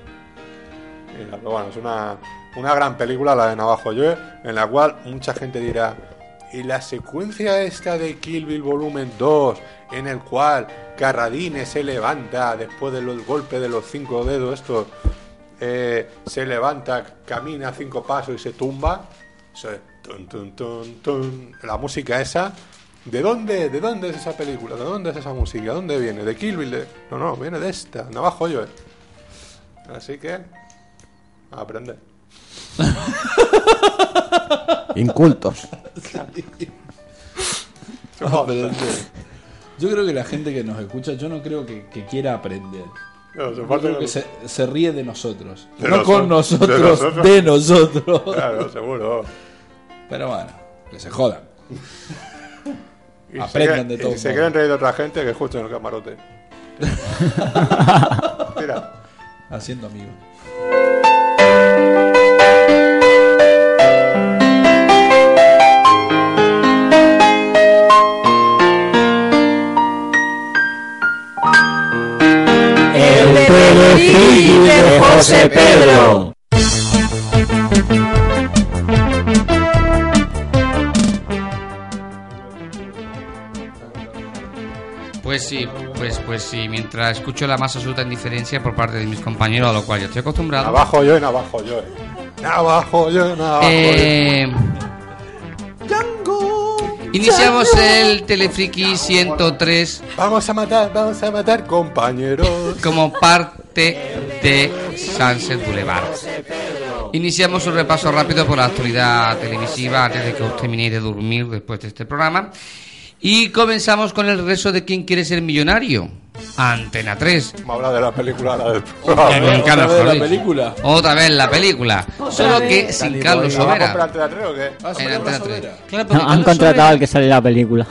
Speaker 2: Mira, pero bueno, es una, una gran película la de Navajo Joe, en la cual mucha gente dirá, ¿y la secuencia esta de Kill Bill Volumen 2, en el cual Carradine se levanta después del golpe de los cinco dedos, esto, eh, se levanta, camina cinco pasos y se tumba? Eso es, tun, tun, tun, tun. la música esa. ¿De dónde, ¿De dónde es esa película? ¿De dónde es esa música? ¿De dónde viene? ¿De Kill Bill? de- No, no, viene de esta, Navajo Joe. Así que aprende.
Speaker 10: Incultos.
Speaker 8: No, Ah, pero en serio. yo creo que la gente que nos escucha, yo no creo que, que quiera aprender.
Speaker 2: No, se
Speaker 8: Yo
Speaker 2: parte
Speaker 8: creo
Speaker 2: de-
Speaker 8: que se, se ríe de nosotros.
Speaker 2: De
Speaker 8: no
Speaker 2: nosotros,
Speaker 8: con nosotros,
Speaker 2: de nosotros.
Speaker 8: de nosotros.
Speaker 2: Claro, seguro.
Speaker 8: Pero bueno, que se jodan.
Speaker 2: Y
Speaker 8: Aprendan
Speaker 2: se,
Speaker 8: de
Speaker 2: queda-
Speaker 8: todo.
Speaker 2: Y se quedan reír de otra gente que escucha en el camarote. Mira,
Speaker 8: Haciendo amigos.
Speaker 6: Eh,
Speaker 12: El Pelotrillo
Speaker 8: Eh,
Speaker 12: de José Pedro.
Speaker 5: Pues sí, pues, pues sí, mientras escucho la más absoluta indiferencia por parte de mis compañeros, a lo cual yo estoy acostumbrado.
Speaker 2: abajo yo, en abajo yo. En abajo yo, en abajo
Speaker 5: Eh, Iniciamos el Telefriki 103.
Speaker 2: Vamos a matar, vamos a matar, compañeros.
Speaker 5: Como parte de Sunset Boulevard. Iniciamos un repaso rápido por la actualidad televisiva antes de que os terminéis de dormir después de este programa. Y comenzamos con el rezo de ¿Quién quiere ser millonario? Antena 3.
Speaker 2: Vamos a hablar de la película, la del
Speaker 5: Ya con
Speaker 2: programa.
Speaker 5: Carlos
Speaker 8: Ah, vez la
Speaker 5: Flores.
Speaker 8: película.
Speaker 5: Otra vez la película. Solo que sin
Speaker 2: ¿Vamos
Speaker 5: Carlos
Speaker 2: a
Speaker 5: Sobera.
Speaker 2: comprar teatro o qué?
Speaker 8: Ah,
Speaker 5: En Antena 3. Claro,
Speaker 6: No,
Speaker 5: porque
Speaker 6: han
Speaker 5: Carlos
Speaker 6: contratado
Speaker 5: Sobera
Speaker 6: al que sale en la película.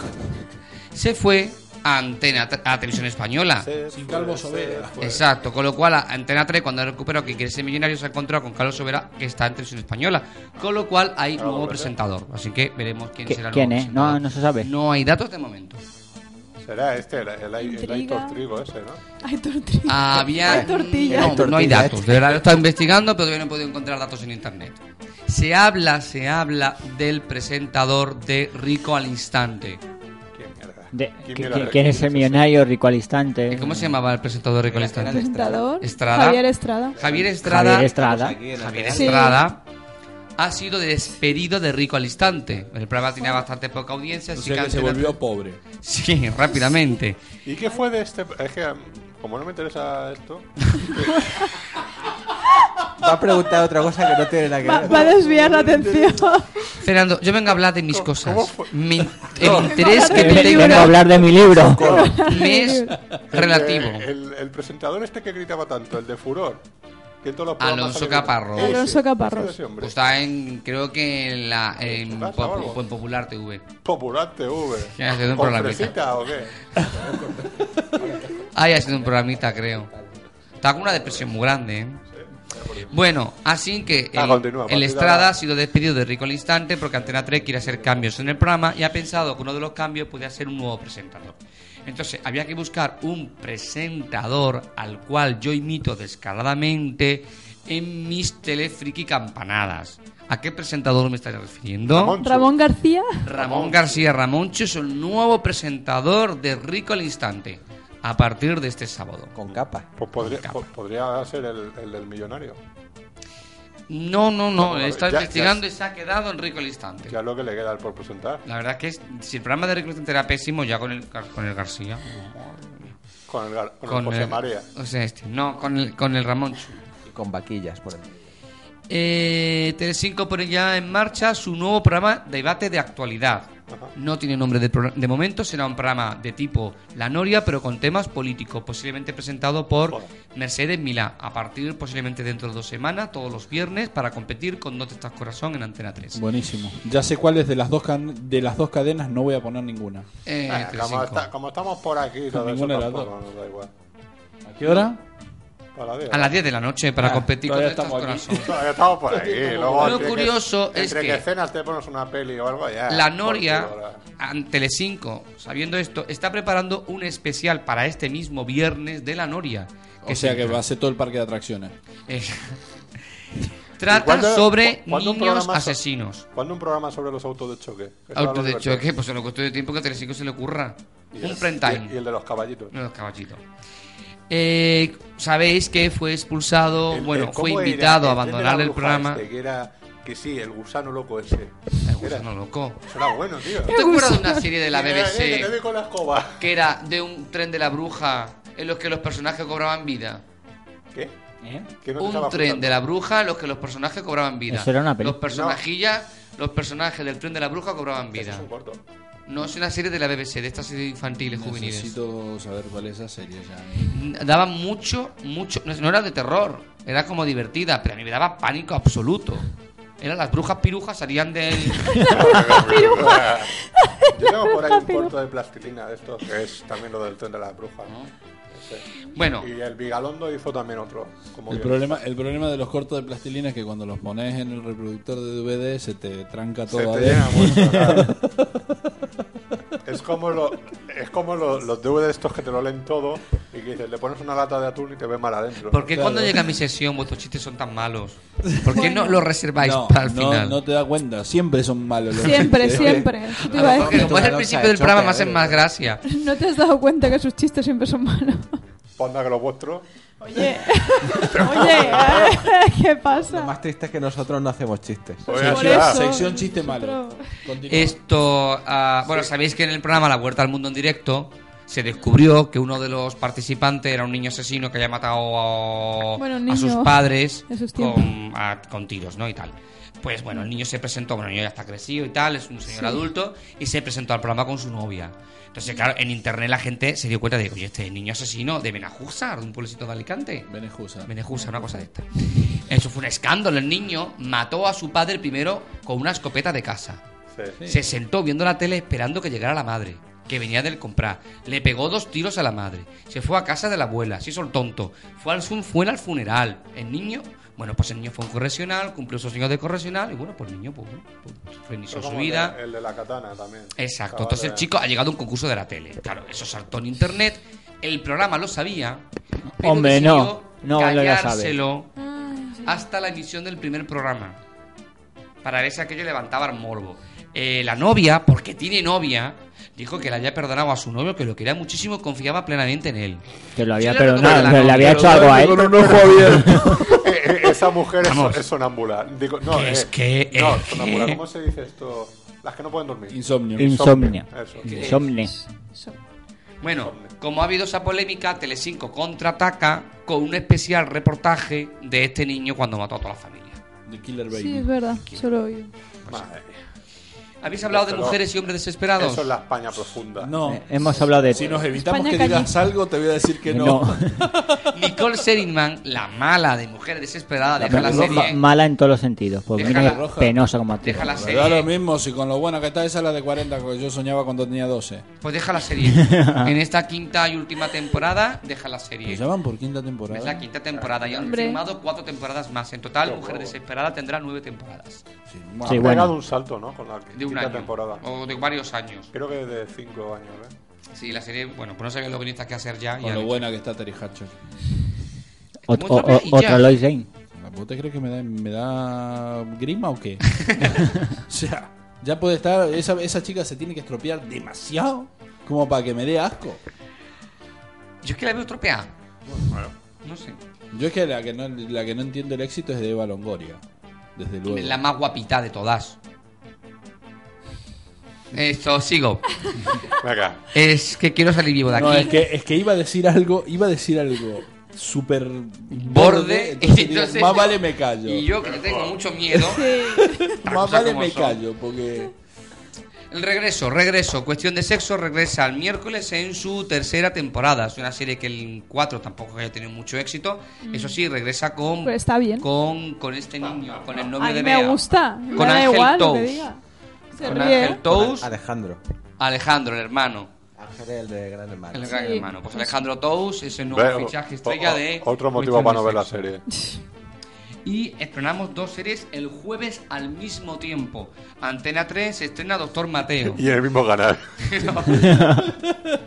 Speaker 5: se fue a Antena a Televisión Española.
Speaker 8: Sin Calvo
Speaker 2: Pues,
Speaker 8: Sobera.
Speaker 5: Exacto, con lo cual a Antena 3 cuando recuperó que quiere ser millonario se ha encontrado con Carlos Sobera que está en Televisión Española, con lo cual hay nuevo presentador, así que veremos quién
Speaker 6: ¿Qui-
Speaker 5: será el
Speaker 6: ¿Quién
Speaker 5: nuevo
Speaker 6: es? No, no se sabe.
Speaker 5: No hay datos de momento.
Speaker 2: Será este, el, el, el Aitor Trigo ese, ¿no?
Speaker 9: Hay tortillas.
Speaker 8: Ah,
Speaker 5: Había
Speaker 9: Hay tortillas.
Speaker 5: No, no hay datos. De verdad lo he estado investigando, pero todavía no he podido encontrar datos en internet. Se habla, se habla del presentador de Rico al instante.
Speaker 2: Qué mierda.
Speaker 6: De-
Speaker 2: ¿Quién
Speaker 6: qui-
Speaker 2: me la
Speaker 6: qui-
Speaker 2: re-
Speaker 6: ¿Quién es el millonario, rico al instante?
Speaker 5: ¿Cómo se llamaba el presentador de Colista?
Speaker 9: Presentador,
Speaker 5: Estrada.
Speaker 9: Javier Estrada.
Speaker 5: Javier Estrada.
Speaker 6: Javier Estrada.
Speaker 5: Javier
Speaker 9: Sí.
Speaker 5: Estrada ha sido despedido de Rico al instante. El programa tenía bastante poca audiencia,
Speaker 8: O
Speaker 5: así
Speaker 8: sea que se
Speaker 5: Antena
Speaker 8: volvió
Speaker 5: tres-
Speaker 8: pobre.
Speaker 5: Sí, rápidamente.
Speaker 2: ¿Y qué fue de este? Es que, mm, como no me interesa esto.
Speaker 4: Va a preguntar otra cosa que no tiene nada que
Speaker 9: Va,
Speaker 4: ver.
Speaker 9: va a desviar la atención.
Speaker 5: Fernando, yo vengo a hablar de mis cosas. Me in- el
Speaker 6: No.
Speaker 5: interés que
Speaker 6: Vengo
Speaker 5: me
Speaker 6: a
Speaker 5: tenga
Speaker 6: hablar de mi libro.
Speaker 5: me es relativo.
Speaker 2: El, el- el presentador este que gritaba tanto, el de Furor. que en todos los programas
Speaker 5: Alonso
Speaker 2: sale-
Speaker 5: Caparro.
Speaker 2: Ese, ese
Speaker 5: Caparros.
Speaker 2: ese hombre.
Speaker 5: Pues Está en, creo que en la en
Speaker 2: pasa,
Speaker 5: Popu-
Speaker 2: Álvaro?
Speaker 5: en Popular TV.
Speaker 2: Popular TV.
Speaker 5: Que ha sido un
Speaker 2: ¿Con
Speaker 5: programita.
Speaker 2: fresita o qué?
Speaker 5: Ah, ya ha sido un programita, creo. Está con una depresión muy grande, ¿eh? Bueno, así que el,
Speaker 2: Ah, continúa,
Speaker 5: el
Speaker 2: partida
Speaker 5: Estrada
Speaker 2: la-
Speaker 5: ha sido despedido de Rico al instante porque Antena 3 quiere hacer cambios en el programa y ha pensado que uno de los cambios podía ser un nuevo presentador. Entonces, había que buscar un presentador al cual yo imito descaradamente en mis telefriki campanadas. ¿A qué presentador me estaré refiriendo?
Speaker 9: Ramón García.
Speaker 5: Ramón García Ramoncho es el nuevo presentador de Rico al Instante a partir de este sábado.
Speaker 4: Con capa.
Speaker 2: Pues podría, po- podría ser el, el del millonario.
Speaker 5: No, no, no,
Speaker 2: Ya-
Speaker 5: está
Speaker 2: ya-
Speaker 5: investigando y se ha quedado en Rico al Instante.
Speaker 2: Ya es lo que le queda por presentar.
Speaker 5: La verdad que es- si el programa de Rico al Instante era pésimo, ya con el, Gar- con el García.
Speaker 2: Con el, gar- con el José María.
Speaker 5: O sea, este, no, con el, con el Ramoncho.
Speaker 4: Y con vaquillas, por ejemplo.
Speaker 5: Eh, Telecinco pone ya en marcha su nuevo programa Debate de Actualidad. No tiene nombre de, pro- de momento, será un programa de tipo La Noria, pero con temas políticos, posiblemente presentado por Mercedes Milá, a partir posiblemente dentro de dos semanas, todos los viernes, para competir con No te estás corazón en Antena 3.
Speaker 8: Buenísimo. Ya sé cuáles de las dos can- de las dos cadenas no voy a poner ninguna.
Speaker 5: Eh,
Speaker 2: Ah, como,
Speaker 5: 35.
Speaker 2: está- como estamos por aquí,
Speaker 8: Con
Speaker 2: todo eso
Speaker 8: ninguna de las
Speaker 2: tampoco nos da igual.
Speaker 8: ¿A qué hora?
Speaker 2: A la diez.
Speaker 5: A las 10 de la noche, para
Speaker 8: Ah,
Speaker 5: competir con No
Speaker 8: todavía
Speaker 5: te estás
Speaker 8: estamos
Speaker 5: corazón.
Speaker 2: Todavía estamos por aquí. Luego,
Speaker 5: Lo
Speaker 2: entre que-
Speaker 5: curioso es
Speaker 2: entre
Speaker 5: que-
Speaker 2: cenas te pones una peli o algo ya.
Speaker 5: La
Speaker 2: por
Speaker 5: Noria,
Speaker 2: culo, ahora.
Speaker 8: eh.
Speaker 5: an- Telecinco, sabiendo esto, está preparando un especial para este mismo viernes de La Noria.
Speaker 8: O sea
Speaker 5: se
Speaker 8: que va a ser todo el parque de atracciones.
Speaker 5: Eh,
Speaker 2: ¿Y
Speaker 5: Trata
Speaker 2: cuándo-
Speaker 5: sobre
Speaker 2: cu- cuándo un
Speaker 5: niños
Speaker 2: programa so-
Speaker 5: asesinos.
Speaker 2: ¿Cuándo un programa sobre los autos de choque? Eso era lo
Speaker 5: Auto de
Speaker 2: divertido.
Speaker 5: choque, pues se lo costó de tiempo que a Telecinco se le ocurra.
Speaker 2: Y
Speaker 5: Un
Speaker 2: el-
Speaker 5: prime time.
Speaker 2: Y, y el de los caballitos.
Speaker 5: Uno de los caballitos. Eh, Sabéis que fue expulsado,
Speaker 2: El-
Speaker 5: bueno,
Speaker 2: el-
Speaker 5: fue
Speaker 2: ¿cómo era?
Speaker 5: invitado
Speaker 2: El- el
Speaker 5: a
Speaker 2: de la
Speaker 5: abandonar el
Speaker 2: bruja
Speaker 5: programa.
Speaker 2: este, que, era, que sí, el gusano loco ese.
Speaker 5: El gusano pues, loco.
Speaker 2: Eso este. era bueno, tío.
Speaker 5: ¿Te acuerdas de una serie de la
Speaker 2: Mira,
Speaker 5: BBC?
Speaker 2: eh, que te doy con la escoba.
Speaker 5: Que era de un tren de la bruja en los que los personajes cobraban vida.
Speaker 2: ¿Qué?
Speaker 6: ¿Eh?
Speaker 2: ¿Qué no te
Speaker 5: un tren
Speaker 2: estaba
Speaker 5: de la bruja en los que los personajes cobraban vida.
Speaker 6: Eso era una peli.
Speaker 5: Los personajillas, los personajes del tren de la bruja cobraban vida.
Speaker 2: Eso es un corto.
Speaker 5: No es una serie de la BBC, de estas series infantiles, juveniles.
Speaker 8: Necesito saber cuál es esa serie ya.
Speaker 5: Daba mucho, mucho. No no era de terror, era como divertida, pero a mí me daba pánico absoluto. Eran las brujas pirujas, salían del.
Speaker 2: Yo tengo por ahí un corto de plastilina de estos, que es también lo del tren de la bruja. ¿no? Ese.
Speaker 5: Bueno,
Speaker 2: Y el Vigalondo hizo también otro. Como
Speaker 8: El
Speaker 2: que-
Speaker 8: problema, el problema de los cortos de plastilina es que cuando los pones en el reproductor de DVD se te tranca
Speaker 2: Se
Speaker 8: todo.
Speaker 2: te llena
Speaker 8: adentro.
Speaker 2: mucho, claro. Es como, lo, es como lo- los DVD estos que te lo leen todo y que dices, le pones una lata de atún y te ves mal adentro.
Speaker 5: ¿por qué
Speaker 8: Claro.
Speaker 5: cuando llega mi sesión vuestros chistes son tan malos? ¿Por qué no los reserváis
Speaker 8: no,
Speaker 5: para el
Speaker 8: no-
Speaker 5: final?
Speaker 8: no te das cuenta, siempre son malos. los
Speaker 9: Siempre,
Speaker 8: chistes.
Speaker 9: siempre. Eso te
Speaker 5: A
Speaker 9: iba a
Speaker 5: lo mejor que
Speaker 9: decir.
Speaker 5: Ah, como es el principio del programa, me
Speaker 8: eh.
Speaker 5: hacen más gracia.
Speaker 9: No te has dado cuenta que sus chistes siempre son malos.
Speaker 2: Ponda que los vuestros.
Speaker 9: Oye, oye, eh, ¿qué
Speaker 4: Lo
Speaker 9: pasa?
Speaker 4: más triste es que nosotros no hacemos chistes.
Speaker 2: Oye,
Speaker 9: Por
Speaker 2: ciudad.
Speaker 9: eso.
Speaker 8: Sección chiste malo.
Speaker 9: Otro.
Speaker 8: Continúa.
Speaker 5: Esto, ah, bueno, sabéis que en el programa La Vuelta al Mundo en Directo se descubrió que uno de los participantes era un niño asesino que había matado a,
Speaker 9: Bueno,
Speaker 5: a
Speaker 9: niño.
Speaker 5: sus padres
Speaker 9: En sus tiempos.
Speaker 5: con, a- con tiros, ¿no? Y tal. Pues bueno, el niño se presentó, bueno, el niño ya está crecido y tal, es un señor
Speaker 9: Sí.
Speaker 5: adulto, y se presentó al programa con su novia. Entonces, claro, en internet la gente se dio cuenta de, oye, este niño asesino de Benajúzar, de un pueblecito de Alicante.
Speaker 8: Benejusa.
Speaker 5: Menejusa, una cosa de esta. Eso fue un escándalo. El niño mató a su padre primero con una escopeta de casa.
Speaker 2: Sí.
Speaker 5: Se sentó viendo la tele esperando que llegara la madre, que venía del comprar. Le pegó dos tiros a la madre. Se fue a casa de la abuela, se hizo el tonto. Fue al, sun- fue al funeral. El niño, bueno, pues el niño fue a un correccional, cumplió sus años de correccional y bueno, pues el niño pues, bueno, pues,
Speaker 2: Eso
Speaker 5: fue- inició
Speaker 2: es
Speaker 5: su
Speaker 2: como el de-
Speaker 5: vida.
Speaker 2: El de la katana también.
Speaker 5: Exacto.
Speaker 2: Chaval,
Speaker 5: Entonces el
Speaker 2: eh,
Speaker 5: chico ha llegado a un concurso de la tele. Claro, eso saltó en internet. El programa lo sabía. pero
Speaker 6: Hombre, no.
Speaker 5: decidió
Speaker 6: No, lo ya sabe. Ah,
Speaker 5: callárselo hasta la emisión del primer programa. Para ver si aquello levantaba el morbo. eh, la novia, porque tiene novia, dijo que le había perdonado a su novio, que lo quería muchísimo y confiaba plenamente en él.
Speaker 6: Que lo había
Speaker 5: Sí,
Speaker 6: perdonado,
Speaker 5: la-
Speaker 6: pero le había
Speaker 5: la-
Speaker 6: hecho algo a él.
Speaker 5: con un
Speaker 2: ojo
Speaker 5: abierto.
Speaker 2: Eh, eh, Esa mujer
Speaker 5: Vamos.
Speaker 2: es, es sonámbula. Digo, no,
Speaker 5: Que es
Speaker 2: eh,
Speaker 5: que-
Speaker 2: No,
Speaker 5: es
Speaker 2: sonámbula.
Speaker 8: eh.
Speaker 5: que-
Speaker 2: ¿Cómo se dice esto? Las que no pueden dormir.
Speaker 8: Insomnio.
Speaker 6: Insomnia.
Speaker 2: Eso.
Speaker 6: Insomnia.
Speaker 5: Bueno, como ha habido esa polémica, Telecinco contraataca con un especial reportaje de este niño cuando mató a toda la familia.
Speaker 8: The Killer Baby.
Speaker 9: Sí, es verdad, solo oído.
Speaker 5: ¿Habéis hablado de
Speaker 2: Pero-
Speaker 5: mujeres y hombres desesperados?
Speaker 2: Eso es la España profunda.
Speaker 8: No.
Speaker 6: Eh, hemos hablado de-
Speaker 8: Si nos evitamos
Speaker 5: España
Speaker 8: que
Speaker 5: cayó.
Speaker 8: digas algo, te voy a decir que no.
Speaker 6: No.
Speaker 5: Nicole Seligman, la mala de Mujeres Desesperadas,
Speaker 6: La
Speaker 5: deja la
Speaker 6: película
Speaker 5: serie.
Speaker 6: ma- mala en todos los sentidos. Pues
Speaker 5: Deja
Speaker 6: mira
Speaker 5: la
Speaker 6: que
Speaker 5: roja.
Speaker 6: penosa como actriz.
Speaker 5: Deja la
Speaker 8: Me
Speaker 5: serie.
Speaker 8: da lo mismo, si con lo buena que está esa es la de 40 que yo soñaba cuando tenía 12.
Speaker 5: Pues deja la serie. en esta quinta y última temporada, deja la serie.
Speaker 8: Pues ¿eh? ya van por quinta
Speaker 5: Es la
Speaker 8: temporada.
Speaker 5: quinta temporada y han
Speaker 9: Hombre.
Speaker 5: firmado cuatro temporadas más. En total, Mujer Desesperada tendrá nueve temporadas.
Speaker 2: Ha
Speaker 6: Sí,
Speaker 2: pegado
Speaker 6: bueno.
Speaker 2: un salto, ¿no? Con la
Speaker 5: De un
Speaker 2: quinta
Speaker 5: año. Oh.
Speaker 2: temporada.
Speaker 5: O de varios años.
Speaker 2: Creo que de cinco años, ¿eh?
Speaker 5: Sí, la serie, bueno, pues no sabían los guionistas qué hacer ya. y
Speaker 8: Con
Speaker 5: han
Speaker 8: lo
Speaker 5: hecho.
Speaker 8: buena que está Terry Hatcher.
Speaker 6: Ot- o- o- otra Lois Lane.
Speaker 8: Ah, ¿Vos te crees que me da, me da grima o qué? o sea, ya puede estar. Esa, esa chica se tiene que estropear demasiado como para que me dé asco.
Speaker 5: Yo es que la veo tropeada. No sé.
Speaker 8: Yo es que la que no, la que no entiendo el éxito es de Eva Longoria. Desde luego.
Speaker 5: Es la más guapita de todas. Esto, sigo.
Speaker 2: Venga.
Speaker 5: Es que quiero salir vivo de aquí.
Speaker 8: No, es que, es que iba a decir algo, iba a decir algo súper
Speaker 5: Borde.
Speaker 8: entonces digo,
Speaker 5: entonces-
Speaker 8: más vale me callo.
Speaker 5: Y yo que le tengo mucho miedo. las
Speaker 8: más
Speaker 5: cosas
Speaker 8: vale
Speaker 5: como
Speaker 8: me
Speaker 5: son.
Speaker 8: callo, porque.
Speaker 5: El Regreso, regreso. Cuestión de sexo regresa el miércoles en su tercera temporada. Es una serie que el 4 tampoco haya tenido mucho éxito.
Speaker 9: Mm.
Speaker 5: Eso sí, regresa con,
Speaker 9: Pero está bien.
Speaker 5: con, con este niño, con el novio
Speaker 9: A mí
Speaker 5: de
Speaker 9: me
Speaker 5: Bea.
Speaker 9: gusta.
Speaker 5: Con
Speaker 9: me da
Speaker 5: Ángel
Speaker 9: igual lo que
Speaker 5: Tous.
Speaker 9: diga. Se
Speaker 5: Con
Speaker 9: ríe.
Speaker 5: Ángel Tous,
Speaker 10: Alejandro.
Speaker 5: Alejandro, el hermano.
Speaker 10: Ángel el de Gran Hermano.
Speaker 5: El gran
Speaker 9: Sí.
Speaker 5: hermano. Pues Alejandro Tous es el nuevo
Speaker 2: Ve-
Speaker 5: fichaje
Speaker 2: o-
Speaker 5: estrella
Speaker 2: o-
Speaker 5: de.
Speaker 2: Otro motivo
Speaker 5: Cuestión
Speaker 2: para
Speaker 5: de
Speaker 2: no ver la
Speaker 5: Sexo.
Speaker 2: serie.
Speaker 5: Y estrenamos dos series el jueves al mismo tiempo. Antena 3 estrena Doctor Mateo.
Speaker 2: Y el mismo canal.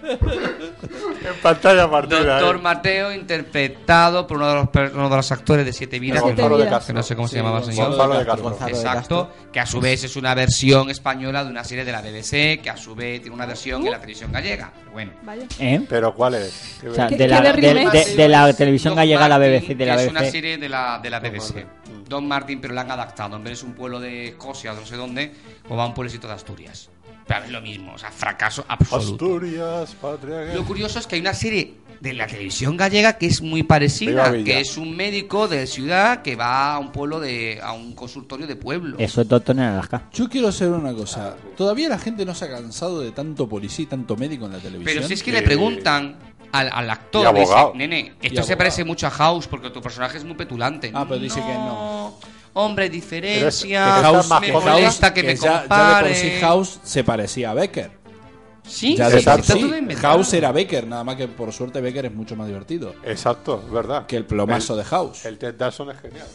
Speaker 5: No.
Speaker 2: en pantalla partida.
Speaker 5: Doctor
Speaker 2: ¿eh?
Speaker 5: Mateo, interpretado por uno de los, per- uno de los actores de Siete Vidas,
Speaker 2: Gonzalo
Speaker 5: que no-
Speaker 2: de
Speaker 5: que
Speaker 2: Castro.
Speaker 5: no sé cómo se
Speaker 2: Sí,
Speaker 5: llamaba el
Speaker 2: Gonzalo
Speaker 5: señor.
Speaker 2: de Gonzalo de Castro. Castro.
Speaker 5: Exacto, que a su vez es una versión española de una serie de la BBC, que a su vez tiene una versión en la televisión gallega. Bueno,
Speaker 9: Vaya.
Speaker 6: ¿Eh?
Speaker 2: Pero ¿cuál es?
Speaker 6: O sea,
Speaker 9: ¿Qué-
Speaker 6: de, la,
Speaker 9: qué
Speaker 6: de,
Speaker 9: remake?
Speaker 6: de- de la televisión
Speaker 5: Don
Speaker 6: gallega a la
Speaker 5: Martin,
Speaker 6: BBC. De la
Speaker 5: que Es una
Speaker 6: BBC.
Speaker 5: serie de la, de la BBC. Don Martin, pero la han adaptado. En vez de es un pueblo de Escocia, no sé dónde, o va a un pueblecito de Asturias. Pero es lo mismo, o sea, fracaso absoluto.
Speaker 2: Asturias, patria.
Speaker 5: Lo curioso es que hay una serie de la televisión gallega que es muy
Speaker 2: Viva
Speaker 5: parecida,
Speaker 2: Villa.
Speaker 5: que es un médico de ciudad que va a un pueblo de a un consultorio de pueblo.
Speaker 6: Eso es Doctor en Alaska.
Speaker 8: Yo quiero hacer una cosa. ¿Todavía la gente no se ha cansado de tanto policía y tanto médico en la televisión?
Speaker 5: Pero si es que
Speaker 2: Sí.
Speaker 5: le preguntan al, al
Speaker 2: Y
Speaker 5: actor, dice,
Speaker 2: abogado.
Speaker 5: nene,
Speaker 8: Y
Speaker 5: esto se
Speaker 8: abogado.
Speaker 5: parece mucho a House porque tu personaje es muy petulante.
Speaker 8: Ah, pero dice que no.
Speaker 5: Hombre,
Speaker 2: Pero es-
Speaker 5: diferencia.
Speaker 8: Ah,
Speaker 2: que House-
Speaker 5: me
Speaker 2: que
Speaker 5: molesta que, me
Speaker 8: ya, ya de por sí
Speaker 5: compare.
Speaker 8: House se parecía a Becker.
Speaker 5: Sí,
Speaker 8: Ya
Speaker 5: sí,
Speaker 8: de
Speaker 5: está
Speaker 8: por
Speaker 2: Exacto.
Speaker 5: todo
Speaker 8: sí,
Speaker 5: inventado.
Speaker 8: House era Becker, nada más que por suerte Becker es mucho más divertido
Speaker 2: Exacto, es verdad.
Speaker 8: que el plomazo de House.
Speaker 2: El Ted Dawson es genial.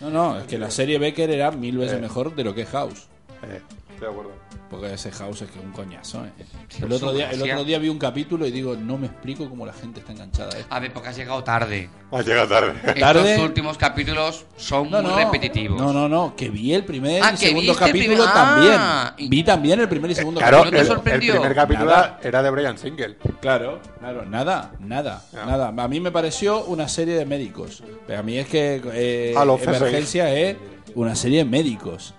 Speaker 8: No, no, es que la serie Becker era mil veces
Speaker 2: Eh.
Speaker 8: mejor de lo que es House.
Speaker 2: Eh, estoy de acuerdo.
Speaker 8: Porque ese House es que es un coñazo, eh.
Speaker 5: Sí,
Speaker 8: El otro, día, el
Speaker 5: gracia.
Speaker 8: otro día vi un capítulo y digo, no me explico cómo la gente está enganchada a esto.
Speaker 5: A ver, porque has llegado tarde.
Speaker 2: Ha llegado Ah, tarde.
Speaker 8: Tarde.
Speaker 5: Estos últimos capítulos son Ah, muy repetitivos.
Speaker 8: No, no, no, que vi el primer
Speaker 5: Ah,
Speaker 8: y
Speaker 5: que
Speaker 8: segundo
Speaker 5: viste el
Speaker 8: capítulo
Speaker 5: prim-
Speaker 8: también.
Speaker 5: Ah, y-
Speaker 8: Vi también el primer y segundo
Speaker 2: Eh, Claro,
Speaker 5: ¿No
Speaker 2: el,
Speaker 5: te
Speaker 8: capítulo.
Speaker 2: el
Speaker 5: sorprendió?
Speaker 2: primer capítulo
Speaker 8: Nada.
Speaker 2: era de Brian Single.
Speaker 8: Claro, claro, nada, nada,
Speaker 2: Ya.
Speaker 8: nada. A mí me pareció una serie de médicos. Pero a mí es que eh,
Speaker 2: A lo
Speaker 8: Emergencia es una serie de médicos.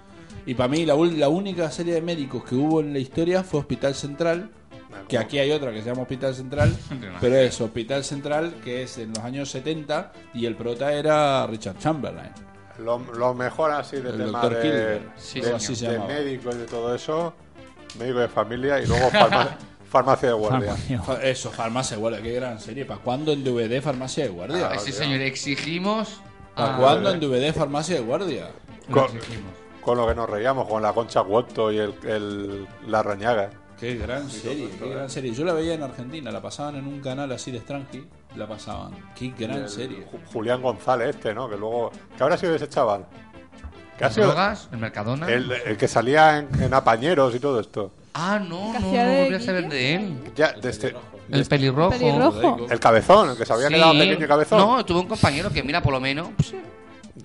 Speaker 8: Y para mí la, ul- la única serie de médicos que hubo en la historia fue Hospital Central. Que aquí hay otra que se llama Hospital Central. pero es Hospital Central que es en los años 70 y el prota era Richard Chamberlain.
Speaker 2: Lo, lo mejor así de
Speaker 8: El
Speaker 2: tema
Speaker 8: Dr.
Speaker 2: de,
Speaker 8: Kilmer.
Speaker 5: Sí,
Speaker 2: de,
Speaker 8: así se
Speaker 2: de
Speaker 8: llamaba.
Speaker 2: médico y de todo eso. Médico de familia y luego farma- farmacia de guardia.
Speaker 8: Fa- Eso, Farmacia de Guardia, qué gran serie. ¿Para cuándo en DVD Farmacia de Guardia?
Speaker 5: Ese señor, exigimos.
Speaker 8: ¿Para
Speaker 5: a-
Speaker 8: cuándo en DVD Farmacia de Guardia?
Speaker 5: Lo
Speaker 2: Con,
Speaker 5: exigimos.
Speaker 2: con lo que nos reíamos, con la concha Guotto y el, el- la rañaga.
Speaker 8: Qué gran serie, qué gran serie. Yo la veía en Argentina, la pasaban en un canal así de Strange, la pasaban. Qué gran
Speaker 2: El
Speaker 8: serie.
Speaker 2: Ju- Julián González este, ¿no? Que luego... ¿Qué habrá sido de ese chaval? ¿Qué ha
Speaker 5: ¿Las
Speaker 2: sido
Speaker 5: drogas? ¿El Mercadona?
Speaker 2: el, el que salía en, en apañeros y todo esto?
Speaker 5: Ah, no, no, no
Speaker 9: ¿Hacía de
Speaker 5: voy a saber
Speaker 9: Guille?
Speaker 5: de él.
Speaker 2: Ya, de este-
Speaker 5: El pelirrojo.
Speaker 9: Pelirrojo.
Speaker 2: el cabezón, el que se había
Speaker 5: Sí.
Speaker 2: quedado pequeño y cabezón.
Speaker 5: No, tuve un compañero que, mira, por lo menos, pues,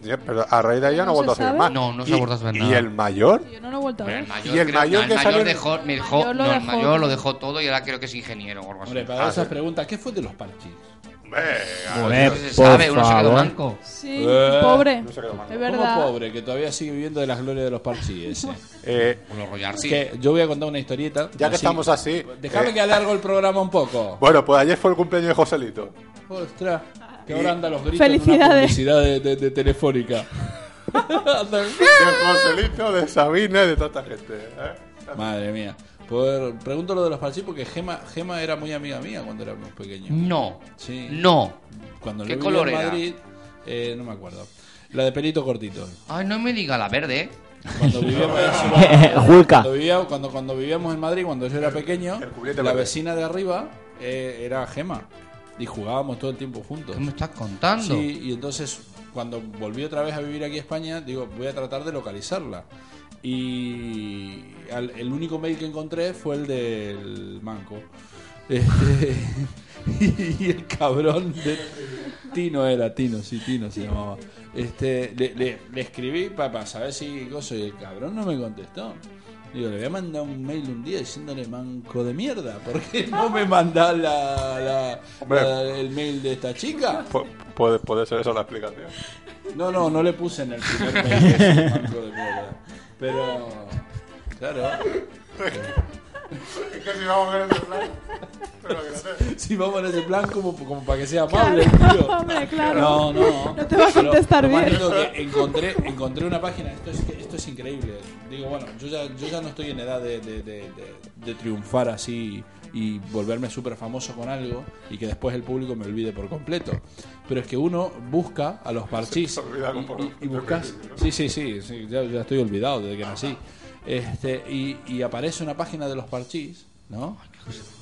Speaker 2: Ya, pero a raíz de ahí ya
Speaker 9: ¿No
Speaker 2: no, he vuelto a
Speaker 9: se
Speaker 2: hacer
Speaker 9: sabe?
Speaker 2: más.
Speaker 5: No, no se
Speaker 2: Y-
Speaker 5: ha vuelto a hacer
Speaker 2: ¿Y
Speaker 5: nada.
Speaker 2: el mayor?
Speaker 9: Yo no lo he vuelto a ver.
Speaker 2: Y el mayor
Speaker 5: creo-
Speaker 2: que
Speaker 5: no, el
Speaker 2: salió
Speaker 5: mayor
Speaker 2: en-
Speaker 5: dejó, me dejó-
Speaker 9: mayor lo
Speaker 5: no, el
Speaker 9: dejó.
Speaker 5: mayor lo dejó todo y ahora creo que es ingeniero o algo así.
Speaker 8: Hombre, para
Speaker 2: Ah,
Speaker 8: esas preguntas, ¿qué fue de los parches?
Speaker 6: Joder,
Speaker 5: no se
Speaker 6: por
Speaker 5: sabe, uno se quedó
Speaker 6: favor.
Speaker 5: blanco.
Speaker 9: Sí, pobre. Es verdad.
Speaker 8: Eh, ¿Cómo pobre? Que todavía sigue viviendo de las glorias de los parchís ese.
Speaker 2: Eh,
Speaker 8: Que yo voy a contar una historieta.
Speaker 5: Pues
Speaker 2: Ya que estamos así,
Speaker 8: Déjame
Speaker 2: eh.
Speaker 8: que alargo el programa un poco.
Speaker 2: Bueno, pues ayer fue el cumpleaños de Joselito.
Speaker 8: Ostras, que
Speaker 2: Y-
Speaker 8: ahora anda los gritos. En una
Speaker 9: Felicidades.
Speaker 8: publicidad de, de- de telefónica. Anda-
Speaker 2: De Joselito, de Sabina y de tanta gente. ¿eh?
Speaker 8: Madre mía. Pues, pregunto lo de los parchís porque Gema, Gema era muy amiga mía cuando éramos pequeños.
Speaker 5: No.
Speaker 8: Sí.
Speaker 5: No.
Speaker 8: Cuando
Speaker 5: ¿Qué
Speaker 8: yo vivía
Speaker 5: color
Speaker 8: en
Speaker 5: era?
Speaker 8: Madrid, eh, no me acuerdo. La de pelito cortito.
Speaker 5: Ay, no me diga la verde. ¿eh?
Speaker 8: Cuando vivíamos en
Speaker 6: Eh,
Speaker 8: Suba-
Speaker 6: Julka.
Speaker 8: cuando, vivía- cuando, cuando vivíamos en Madrid, cuando yo era pequeño,
Speaker 2: cubilete
Speaker 8: la
Speaker 2: verde.
Speaker 8: vecina de arriba eh, era Gema. Y jugábamos todo el tiempo juntos.
Speaker 5: ¿Qué me estás contando?
Speaker 8: Sí, y entonces cuando volví otra vez a vivir aquí a España, digo, voy a tratar de localizarla. Y al- el único mail que encontré fue el del manco. Este, y el cabrón de Tino era, Tino, sí, Tino se llamaba. Este, le, le- le escribí para saber si cosa, y el cabrón no me contestó. Digo, le voy a mandar un mail un día diciéndole manco de mierda, porque no me manda la- la-
Speaker 2: Hombre.
Speaker 8: la- el mail de esta chica.
Speaker 2: Pu- puede, puede ser eso la explicación.
Speaker 8: No, no, no le puse en el primer mail que es un banco de mierda. Pero. Claro.
Speaker 2: Es que si vamos a ver el plan. Pero
Speaker 8: Si vamos en ese plan, como, como para que sea amable, tío.
Speaker 9: Hombre, claro.
Speaker 8: No, no.
Speaker 9: No te va a
Speaker 8: Pero
Speaker 9: contestar
Speaker 8: lo más
Speaker 9: bien.
Speaker 8: lindo que encontré, encontré una página. Esto es, esto es increíble. Digo, bueno, yo ya, yo ya no estoy en edad de, de- de- de- de triunfar así y volverme súper famoso con algo y que después el público me olvide por completo. Pero es que uno busca a los parchís
Speaker 2: olvidaron por-
Speaker 8: y, y- y buscas. Sí, sí, sí. sí, ya, ya estoy olvidado desde que nací. Este, y, y aparece una página de los parchís, ¿no?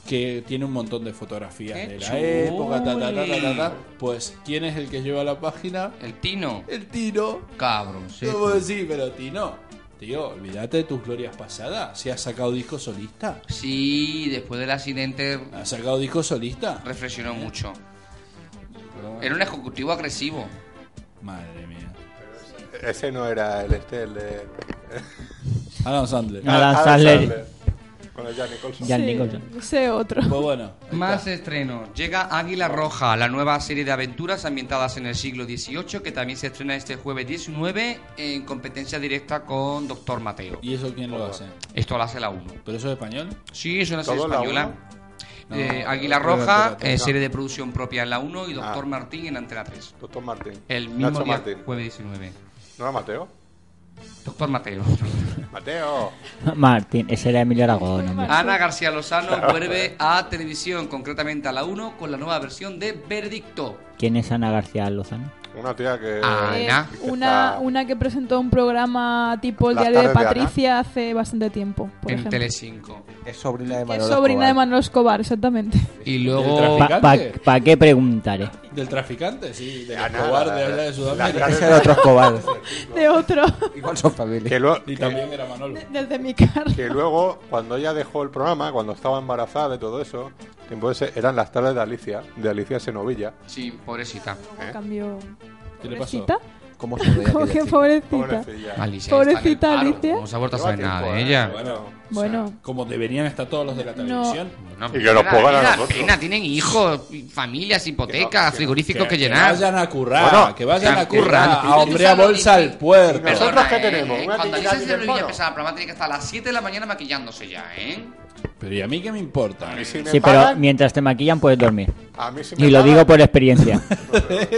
Speaker 8: que tiene un montón de fotografías
Speaker 5: ¡Qué
Speaker 8: de la época, ta, ta, ta, ta, ta, ta.
Speaker 5: chuli!
Speaker 8: Pues, ¿quién es el que lleva la página?
Speaker 5: El Tino.
Speaker 8: El Tino.
Speaker 5: Cabrón, sí.
Speaker 8: ¿Cómo decir? Pero Tino, tío, olvídate de tus glorias pasadas. Si has sacado disco solista.
Speaker 5: Sí, después del accidente
Speaker 8: ¿Has sacado disco solista?
Speaker 5: reflexionó mucho. Era un ejecutivo agresivo.
Speaker 8: Madre mía.
Speaker 2: Ese no era el este, el de.
Speaker 8: Adam Sandler.
Speaker 6: Ah. Adam Sandler.
Speaker 2: Con el Jack Nicholson.
Speaker 6: Jan
Speaker 9: Sí,
Speaker 6: Nicholson.
Speaker 9: Ese otro.
Speaker 8: Pues bueno.
Speaker 5: Más estrenos. Llega Águila Roja, la nueva serie de aventuras ambientadas en el siglo XVIII, que también se estrena este jueves 19 en competencia directa con Doctor Mateo.
Speaker 8: ¿Y eso quién lo hace?
Speaker 5: Esto lo hace la 1.
Speaker 8: ¿Pero eso es español?
Speaker 5: Sí, es una serie
Speaker 2: ¿Todo la
Speaker 5: española.
Speaker 8: uno?
Speaker 5: Eh,
Speaker 8: No,
Speaker 5: Águila
Speaker 8: espérate,
Speaker 5: Roja,
Speaker 8: espérate,
Speaker 5: eh,
Speaker 8: no.
Speaker 5: serie de producción propia en la 1 y Doctor
Speaker 2: Ah.
Speaker 5: Martín en Antena 3.
Speaker 2: Doctor Martín.
Speaker 5: El mismo
Speaker 2: Nacho
Speaker 5: día,
Speaker 2: Martín.
Speaker 5: jueves 19.
Speaker 2: ¿No era Mateo?
Speaker 5: Doctor Mateo.
Speaker 2: Mateo.
Speaker 6: Martín, ese era Emilio
Speaker 9: Este
Speaker 6: Aragón, hombre.
Speaker 5: Ana García Lozano vuelve a televisión, concretamente a la 1, con la nueva versión de Verdicto.
Speaker 6: ¿Quién es Ana García Lozano?
Speaker 2: Una tía que.
Speaker 5: Ah,
Speaker 9: Eh,
Speaker 5: Ana.
Speaker 9: una,
Speaker 2: Está-
Speaker 9: una que presentó un programa tipo El
Speaker 2: Las
Speaker 9: Diario de
Speaker 2: tardes de Ana.
Speaker 9: Patricia hace bastante tiempo, por
Speaker 5: en
Speaker 9: ejemplo.
Speaker 5: Telecinco.
Speaker 10: Es sobrina de
Speaker 9: Que
Speaker 10: Manolo
Speaker 9: es sobrina de
Speaker 10: Escobar.
Speaker 9: Manolo Escobar, exactamente.
Speaker 5: Y
Speaker 8: ¿El
Speaker 5: luego
Speaker 8: tráfico?
Speaker 6: ¿Para qué eh? preguntaré?
Speaker 8: ¿Del traficante? Sí, del
Speaker 2: Ya, Ah, nada,
Speaker 8: Escobar de
Speaker 2: la-
Speaker 8: allá de
Speaker 2: la-
Speaker 8: Sudamérica.
Speaker 2: la-
Speaker 10: Ese era otro Escobar.
Speaker 9: De otro,
Speaker 10: Igual son familia.
Speaker 2: Que, lo-
Speaker 8: Y
Speaker 2: que-
Speaker 8: también era Manolo.
Speaker 9: del de mi carro.
Speaker 2: que luego, cuando ella dejó el programa, cuando estaba embarazada y todo eso, entonces eran las tardes de Alicia, de Alicia Senovilla.
Speaker 5: Sí, pobrecita.
Speaker 9: Luego cambió.
Speaker 8: ¿Qué le pasó?
Speaker 9: ¿Pobrecita?
Speaker 10: ¿Cómo se veía
Speaker 9: ¿Cómo
Speaker 10: aquella
Speaker 9: que
Speaker 10: chica?
Speaker 9: pobrecita?
Speaker 2: Pobrecilla.
Speaker 5: Alicia
Speaker 9: Pobrecita
Speaker 5: está en el paro,
Speaker 9: Alicia.
Speaker 5: No se ha vuelto a
Speaker 2: Lleva
Speaker 5: saber nada
Speaker 2: tiempo,
Speaker 5: de
Speaker 2: ¿eh?
Speaker 5: ella.
Speaker 8: Bueno,
Speaker 9: Bueno,
Speaker 8: como deberían estar todos los de la
Speaker 9: No.
Speaker 8: televisión.
Speaker 5: No,
Speaker 2: Y que nos
Speaker 5: da
Speaker 2: pongan a
Speaker 5: pena,
Speaker 2: nosotros.
Speaker 5: pena, tienen hijos, familias,
Speaker 2: Que no,
Speaker 5: hipotecas,
Speaker 2: que
Speaker 5: frigoríficos que,
Speaker 8: Que
Speaker 5: llenar.
Speaker 8: vayan a currar,
Speaker 2: Bueno,
Speaker 8: que vayan a
Speaker 5: que
Speaker 8: currar,
Speaker 5: curran.
Speaker 8: a hombrear bolsa al puerto.
Speaker 2: Perdón. ¿Nosotros qué tenemos? Una
Speaker 5: eh, Cuando
Speaker 2: tiquita
Speaker 5: dices
Speaker 2: de
Speaker 5: de
Speaker 2: teléfono.
Speaker 5: empezar la programa tiene que estar a las 7 de la mañana maquillándose ya, ¿eh?
Speaker 8: Pero ¿y a mí qué me importa?
Speaker 2: Y si me
Speaker 6: Sí, pero
Speaker 2: pagan,
Speaker 6: mientras te maquillan puedes dormir.
Speaker 2: a mí si me
Speaker 6: Y lo
Speaker 2: pagan-
Speaker 6: digo por experiencia.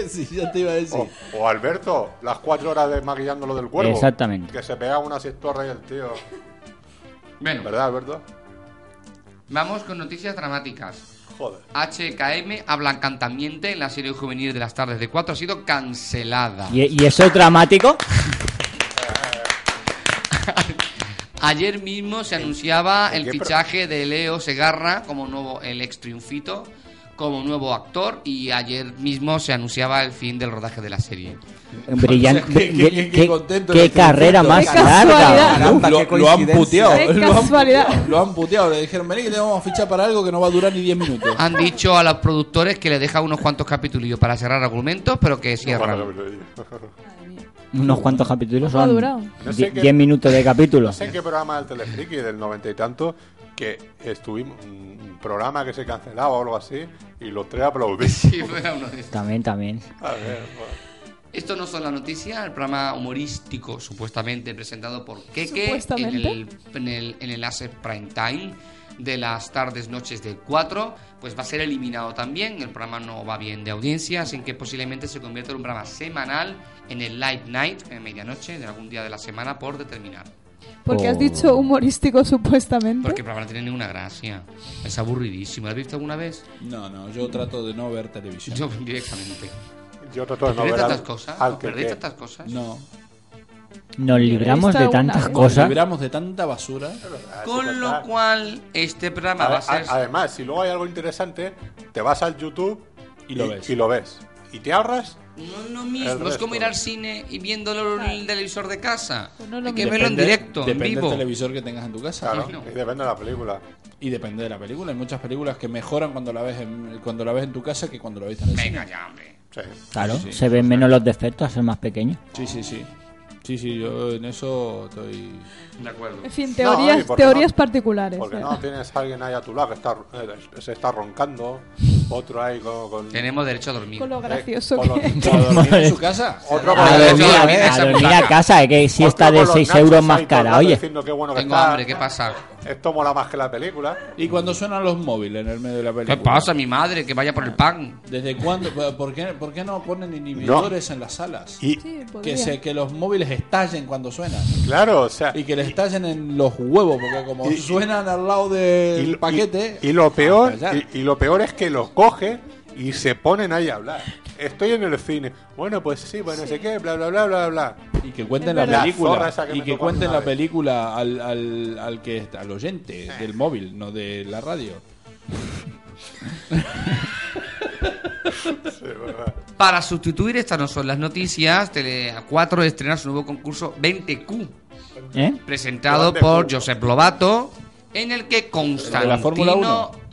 Speaker 8: sí, ya te iba a decir.
Speaker 2: O, o Alberto, las cuatro horas de maquillándolo del cuervo.
Speaker 6: Exactamente.
Speaker 2: Que se pega una siestorra y el tío.
Speaker 5: Bueno,
Speaker 2: ¿Verdad, Alberto?
Speaker 5: vamos con noticias dramáticas.
Speaker 2: Joder.
Speaker 5: HKM Ablancantamiento en la serie juvenil de las tardes de 4 ha sido cancelada.
Speaker 6: ¿Y, y eso es dramático?
Speaker 5: Ayer mismo se anunciaba
Speaker 2: ¿En
Speaker 5: el
Speaker 2: qué pro-
Speaker 5: fichaje de Leo Segarra como nuevo, el ex triunfito, como nuevo actor y ayer mismo se anunciaba el fin del rodaje de la serie.
Speaker 6: Brillante.
Speaker 8: qué- qué- qué- qué contento este
Speaker 6: qué
Speaker 8: eres, qué
Speaker 6: carrera
Speaker 8: contento.
Speaker 6: más
Speaker 9: Qué
Speaker 6: larga.
Speaker 9: casualidad.
Speaker 10: Caramba,
Speaker 8: lo,
Speaker 10: qué
Speaker 8: lo han
Speaker 10: coincidencia.
Speaker 8: puteado.
Speaker 9: Qué
Speaker 8: lo han
Speaker 9: casualidad.
Speaker 8: puteado, Lo han puteado. Le dijeron, vení que te vamos a fichar para algo que no va a durar ni 10 minutos.
Speaker 5: Han dicho a los productores que le deja unos cuantos capítulos para cerrar argumentos, pero que
Speaker 2: No,
Speaker 5: cierran.
Speaker 2: bueno, pero-
Speaker 9: Madre mía.
Speaker 6: unos cuantos capítulos.
Speaker 9: ¿Cuánto ha
Speaker 6: Son
Speaker 9: durado?
Speaker 2: No sé
Speaker 6: die-
Speaker 2: qué-
Speaker 6: 10 minutos de capítulo.
Speaker 2: No sé en qué programa del Telefriki del noventa y tanto que estuvimos un programa que se cancelaba o algo así y los tres aplaudimos.
Speaker 6: También, también.
Speaker 2: A ver, bueno.
Speaker 5: Esto no son las noticias, el programa humorístico supuestamente presentado por Keke en
Speaker 9: Supuestamente.
Speaker 5: el, en el, en el Asset Prime Time de las tardes, noches de 4, pues va a ser eliminado también. El programa no va bien de audiencia, así que posiblemente se convierta en un programa semanal en el Light Night, en medianoche, de algún día de la semana, por determinar.
Speaker 9: Porque
Speaker 6: Oh.
Speaker 9: has dicho humorístico supuestamente.
Speaker 5: Porque el programa no tiene ninguna gracia. Es aburridísimo. ¿Lo has visto alguna vez?
Speaker 8: No, no, yo trato de no ver televisión.
Speaker 5: Yo directamente.
Speaker 2: Yo
Speaker 5: trato de ¿Os no perdéis ver al- tantas cosas? al ¿Os que- perdéis que- tantas cosas?
Speaker 8: No.
Speaker 6: Nos libramos de tantas
Speaker 8: Nos
Speaker 6: cosas.
Speaker 8: libramos de tanta basura.
Speaker 5: Con lo cual, este programa
Speaker 2: Ade-
Speaker 5: va a ser...
Speaker 2: a- Además, si luego hay algo interesante, te vas al YouTube y,
Speaker 8: lo ves.
Speaker 2: y lo ves. Y te ahorras.
Speaker 5: No es lo
Speaker 2: El
Speaker 5: mismo, es
Speaker 2: resto.
Speaker 5: como ir al cine y viéndolo en el televisor de casa.
Speaker 9: no es lo
Speaker 5: Hay que
Speaker 9: mismo.
Speaker 5: verlo en
Speaker 8: Depende-
Speaker 5: directo, en
Speaker 8: Depende
Speaker 5: vivo.
Speaker 8: del televisor que tengas en tu casa.
Speaker 5: Claro, Sí, no.
Speaker 2: y depende de la película.
Speaker 8: Y depende de la película. Hay muchas películas que mejoran cuando la ves en, cuando la ves en tu casa que cuando la ves en el
Speaker 5: Venga
Speaker 8: cine.
Speaker 5: ya, hombre.
Speaker 6: Claro,
Speaker 8: Sí, sí.
Speaker 6: se ven menos los defectos al ser más pequeños.
Speaker 8: Sí, sí, sí. Sí, sí, yo en eso estoy...
Speaker 5: De acuerdo.
Speaker 9: En fin,
Speaker 2: No,
Speaker 9: teorías,
Speaker 2: y porque
Speaker 9: teorías
Speaker 2: no-
Speaker 9: particulares.
Speaker 2: Porque
Speaker 9: eh.
Speaker 2: no tienes a alguien ahí a tu lado que está, eh, se está roncando. Otro ahí con. con-
Speaker 5: Tenemos derecho a dormir.
Speaker 9: Con lo
Speaker 2: eh,
Speaker 9: gracioso
Speaker 2: con los-
Speaker 9: que-
Speaker 2: con los-
Speaker 8: en su casa?
Speaker 2: Otro con
Speaker 6: A
Speaker 2: los-
Speaker 6: dormir a,
Speaker 5: dormir en esa
Speaker 6: a dormir
Speaker 5: butaca.
Speaker 6: a casa, eh, que si
Speaker 2: otro
Speaker 6: está
Speaker 2: con
Speaker 6: de
Speaker 2: Pues los
Speaker 6: 6
Speaker 2: nachos
Speaker 6: euros
Speaker 2: ahí
Speaker 6: más
Speaker 2: todo el
Speaker 6: cara,
Speaker 2: rato
Speaker 6: oye.
Speaker 2: diciendo qué bueno que
Speaker 5: Tengo
Speaker 2: está,
Speaker 5: hambre, ¿qué pasa?
Speaker 2: Esto mola más que la película.
Speaker 8: ¿Y cuando suenan los móviles en el medio de la película?
Speaker 5: ¿Qué pasa, mi madre? Que vaya por el pan.
Speaker 8: ¿Desde cuándo? ¿Por qué, por qué no ponen inhibidores en las salas?
Speaker 2: Y
Speaker 9: Sí, podría.
Speaker 8: Que, se, que los móviles estallen cuando suenan.
Speaker 2: claro, o sea.
Speaker 8: Y que les estallen en los huevos, porque como
Speaker 2: Y-
Speaker 8: suenan al lado del
Speaker 2: y-
Speaker 8: paquete...
Speaker 2: y lo peor,
Speaker 8: Ah, ya.
Speaker 2: y, y lo peor es que los coge y se ponen ahí a hablar. Estoy en el cine. Bueno, pues sí, bueno, no sé qué, bla, bla, bla, bla, bla.
Speaker 8: Y que cuenten
Speaker 2: Es
Speaker 8: la
Speaker 2: verdad. La
Speaker 8: película.
Speaker 2: zorra esa que
Speaker 8: y
Speaker 2: me
Speaker 8: que
Speaker 2: tocó
Speaker 8: cuenten
Speaker 2: alguna
Speaker 8: la
Speaker 2: vez.
Speaker 8: película al, al, al que está- al oyente del móvil, no de la radio.
Speaker 5: Para sustituir estas no son las noticias, Tele 4 estrena su nuevo concurso 20Q,
Speaker 6: ¿Eh?
Speaker 5: presentado
Speaker 2: Grande
Speaker 5: por
Speaker 2: Q.
Speaker 5: Josep Lobato, en el que
Speaker 8: ¿El de la Fórmula
Speaker 5: Constantino...
Speaker 8: uno?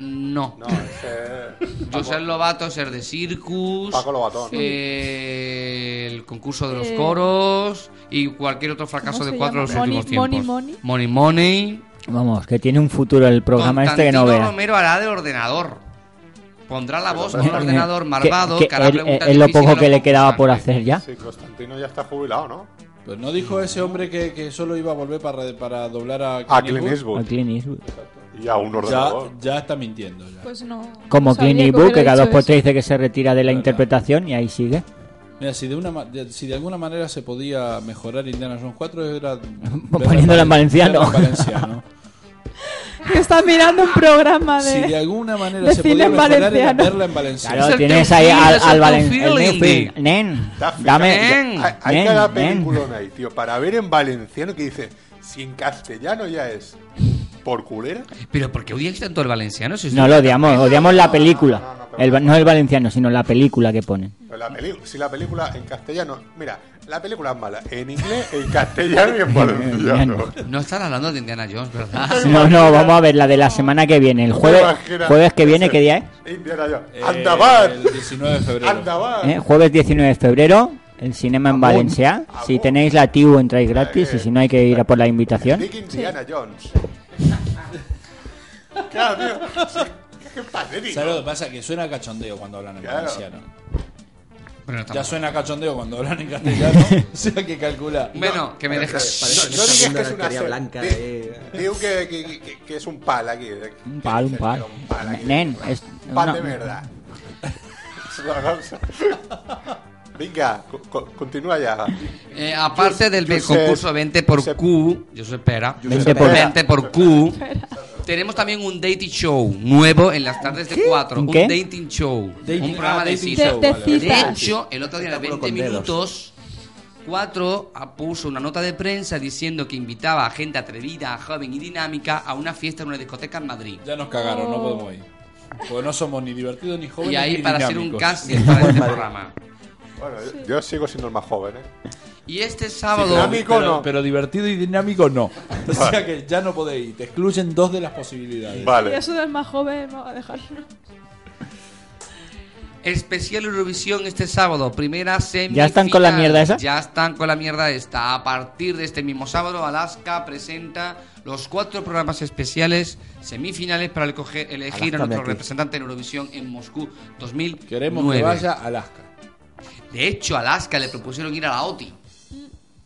Speaker 5: No.
Speaker 2: No, ese-
Speaker 5: Josep Lobato es el de Circus.
Speaker 2: Paco Lobatón.
Speaker 5: eh, el concurso de los
Speaker 9: Eh,
Speaker 5: coros y cualquier otro fracaso
Speaker 9: ¿cómo
Speaker 5: de
Speaker 9: se
Speaker 5: cuatro de los
Speaker 9: llama?
Speaker 5: últimos
Speaker 9: Money,
Speaker 5: tiempos.
Speaker 9: Money,
Speaker 5: Money, money.
Speaker 6: Vamos, que tiene un futuro el programa este que no
Speaker 5: Constantino
Speaker 6: vea.
Speaker 5: Romero hará de ordenador. Pondrá la voz
Speaker 2: Pero,
Speaker 5: con un ordenador malvado
Speaker 6: que,
Speaker 5: que,
Speaker 6: que
Speaker 5: hará
Speaker 6: él-
Speaker 5: preguntas
Speaker 6: él lo
Speaker 5: difíciles
Speaker 6: poco
Speaker 5: a
Speaker 6: que
Speaker 5: los
Speaker 6: le quedaba por
Speaker 5: concursantes.
Speaker 6: hacer ya.
Speaker 2: Sí, Constantino ya está jubilado, ¿no?
Speaker 8: Pero no dijo ese hombre que, que solo iba a volver para, re- para doblar a
Speaker 2: A
Speaker 8: Clint
Speaker 2: Clint
Speaker 8: Eastwood.
Speaker 2: Eastwood.
Speaker 6: A Clint Eastwood.
Speaker 2: Y a un
Speaker 8: Ya,
Speaker 2: ordenador.
Speaker 8: ya está mintiendo. Ya.
Speaker 9: Pues no.
Speaker 6: Como
Speaker 9: no sabía
Speaker 6: Clint Eastwood, que
Speaker 9: hubiera
Speaker 6: cada dos
Speaker 9: dicho
Speaker 6: por
Speaker 9: eso.
Speaker 6: tres dice que se retira de la interpretación y ahí sigue.
Speaker 8: Mira, si de, una, ma- de- si de alguna manera se podía mejorar Indiana Jones 4 era...
Speaker 6: Poniéndola en valenciano.
Speaker 8: verla en valenciano.
Speaker 9: Que está mirando un programa
Speaker 8: si
Speaker 9: de.
Speaker 8: de alguna manera
Speaker 9: De
Speaker 8: se
Speaker 9: cine
Speaker 8: podía
Speaker 9: en
Speaker 8: mejorar era
Speaker 9: valenciano.
Speaker 8: verla en valenciano.
Speaker 6: Claro,
Speaker 5: el
Speaker 6: tienes
Speaker 5: teu
Speaker 6: ahí
Speaker 5: feeling,
Speaker 6: al,
Speaker 5: es
Speaker 6: al
Speaker 5: el
Speaker 6: Valen-
Speaker 5: teu
Speaker 6: el new
Speaker 5: feeling.
Speaker 6: feeling. Nen,
Speaker 2: Está fija-
Speaker 6: dame.
Speaker 5: Nen.
Speaker 2: Hay, hay
Speaker 6: Nen,
Speaker 2: cada
Speaker 6: nen.
Speaker 2: película ahí, tío. Para ver en valenciano que dice, si en castellano ya es por culera.
Speaker 5: Pero ¿por qué odiáis tanto el valenciano? Si es
Speaker 6: No
Speaker 5: un-
Speaker 6: lo odiamos, odiamos la película.
Speaker 2: no, no, pero-
Speaker 6: El va- no el valenciano, sino la película que ponen.
Speaker 2: Pero Pues la peli- si la película en castellano. Mira, la película es mala. En inglés, en castellano y en valenciano.
Speaker 5: No están hablando de Indiana Jones, ¿verdad?
Speaker 6: No, no, vamos a ver la de la semana que viene. El jueves,
Speaker 2: Imagina-
Speaker 6: jueves que viene, ¿qué día es?
Speaker 2: Indiana Jones.
Speaker 8: Eh,
Speaker 2: ¡Anda, va!
Speaker 8: El 19 de febrero.
Speaker 2: ¡Anda, va!
Speaker 6: ¿Eh? Jueves 19 de febrero, el cinema en Valencia. Si tenéis la TIU entráis gratis y si no hay que ir a por la invitación.
Speaker 2: Dick Indiana Jones. claro, tío. Sí, Qué patético.
Speaker 8: ¿Sabes lo que pasa? Que suena cachondeo cuando hablan en
Speaker 2: Claro.
Speaker 8: valenciano.
Speaker 5: Bueno, está
Speaker 8: Ya
Speaker 5: mal.
Speaker 8: suena cachondeo cuando hablan en castellano. o sea que calcula.
Speaker 5: Bueno, que
Speaker 6: Eh,
Speaker 5: me dejas.
Speaker 4: Parece que
Speaker 2: no
Speaker 4: está
Speaker 2: digas
Speaker 4: viendo
Speaker 2: que es
Speaker 4: la
Speaker 2: una
Speaker 4: alquería
Speaker 2: se-
Speaker 4: blanca.
Speaker 2: di-
Speaker 4: eh.
Speaker 2: Digo que, que- que- que es un pal aquí. eh.
Speaker 6: Un pal, un pal.
Speaker 2: Un pal, aquí.
Speaker 6: Nen, es-
Speaker 2: Pal de
Speaker 6: no.
Speaker 2: verdad. Es una cosa. Venga, co- co- continúa ya.
Speaker 5: Eh, aparte del
Speaker 2: Josep-
Speaker 5: concurso 20 por
Speaker 2: Josep-
Speaker 5: Q, yo soy pera.
Speaker 6: 20 por-
Speaker 5: 20 por Q. Tenemos también un dating show nuevo en las tardes de 4.
Speaker 6: ¿Un qué?
Speaker 5: Un dating show.
Speaker 8: Dating-
Speaker 5: un programa
Speaker 8: ah,
Speaker 5: de
Speaker 8: dating
Speaker 5: citas.
Speaker 8: show,
Speaker 9: De- de
Speaker 8: vale, vale.
Speaker 5: De
Speaker 9: citas.
Speaker 5: hecho, el otro día de
Speaker 4: Espectáculo
Speaker 5: 20
Speaker 4: con
Speaker 5: minutos, 4 puso una nota de prensa diciendo que invitaba a gente atrevida, joven y dinámica a una fiesta en una discoteca en Madrid.
Speaker 8: Ya nos cagaron, no podemos ir. Porque no somos ni divertidos ni jóvenes.
Speaker 5: Y ahí
Speaker 8: ni
Speaker 5: para hacer un
Speaker 8: dinámicos.
Speaker 5: casting para este programa.
Speaker 2: Bueno, yo- yo sigo siendo el más joven, ¿eh?
Speaker 5: Y este
Speaker 8: Pero-
Speaker 5: sábado
Speaker 2: dinámico
Speaker 8: pero,
Speaker 2: no.
Speaker 8: pero divertido y dinámico no. O sea que ya no podéis ir. Te excluyen dos de las posibilidades.
Speaker 9: Y
Speaker 2: Vale.
Speaker 9: eso del más joven, vamos a dejarlo.
Speaker 5: Especial Eurovisión este sábado, primera semifinal.
Speaker 6: ¿Ya están con la mierda esa?
Speaker 5: Ya están con la mierda esta. A partir de este mismo sábado, Alaska presenta los cuatro programas especiales semifinales para elcoge- elegir
Speaker 8: Alaska,
Speaker 5: a nuestro
Speaker 8: aquí.
Speaker 5: representante en Eurovisión en Moscú 2000.
Speaker 8: Queremos que
Speaker 5: Nueve.
Speaker 8: vaya a Alaska.
Speaker 5: De hecho, a Alaska le propusieron ir a la OTI.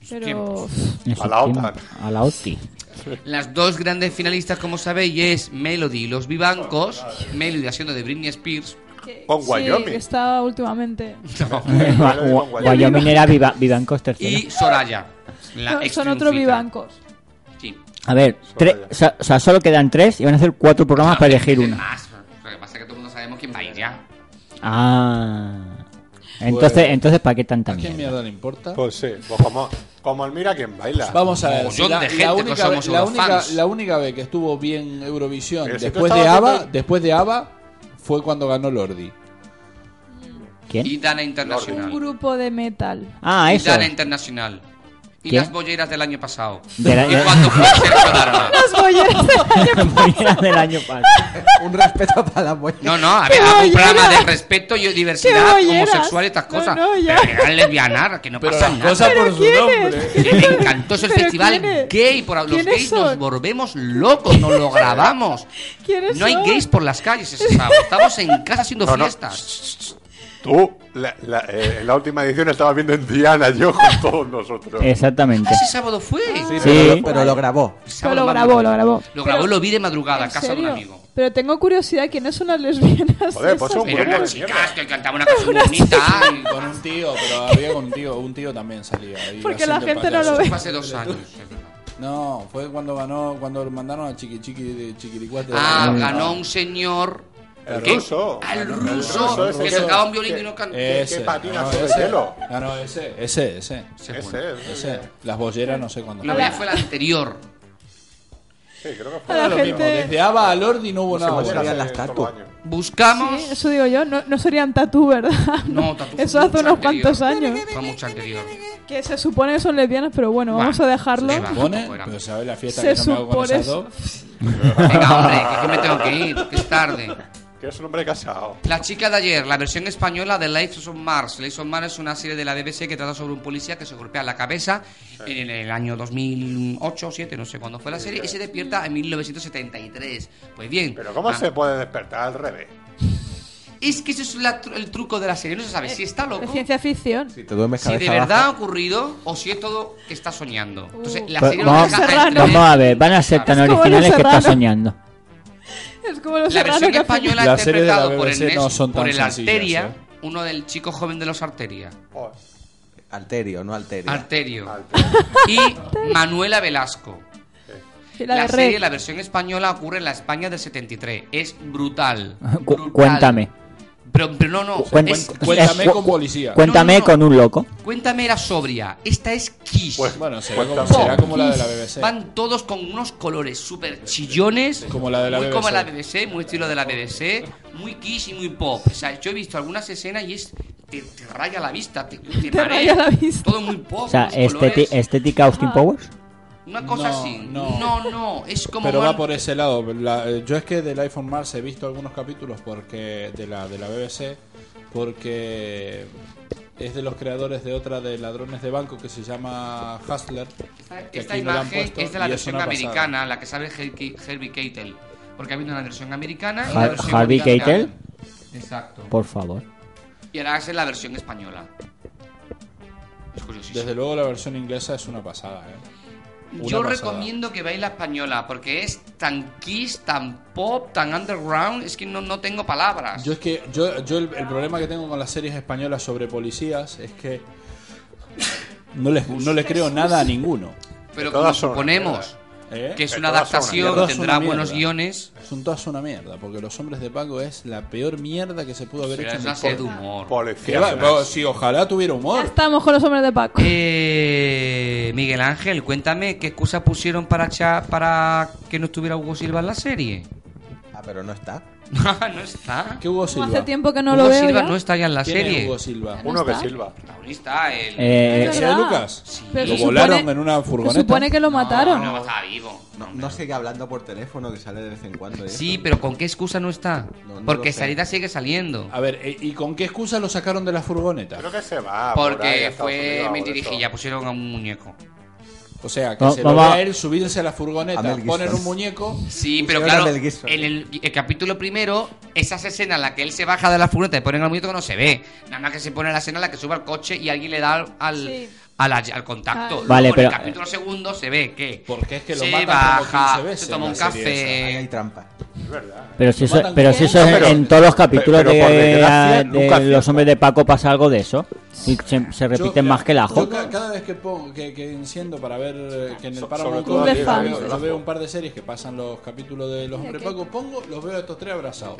Speaker 9: Pero.
Speaker 6: Eso
Speaker 5: A la
Speaker 6: tiene-
Speaker 5: OTAN.
Speaker 6: A la OTI.
Speaker 5: Las dos grandes finalistas, como sabéis, es Melody y los Vivancos. Melody haciendo de Britney Spears.
Speaker 9: sí, que está últimamente.
Speaker 6: Wa- wa- Wyoming era Viva- Vivancos tercero.
Speaker 5: Y Soraya. La
Speaker 9: No,
Speaker 5: ex
Speaker 9: son otros
Speaker 5: triunfista.
Speaker 9: vivancos.
Speaker 5: Sí.
Speaker 6: A ver, tres- o sea- o sea, solo quedan tres y van a hacer cuatro programas para elegir uno.
Speaker 5: Más. Ah, Lo que pasa es que todo el mundo sabemos quién va a ir ya.
Speaker 6: Ah. Entonces, entonces ¿para qué tanta mierda?
Speaker 8: mierda le importa?
Speaker 2: Pues sí, pues como, como el mira quien baila.
Speaker 8: Vamos a ver. la, la única, vez- la, única,
Speaker 2: Eurofans.
Speaker 8: la única vez que estuvo bien Eurovisión
Speaker 2: Pero si
Speaker 8: después,
Speaker 2: tú
Speaker 8: de
Speaker 2: estabas
Speaker 8: ABBA,
Speaker 2: viendo-
Speaker 8: después de ABBA fue cuando ganó Lordi.
Speaker 6: ¿Quién?
Speaker 5: Y Dana Internacional.
Speaker 9: Un grupo de metal.
Speaker 6: Ah,
Speaker 5: y
Speaker 6: eso.
Speaker 5: Dana Internacional. Y
Speaker 6: ¿Quién?
Speaker 5: las bolleras del año pasado.
Speaker 6: De la-
Speaker 5: ¿Y cuándo fue Sergio Darma?
Speaker 9: Las bolleras
Speaker 6: Bolleras del año pasado.
Speaker 10: Un respeto para la boya.
Speaker 5: No, no, había un programa de respeto y diversidad
Speaker 10: ¡Qué bolleras!
Speaker 5: homosexual y estas cosas.
Speaker 10: No, no, ya.
Speaker 5: pero eran lesbianas, que no
Speaker 8: Pero
Speaker 5: pasa
Speaker 8: las
Speaker 5: nada.
Speaker 8: cosas por ¿Pero su quiénes? nombre.
Speaker 5: Que me encantó es el
Speaker 9: ¿Pero
Speaker 5: festival
Speaker 9: quiénes?
Speaker 5: gay. Por, los
Speaker 9: ¿Quiénes
Speaker 5: gays nos
Speaker 9: son?
Speaker 5: volvemos locos, nos lo grabamos.
Speaker 9: ¿Quiénes
Speaker 5: No hay
Speaker 9: son?
Speaker 5: gays por las calles ese sábado. Estamos en casa haciendo
Speaker 2: No, no.
Speaker 5: fiestas.
Speaker 2: Tú, la, la- eh, en la última edición estabas viendo en Diana, yo con todos nosotros.
Speaker 8: Eh,
Speaker 6: Exactamente.
Speaker 5: Ese sábado fue.
Speaker 6: pero-
Speaker 10: Pero, lo grabó.
Speaker 9: Pero Ah. lo grabó, lo grabó.
Speaker 5: Lo grabó y lo vi de madrugada,
Speaker 9: ¿En
Speaker 5: casa de
Speaker 9: serio?
Speaker 5: un amigo.
Speaker 9: Pero tengo curiosidad, ¿quiénes son las lesbianas?
Speaker 2: Joder, pues
Speaker 9: esas?
Speaker 2: un
Speaker 5: Eran
Speaker 2: grupo de
Speaker 5: unas chicas que cantaban una canción muy bonita.
Speaker 8: Sí, con un tío, pero había con un tío, un tío también salía. ahí
Speaker 9: Porque la
Speaker 8: haciendo
Speaker 9: gente no
Speaker 8: payaso.
Speaker 9: lo ve.
Speaker 5: Fue hace dos años. eh. es verdad.
Speaker 8: No, fue cuando ganó, cuando mandaron a Chiqui Chiqui de Chiquiricuate.
Speaker 5: Ah, ganó un señor.
Speaker 2: El
Speaker 5: que-
Speaker 2: ruso.
Speaker 5: Al
Speaker 2: El
Speaker 5: ruso,
Speaker 2: ruso, ese
Speaker 5: que
Speaker 2: que-
Speaker 5: tocaba un violín
Speaker 2: que- eh,
Speaker 5: y no
Speaker 9: ah.
Speaker 5: cantaba.
Speaker 2: que-
Speaker 8: Ese.
Speaker 2: que patina
Speaker 8: no,
Speaker 2: sobre
Speaker 8: ese.
Speaker 2: el hielo.
Speaker 8: Ah, no, ese, ese, ese.
Speaker 5: Ese,
Speaker 2: ese,
Speaker 8: Ese. Las bolleras no sé cuándo.
Speaker 5: La verdad fue la anterior.
Speaker 2: Sí, creo que fue
Speaker 9: A la
Speaker 8: lo mismo.
Speaker 9: gente.
Speaker 8: Desde ABBA a Lordi no
Speaker 2: No
Speaker 8: hubo
Speaker 2: sé
Speaker 8: nada.
Speaker 2: cuál era
Speaker 8: bueno.
Speaker 2: ese todos los años.
Speaker 5: Buscamos.
Speaker 9: Sí, Eh, eso digo yo, no, no serían tatú, ¿verdad?
Speaker 5: No, tatú fue
Speaker 9: Eso hace
Speaker 5: mucho
Speaker 9: unos
Speaker 5: anterior.
Speaker 9: cuantos años.
Speaker 5: Fue mucho anterior.
Speaker 9: Que se supone que son lesbianas, pero bueno, vamos a dejarlo.
Speaker 5: se va.
Speaker 8: ¿Pone? pues, Pero sabes la fiesta
Speaker 9: Se
Speaker 8: que no me hago con
Speaker 9: supone
Speaker 8: esas dos.
Speaker 5: Venga, hombre, que, yo me tengo que ir, que es tarde.
Speaker 2: Que es un hombre casado.
Speaker 5: La chica de ayer, la versión española de Life on Mars. Life on Mars es una serie de la BBC que trata sobre un policía que se golpea la cabeza en el año 2008 o 2007, no sé cuándo fue la serie, y se despierta en 1973. Pues bien.
Speaker 2: Pero ¿cómo
Speaker 5: ah,
Speaker 2: se puede despertar al revés?
Speaker 5: Es que ese es la tru- el truco de la serie, no se sabe si está
Speaker 9: Es
Speaker 5: loco.
Speaker 9: ciencia ficción.
Speaker 10: Te duermes
Speaker 5: Si de
Speaker 10: cabeza
Speaker 5: verdad ha
Speaker 10: baja.
Speaker 5: ocurrido o si es todo que está soñando. Entonces, la
Speaker 6: Pues
Speaker 5: serie lo
Speaker 6: vamos,
Speaker 5: deja entrever.
Speaker 6: vamos a ver, van a ser tan
Speaker 9: Es como los
Speaker 6: originales que estás
Speaker 9: Serrano.
Speaker 6: soñando.
Speaker 9: Es como los
Speaker 5: La
Speaker 9: serranos
Speaker 5: versión
Speaker 9: que hacen-
Speaker 5: española
Speaker 8: La
Speaker 5: está
Speaker 8: serie de la
Speaker 5: interpretado por
Speaker 8: BBC
Speaker 5: Ernesto,
Speaker 8: no son tan
Speaker 5: por el
Speaker 8: sencillas,
Speaker 5: Arteria,
Speaker 8: ¿eh?
Speaker 5: uno del chico joven de los Arteria.
Speaker 2: Joder.
Speaker 10: Alterio, no alterio.
Speaker 5: Arterio. Y Manuela Velasco.
Speaker 9: Sí, la
Speaker 5: La,
Speaker 9: de Rec.
Speaker 5: serie, la versión española ocurre en la España del 73. Es brutal.
Speaker 6: Cu-
Speaker 5: Brutal.
Speaker 6: cuéntame.
Speaker 5: Pero, pero no, no.
Speaker 6: Cu- cuen-
Speaker 5: es-
Speaker 8: Cuéntame
Speaker 6: es- cu-
Speaker 8: con policía.
Speaker 6: Cuéntame
Speaker 5: No, no, no.
Speaker 6: con un loco.
Speaker 5: cuéntame era sobria. Esta es Kiss.
Speaker 8: Bueno, será como,
Speaker 2: Cuéntame.
Speaker 8: será como la de la BBC.
Speaker 5: Van todos con unos colores súper chillones.
Speaker 8: Como la de la
Speaker 5: muy
Speaker 8: BBC.
Speaker 5: como la BBC, muy estilo de la BBC. Muy kiss y muy pop. O sea, yo he visto algunas escenas y es. Te, te raya la vista, te, te,
Speaker 9: Te
Speaker 5: marea.
Speaker 9: raya la vista.
Speaker 5: Todo muy pop.
Speaker 6: O sea, este
Speaker 5: unos
Speaker 6: esteti-
Speaker 5: colores.
Speaker 6: estética Austin
Speaker 9: Ah.
Speaker 6: Powers.
Speaker 5: Una cosa
Speaker 8: No,
Speaker 5: así.
Speaker 8: no.
Speaker 5: No. no, Es como.
Speaker 8: Pero
Speaker 5: man-
Speaker 8: va por ese lado. La- eh, yo es que del iPhone Mars he visto algunos capítulos porque de la de la BBC porque es de los creadores de otra de ladrones de banco que se llama Hustler. que
Speaker 5: Esta
Speaker 8: aquí no la han
Speaker 5: imagen
Speaker 8: puesto
Speaker 5: es de la
Speaker 8: y
Speaker 5: versión
Speaker 8: una pasada.
Speaker 5: americana, la que sabe Herbie Herbie Keitel. Porque ha habido una versión americana y
Speaker 6: Har-
Speaker 5: una versión
Speaker 6: Harvey
Speaker 5: británica.
Speaker 6: Keitel.
Speaker 5: Exacto.
Speaker 6: Por favor.
Speaker 5: Y ahora es la versión española. Es curiosísimo.
Speaker 8: Desde luego la versión inglesa es una pasada. ¿eh? Una
Speaker 5: Yo
Speaker 8: pasada.
Speaker 5: recomiendo que veáis la española porque es tan kiss, tan pop, tan underground. Es que no, no tengo palabras.
Speaker 8: Yo es que yo, yo el, el problema que tengo con las series españolas sobre policías es que no les, no les creo nada a ninguno.
Speaker 5: Pero como
Speaker 2: todas son
Speaker 5: suponemos
Speaker 8: ¿eh?
Speaker 5: que es
Speaker 2: Que
Speaker 5: una
Speaker 2: todas son una
Speaker 5: adaptación,
Speaker 8: mierda.
Speaker 5: tendrá
Speaker 8: Son una
Speaker 5: buenos
Speaker 8: mierda.
Speaker 5: guiones.
Speaker 8: Son todas una mierda, porque Los Hombres de Paco es la peor mierda que se pudo haber
Speaker 5: Pero
Speaker 8: hecho
Speaker 5: es
Speaker 8: en
Speaker 5: una
Speaker 8: el
Speaker 5: serie de
Speaker 8: cine.
Speaker 5: humor.
Speaker 8: Que
Speaker 2: Policía.
Speaker 8: va- pero Si ojalá tuviera
Speaker 9: Ya
Speaker 8: humor.
Speaker 9: estamos con los hombres de Paco.
Speaker 5: Eh, Miguel Ángel, cuéntame qué excusa pusieron para, echar- para que no estuviera Hugo Silva en la serie.
Speaker 10: Ah, pero no está.
Speaker 5: no está.
Speaker 8: ¿Qué Hugo Silva?
Speaker 9: hace tiempo que no
Speaker 5: Hugo
Speaker 9: lo veo.
Speaker 5: Silva
Speaker 9: ya.
Speaker 5: no está ya en la
Speaker 8: ¿Quién es
Speaker 5: serie.
Speaker 8: Hugo Silva?
Speaker 9: ¿No Uno que está?
Speaker 8: Silva.
Speaker 5: Protagonista, el.
Speaker 6: Eh,
Speaker 9: Es verdad.
Speaker 8: Lucas?
Speaker 9: Pero
Speaker 8: Lo
Speaker 9: se
Speaker 8: volaron
Speaker 9: supone-
Speaker 8: en una
Speaker 9: Se
Speaker 8: furgoneta.
Speaker 9: supone que lo mataron.
Speaker 5: No, estaba vivo.
Speaker 10: No, no sigue hablando por teléfono que sale de vez en cuando. ¿eh?
Speaker 5: Sí, pero ¿con qué excusa no está?
Speaker 10: No, no
Speaker 5: Porque
Speaker 10: lo sé.
Speaker 5: Sarita sigue saliendo.
Speaker 8: A ver, eh, ¿y con qué excusa lo sacaron de la furgoneta?
Speaker 2: Creo que se va. Ah, por ahí a
Speaker 5: Porque
Speaker 2: Estados
Speaker 5: fue
Speaker 2: Unidos, por eso.
Speaker 5: mentirijilla, pusieron a un muñeco.
Speaker 8: O sea, que
Speaker 6: Va-
Speaker 8: se
Speaker 6: va-
Speaker 8: lo
Speaker 6: va-
Speaker 8: ve a él subirse a la furgoneta,
Speaker 10: A Mel Gibson.
Speaker 8: ponen un muñeco.
Speaker 6: Pues
Speaker 5: Sí, pero
Speaker 10: Pusieron a
Speaker 5: claro,
Speaker 10: Mel Gibson.
Speaker 5: en el, el capítulo primero, esas escenas en las que él se baja de la furgoneta y ponen al muñeco no se ve. Nada más que se pone la escena en la que sube al coche y alguien le da al, al,
Speaker 9: Sí.
Speaker 5: a la- al contacto.
Speaker 9: Ah.
Speaker 6: Vale,
Speaker 5: Luego,
Speaker 6: pero- eh,
Speaker 5: En el capítulo segundo se ve que
Speaker 8: Porque es que lo
Speaker 5: se
Speaker 8: matan como
Speaker 5: baja,
Speaker 8: 15 veces.
Speaker 5: se toma un
Speaker 8: en la serie esa.
Speaker 10: Ahí
Speaker 5: café.
Speaker 10: hay trampa.
Speaker 2: Es verdad.
Speaker 6: Pero si eso,
Speaker 8: matan
Speaker 6: pero
Speaker 8: con
Speaker 6: si
Speaker 8: él.
Speaker 6: eso es
Speaker 2: No, pero-
Speaker 6: en todos los capítulos
Speaker 2: pero por
Speaker 6: de,
Speaker 2: desgracia,
Speaker 6: de
Speaker 2: nunca
Speaker 6: los
Speaker 2: acierta.
Speaker 6: hombres de Paco pasa algo de eso. Y se, se
Speaker 8: Yo-
Speaker 6: repiten más que el ajo.
Speaker 8: yo ca- cada vez que, pongo, que, que enciendo para ver eh, que en el
Speaker 2: So-
Speaker 8: Paramount
Speaker 2: sobre todo
Speaker 8: Plus
Speaker 9: de fans.
Speaker 8: veo, yo veo un par de series que pasan los capítulos de los hombres pacos, pongo, los veo a estos tres abrazados.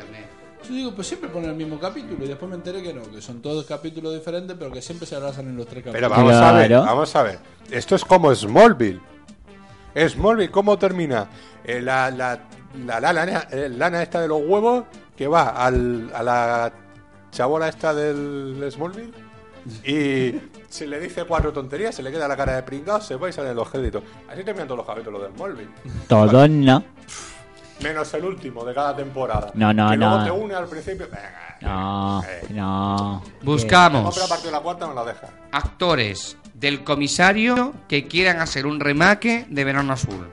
Speaker 8: Yo digo, pues siempre ponen el mismo capítulo y después me enteré que no, que son todos capítulos diferentes, pero que siempre se abrazan en los tres
Speaker 2: Pero
Speaker 8: capítulos.
Speaker 2: vamos a ver,
Speaker 6: Claro.
Speaker 2: vamos a ver. Esto es como Smallville. Smallville, ¿cómo termina? Eh, la, la, la, la lana, eh, lana esta de los huevos que va al, a la chabola esta del Smallville y se le dice cuatro tonterías, se le queda la cara de pringado, se va y salen los créditos. Así terminan todos los capítulos de Smallville.
Speaker 6: Todos no.
Speaker 2: Menos el último de cada temporada.
Speaker 6: No, no,
Speaker 2: que
Speaker 6: no.
Speaker 2: Luego te une al principio. Venga,
Speaker 6: No,
Speaker 2: eh,
Speaker 6: no.
Speaker 5: Buscamos
Speaker 2: compra a partir de la cuarta no la deja.
Speaker 5: actores del comisario que quieran hacer un remake de Verano Azul.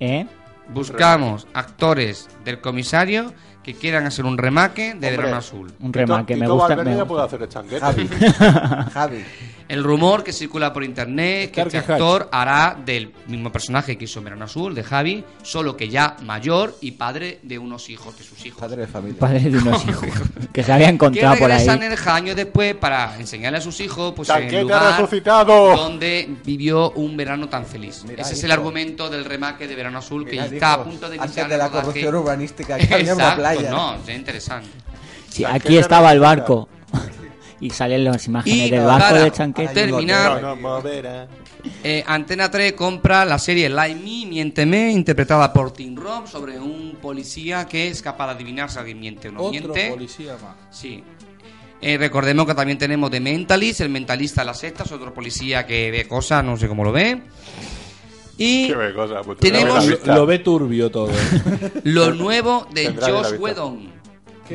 Speaker 6: ¿Eh?
Speaker 5: Buscamos actores del comisario que quieran hacer un remake de
Speaker 2: Hombre.
Speaker 5: Verano Azul.
Speaker 6: Un remake,
Speaker 2: Tito-
Speaker 6: me
Speaker 2: Tito
Speaker 6: gusta.
Speaker 2: Valverde
Speaker 6: me
Speaker 2: ya
Speaker 6: gusta. Ah,
Speaker 2: puede hacer el changuete.
Speaker 10: Javi. Javi.
Speaker 5: El rumor que circula por internet que
Speaker 8: Star
Speaker 5: este
Speaker 8: Hatch.
Speaker 5: actor hará del mismo personaje que hizo en Verano Azul, de Javi, solo que ya mayor y padre de unos hijos, de sus hijos.
Speaker 10: Padre de familia.
Speaker 6: Padre de unos hijos. que se había
Speaker 5: Que
Speaker 6: encontrado por ahí.
Speaker 5: regresan el años después para enseñarle a sus hijos pues, en el
Speaker 2: Tanquete
Speaker 5: lugar
Speaker 2: resucitado.
Speaker 5: donde vivió un verano tan feliz.
Speaker 10: Mira,
Speaker 5: Ese es
Speaker 10: hijo.
Speaker 5: el argumento del remake de Verano Azul que
Speaker 10: Mira,
Speaker 5: está a
Speaker 10: dijo,
Speaker 5: punto de
Speaker 10: Antes
Speaker 5: iniciar
Speaker 10: de
Speaker 5: el
Speaker 10: la
Speaker 5: rodaje.
Speaker 10: corrupción urbanística, que había una
Speaker 5: Exacto,
Speaker 10: playa.
Speaker 5: No, es interesante.
Speaker 6: Sí,
Speaker 2: Chanquete
Speaker 6: aquí estaba el
Speaker 2: resucita.
Speaker 6: barco. y salen las imágenes
Speaker 5: Y
Speaker 6: del barco
Speaker 5: para
Speaker 6: de Chanquete.
Speaker 5: terminar,
Speaker 2: No, no, moverá.
Speaker 5: Eh, Antena 3 compra la serie Lie Me, Miénteme, interpretada por Tim Robb, sobre un policía que es capaz de adivinar si alguien miente o no
Speaker 8: Otro
Speaker 5: miente.
Speaker 8: policía más.
Speaker 5: Sí. Eh, recordemos que también tenemos The Mentalist, el mentalista de las sectas, otro policía que ve cosas, no sé cómo lo ve. Y
Speaker 2: Qué ve cosa, pues,
Speaker 5: Tenemos-
Speaker 2: tendrá que
Speaker 8: Lo,
Speaker 2: la
Speaker 8: lo
Speaker 2: vista.
Speaker 8: ve turbio todo. ¿eh?
Speaker 5: lo nuevo de
Speaker 2: Tendrá que la
Speaker 5: Josh
Speaker 2: vista.
Speaker 5: Whedon,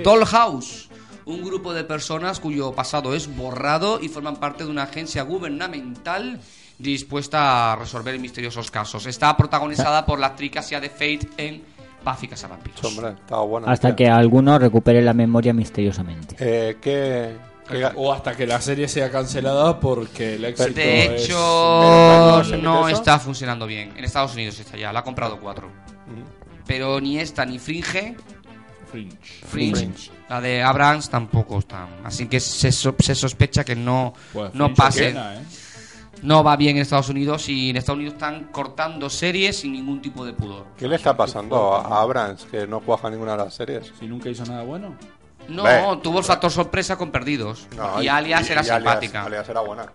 Speaker 5: Dollhouse, un grupo de personas cuyo pasado es borrado y forman parte de una agencia gubernamental dispuesta a resolver misteriosos casos. Está protagonizada por la actriz que hacía de Fate en Buffy Cazavampiros.
Speaker 2: Hombre, estaba buena.
Speaker 6: Hasta que alguno recupere la memoria misteriosamente.
Speaker 2: Eh, ¿qué, qué oh, ga-
Speaker 8: o hasta que la serie sea cancelada porque el éxito
Speaker 5: De
Speaker 8: es-
Speaker 5: hecho,
Speaker 2: es-
Speaker 5: no
Speaker 2: ¿Eso?
Speaker 5: está funcionando bien. En Estados Unidos está ya, la ha comprado cuatro.
Speaker 2: Mm.
Speaker 5: Pero ni esta ni Fringe,
Speaker 8: Fringe.
Speaker 5: Fringe, la de Abrams tampoco están. Así que se, so- se sospecha que no,
Speaker 8: Pues
Speaker 5: no
Speaker 8: Fringe
Speaker 5: pase.
Speaker 8: buena, ¿eh?
Speaker 5: No va bien en Estados Unidos y en Estados Unidos están cortando series sin ningún tipo de pudor.
Speaker 2: ¿Qué le está pasando a a Abrams que no cuaja ninguna de las series?
Speaker 8: Si nunca hizo nada bueno.
Speaker 5: No,
Speaker 2: Ve.
Speaker 5: tuvo el factor sorpresa con Perdidos.
Speaker 2: No,
Speaker 5: y Alias
Speaker 2: y-
Speaker 5: era
Speaker 2: y
Speaker 5: simpática.
Speaker 2: Alias era buena.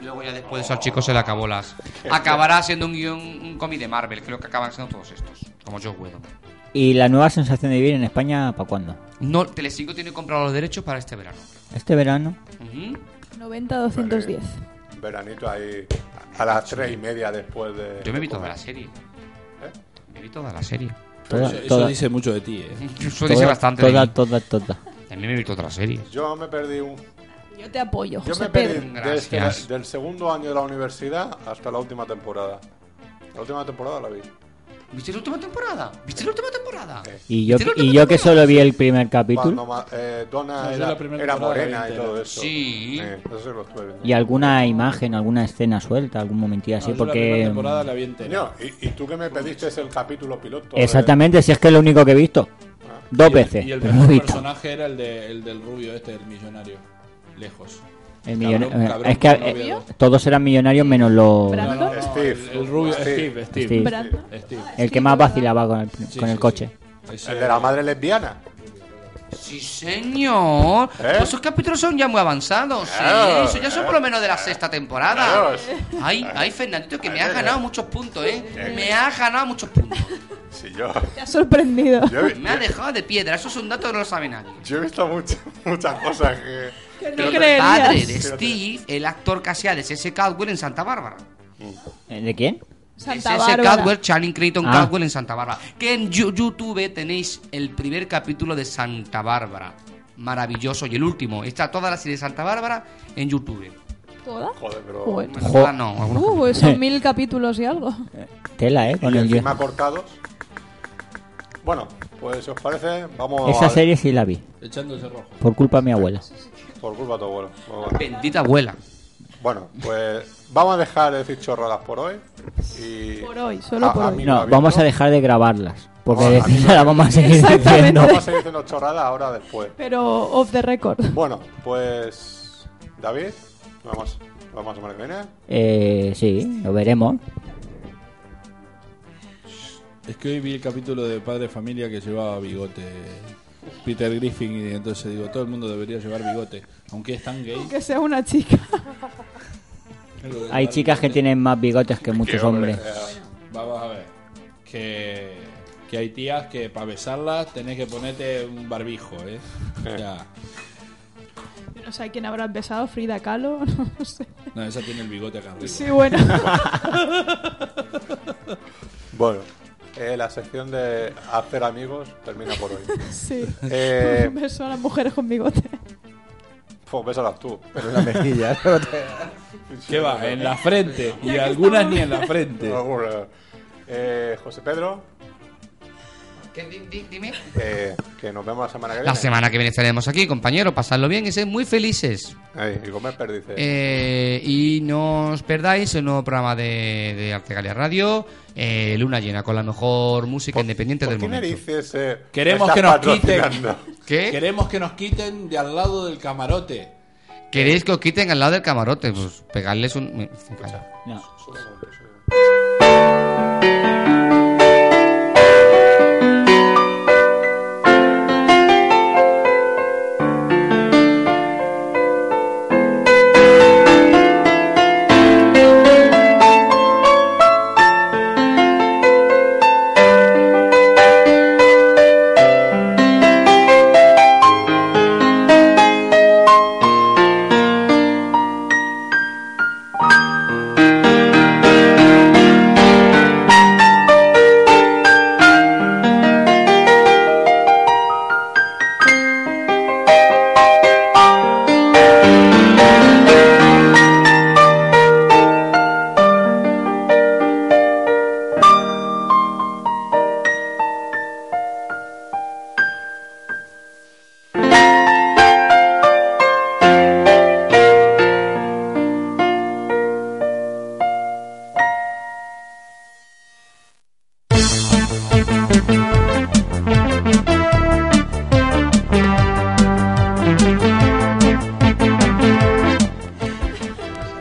Speaker 5: Luego ya después de esos chicos se le acabó las... Acabará siendo un guión, un cómic de Marvel. Creo que acaban siendo todos estos. Como yo puedo.
Speaker 6: ¿Y la nueva sensación de vivir en España para cuándo?
Speaker 5: No, Telecinco tiene comprado los derechos para este verano.
Speaker 6: Este verano.
Speaker 5: Ujú.
Speaker 9: 90-210.
Speaker 2: Veranito ahí a las tres y media después de.
Speaker 5: Yo me vi
Speaker 2: de
Speaker 5: toda
Speaker 2: comer.
Speaker 5: la serie. ¿Eh? Me vi toda la serie.
Speaker 6: Toda,
Speaker 8: eso, eso
Speaker 6: toda,
Speaker 8: dice mucho de ti, ¿eh?
Speaker 5: Eso
Speaker 6: toda,
Speaker 5: dice bastante. de
Speaker 6: toda,
Speaker 5: mí.
Speaker 6: toda, toda.
Speaker 5: También me vi toda la serie.
Speaker 2: Yo me perdí un.
Speaker 9: Yo te apoyo,
Speaker 2: Yo
Speaker 9: José
Speaker 2: me perdí
Speaker 9: Pedro.
Speaker 2: desde
Speaker 5: Gracias.
Speaker 2: la- del segundo año de la universidad hasta la última temporada. La última temporada la vi.
Speaker 5: ¿Viste la última temporada? ¿Viste la última temporada?
Speaker 6: Y yo,
Speaker 5: ¿Viste la última
Speaker 6: y yo que
Speaker 5: temporada?
Speaker 6: solo vi el primer capítulo.
Speaker 2: Cuando ma- eh, Donna
Speaker 8: No, yo
Speaker 2: era,
Speaker 8: la primera
Speaker 2: era
Speaker 8: temporada la
Speaker 2: morena
Speaker 8: vi
Speaker 2: y todo
Speaker 8: entera.
Speaker 2: eso.
Speaker 5: Sí.
Speaker 2: eso sí lo estuve viendo.
Speaker 6: Y alguna imagen, alguna escena suelta, algún momentillo así,
Speaker 8: No, yo La
Speaker 6: porque...
Speaker 8: primera temporada la vi entera.
Speaker 2: Coño, ¿y, y tú que me pediste es el capítulo piloto. de-
Speaker 6: Exactamente, si es que es lo único que he visto. Dos
Speaker 8: Ah. Y el-
Speaker 6: veces.
Speaker 8: Y el
Speaker 6: pero no he
Speaker 8: mejor
Speaker 6: visto.
Speaker 8: personaje era el, de, el del rubio este, el millonario. Lejos.
Speaker 6: El millona-
Speaker 8: Cabrón,
Speaker 6: eh,
Speaker 8: cabrón,
Speaker 6: es que
Speaker 8: como
Speaker 6: eh,
Speaker 8: novio. este.
Speaker 6: todos eran millonarios menos los...
Speaker 9: Brad-
Speaker 8: No, no, no,
Speaker 2: Steve.
Speaker 8: El, el rubio
Speaker 2: Steve.
Speaker 8: Steve. Steve.
Speaker 6: Steve.
Speaker 9: Brad-
Speaker 8: Steve.
Speaker 6: El que más vacilaba con el, con el coche.
Speaker 8: Ese-
Speaker 2: El de la madre lesbiana.
Speaker 5: Sí, señor.
Speaker 2: ¿Eh?
Speaker 5: Pues esos capítulos son ya muy avanzados.
Speaker 2: Claro,
Speaker 5: sí, eso ya son por lo menos de la sexta temporada.
Speaker 2: Claro. ¿Eh?
Speaker 5: Ay, ay, Fernandito, que me has ganado muchos puntos, ¿eh? Me has ganado muchos puntos.
Speaker 2: Sí, Si yo,
Speaker 9: Te has sorprendido.
Speaker 2: Yo he-
Speaker 5: Me ha dejado de piedra, eso es un dato que no lo sabe nadie.
Speaker 2: yo he visto muchas muchas cosas que.
Speaker 9: Que
Speaker 2: que te-
Speaker 5: el padre de
Speaker 2: que no te-
Speaker 5: Steve, el actor que hacía de S.S. Caldwell en Santa Bárbara.
Speaker 6: ¿Eh, ¿De quién?
Speaker 9: Santa
Speaker 5: S.S.
Speaker 9: Bárbara.
Speaker 5: Caldwell, Channing Creighton
Speaker 6: Ah.
Speaker 5: Caldwell en Santa Bárbara. Que en Yu- YouTube tenéis el primer capítulo de Santa Bárbara. Maravilloso. Y el último. Está toda la serie de Santa Bárbara en YouTube.
Speaker 9: ¿Toda?
Speaker 2: Joder, pero.
Speaker 9: Joder.
Speaker 5: Bueno,
Speaker 6: Jo-
Speaker 5: ah, no, algunos-
Speaker 9: Uh, pues son mil capítulos y algo.
Speaker 6: Tela, ¿eh? Con
Speaker 2: que
Speaker 6: el guión.
Speaker 2: encima cortados. Bueno, pues si os parece, vamos
Speaker 6: Esa
Speaker 2: a-
Speaker 6: serie sí la vi.
Speaker 8: Echando el cerrojo.
Speaker 6: Por culpa de mi abuela.
Speaker 2: Por culpa de tu abuelo. Vamos a-
Speaker 5: Bendita abuela.
Speaker 2: Bueno, pues vamos a dejar de decir chorradas por hoy. Y
Speaker 9: Por hoy, solo
Speaker 2: A-
Speaker 9: por
Speaker 2: a
Speaker 9: hoy.
Speaker 2: mí-
Speaker 6: No, vamos a dejar de grabarlas. Porque
Speaker 2: Ahora,
Speaker 6: de la vamos a seguir
Speaker 9: Exactamente.
Speaker 6: diciendo.
Speaker 2: vamos a seguir diciendo chorradas ahora después.
Speaker 9: Pero off the record.
Speaker 2: Bueno, pues David, nos vamos, nos vamos a semana que viene.
Speaker 6: Eh, sí, lo veremos.
Speaker 8: Es que hoy vi el capítulo de Padre de Familia que llevaba bigote Peter Griffin y entonces digo, todo el mundo debería llevar bigote, aunque es tan gay.
Speaker 9: Que sea una chica.
Speaker 6: Hay chicas que tienen más bigotes que muchos hombres.
Speaker 8: Vamos a ver. Que, que hay tías que para besarlas tenés que ponerte un barbijo, ¿eh? Ya.
Speaker 9: Yo no sé a quién habrá empezado, Frida Kahlo, no sé.
Speaker 8: No, esa tiene el bigote acá arriba.
Speaker 9: Sí, bueno.
Speaker 2: Bueno, eh, la sección de hacer amigos termina por hoy.
Speaker 9: sí.
Speaker 2: Eh,
Speaker 9: Un beso a las mujeres con bigote.
Speaker 2: pues bésalas tú.
Speaker 10: En la mejilla.
Speaker 8: ¿Qué va? En la frente. Y algunas ni en la frente.
Speaker 2: Ah, Eh, José Pedro,
Speaker 5: ¿Qué? Di- di- dime.
Speaker 2: eh, que nos vemos la semana que viene.
Speaker 5: La semana que viene estaremos aquí, compañero. Pasadlo bien y sed muy felices.
Speaker 2: Ahí, y comer perdices.
Speaker 5: Eh, y no os perdáis el nuevo programa de, de Arte Galia Radio, eh, Luna Llena, con la mejor música independiente
Speaker 2: ¿Por
Speaker 5: del
Speaker 2: qué
Speaker 5: momento.
Speaker 2: narices eh,
Speaker 8: Queremos
Speaker 2: estás
Speaker 8: que nos quiten.
Speaker 2: patrocinando?
Speaker 5: ¿Qué?
Speaker 8: Queremos que nos quiten de al lado del camarote.
Speaker 5: ¿Queréis que os quiten al lado del camarote? Pues pegarles un... me- se calla.
Speaker 6: No.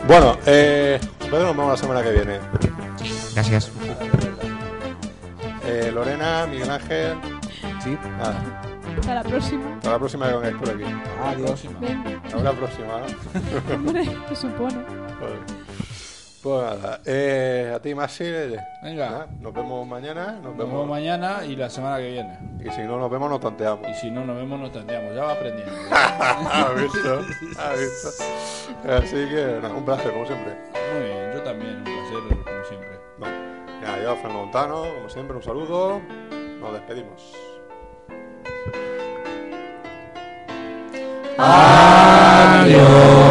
Speaker 2: Bueno, eh, Pedro, nos vemos la semana que viene.
Speaker 5: Gracias.
Speaker 2: Eh, Lorena, Miguel Ángel.
Speaker 10: Sí.
Speaker 2: Nada,
Speaker 9: Hasta la próxima.
Speaker 2: hasta la próxima que vengáis por aquí.
Speaker 10: Adiós.
Speaker 9: Venga,
Speaker 2: Hasta la próxima, ¿no?
Speaker 9: hombre, se supone.
Speaker 2: Joder. Pues nada, eh, a ti, Maxi. eh,
Speaker 8: Venga.
Speaker 2: nada, Nos vemos mañana. Nos
Speaker 8: Nos
Speaker 2: vemos
Speaker 8: vemos mañana y la semana que viene.
Speaker 2: Y si no nos vemos, nos tanteamos.
Speaker 8: Y si no nos vemos, nos tanteamos. Ya va aprendiendo.
Speaker 2: ¿Has visto? ¿Has visto? Así que, nada, un placer, como siempre.
Speaker 8: Muy bien, yo también. Un placer, como siempre.
Speaker 2: Bueno, nada, yo, Fran Montano, como siempre, un saludo. Nos despedimos.
Speaker 6: Adiós.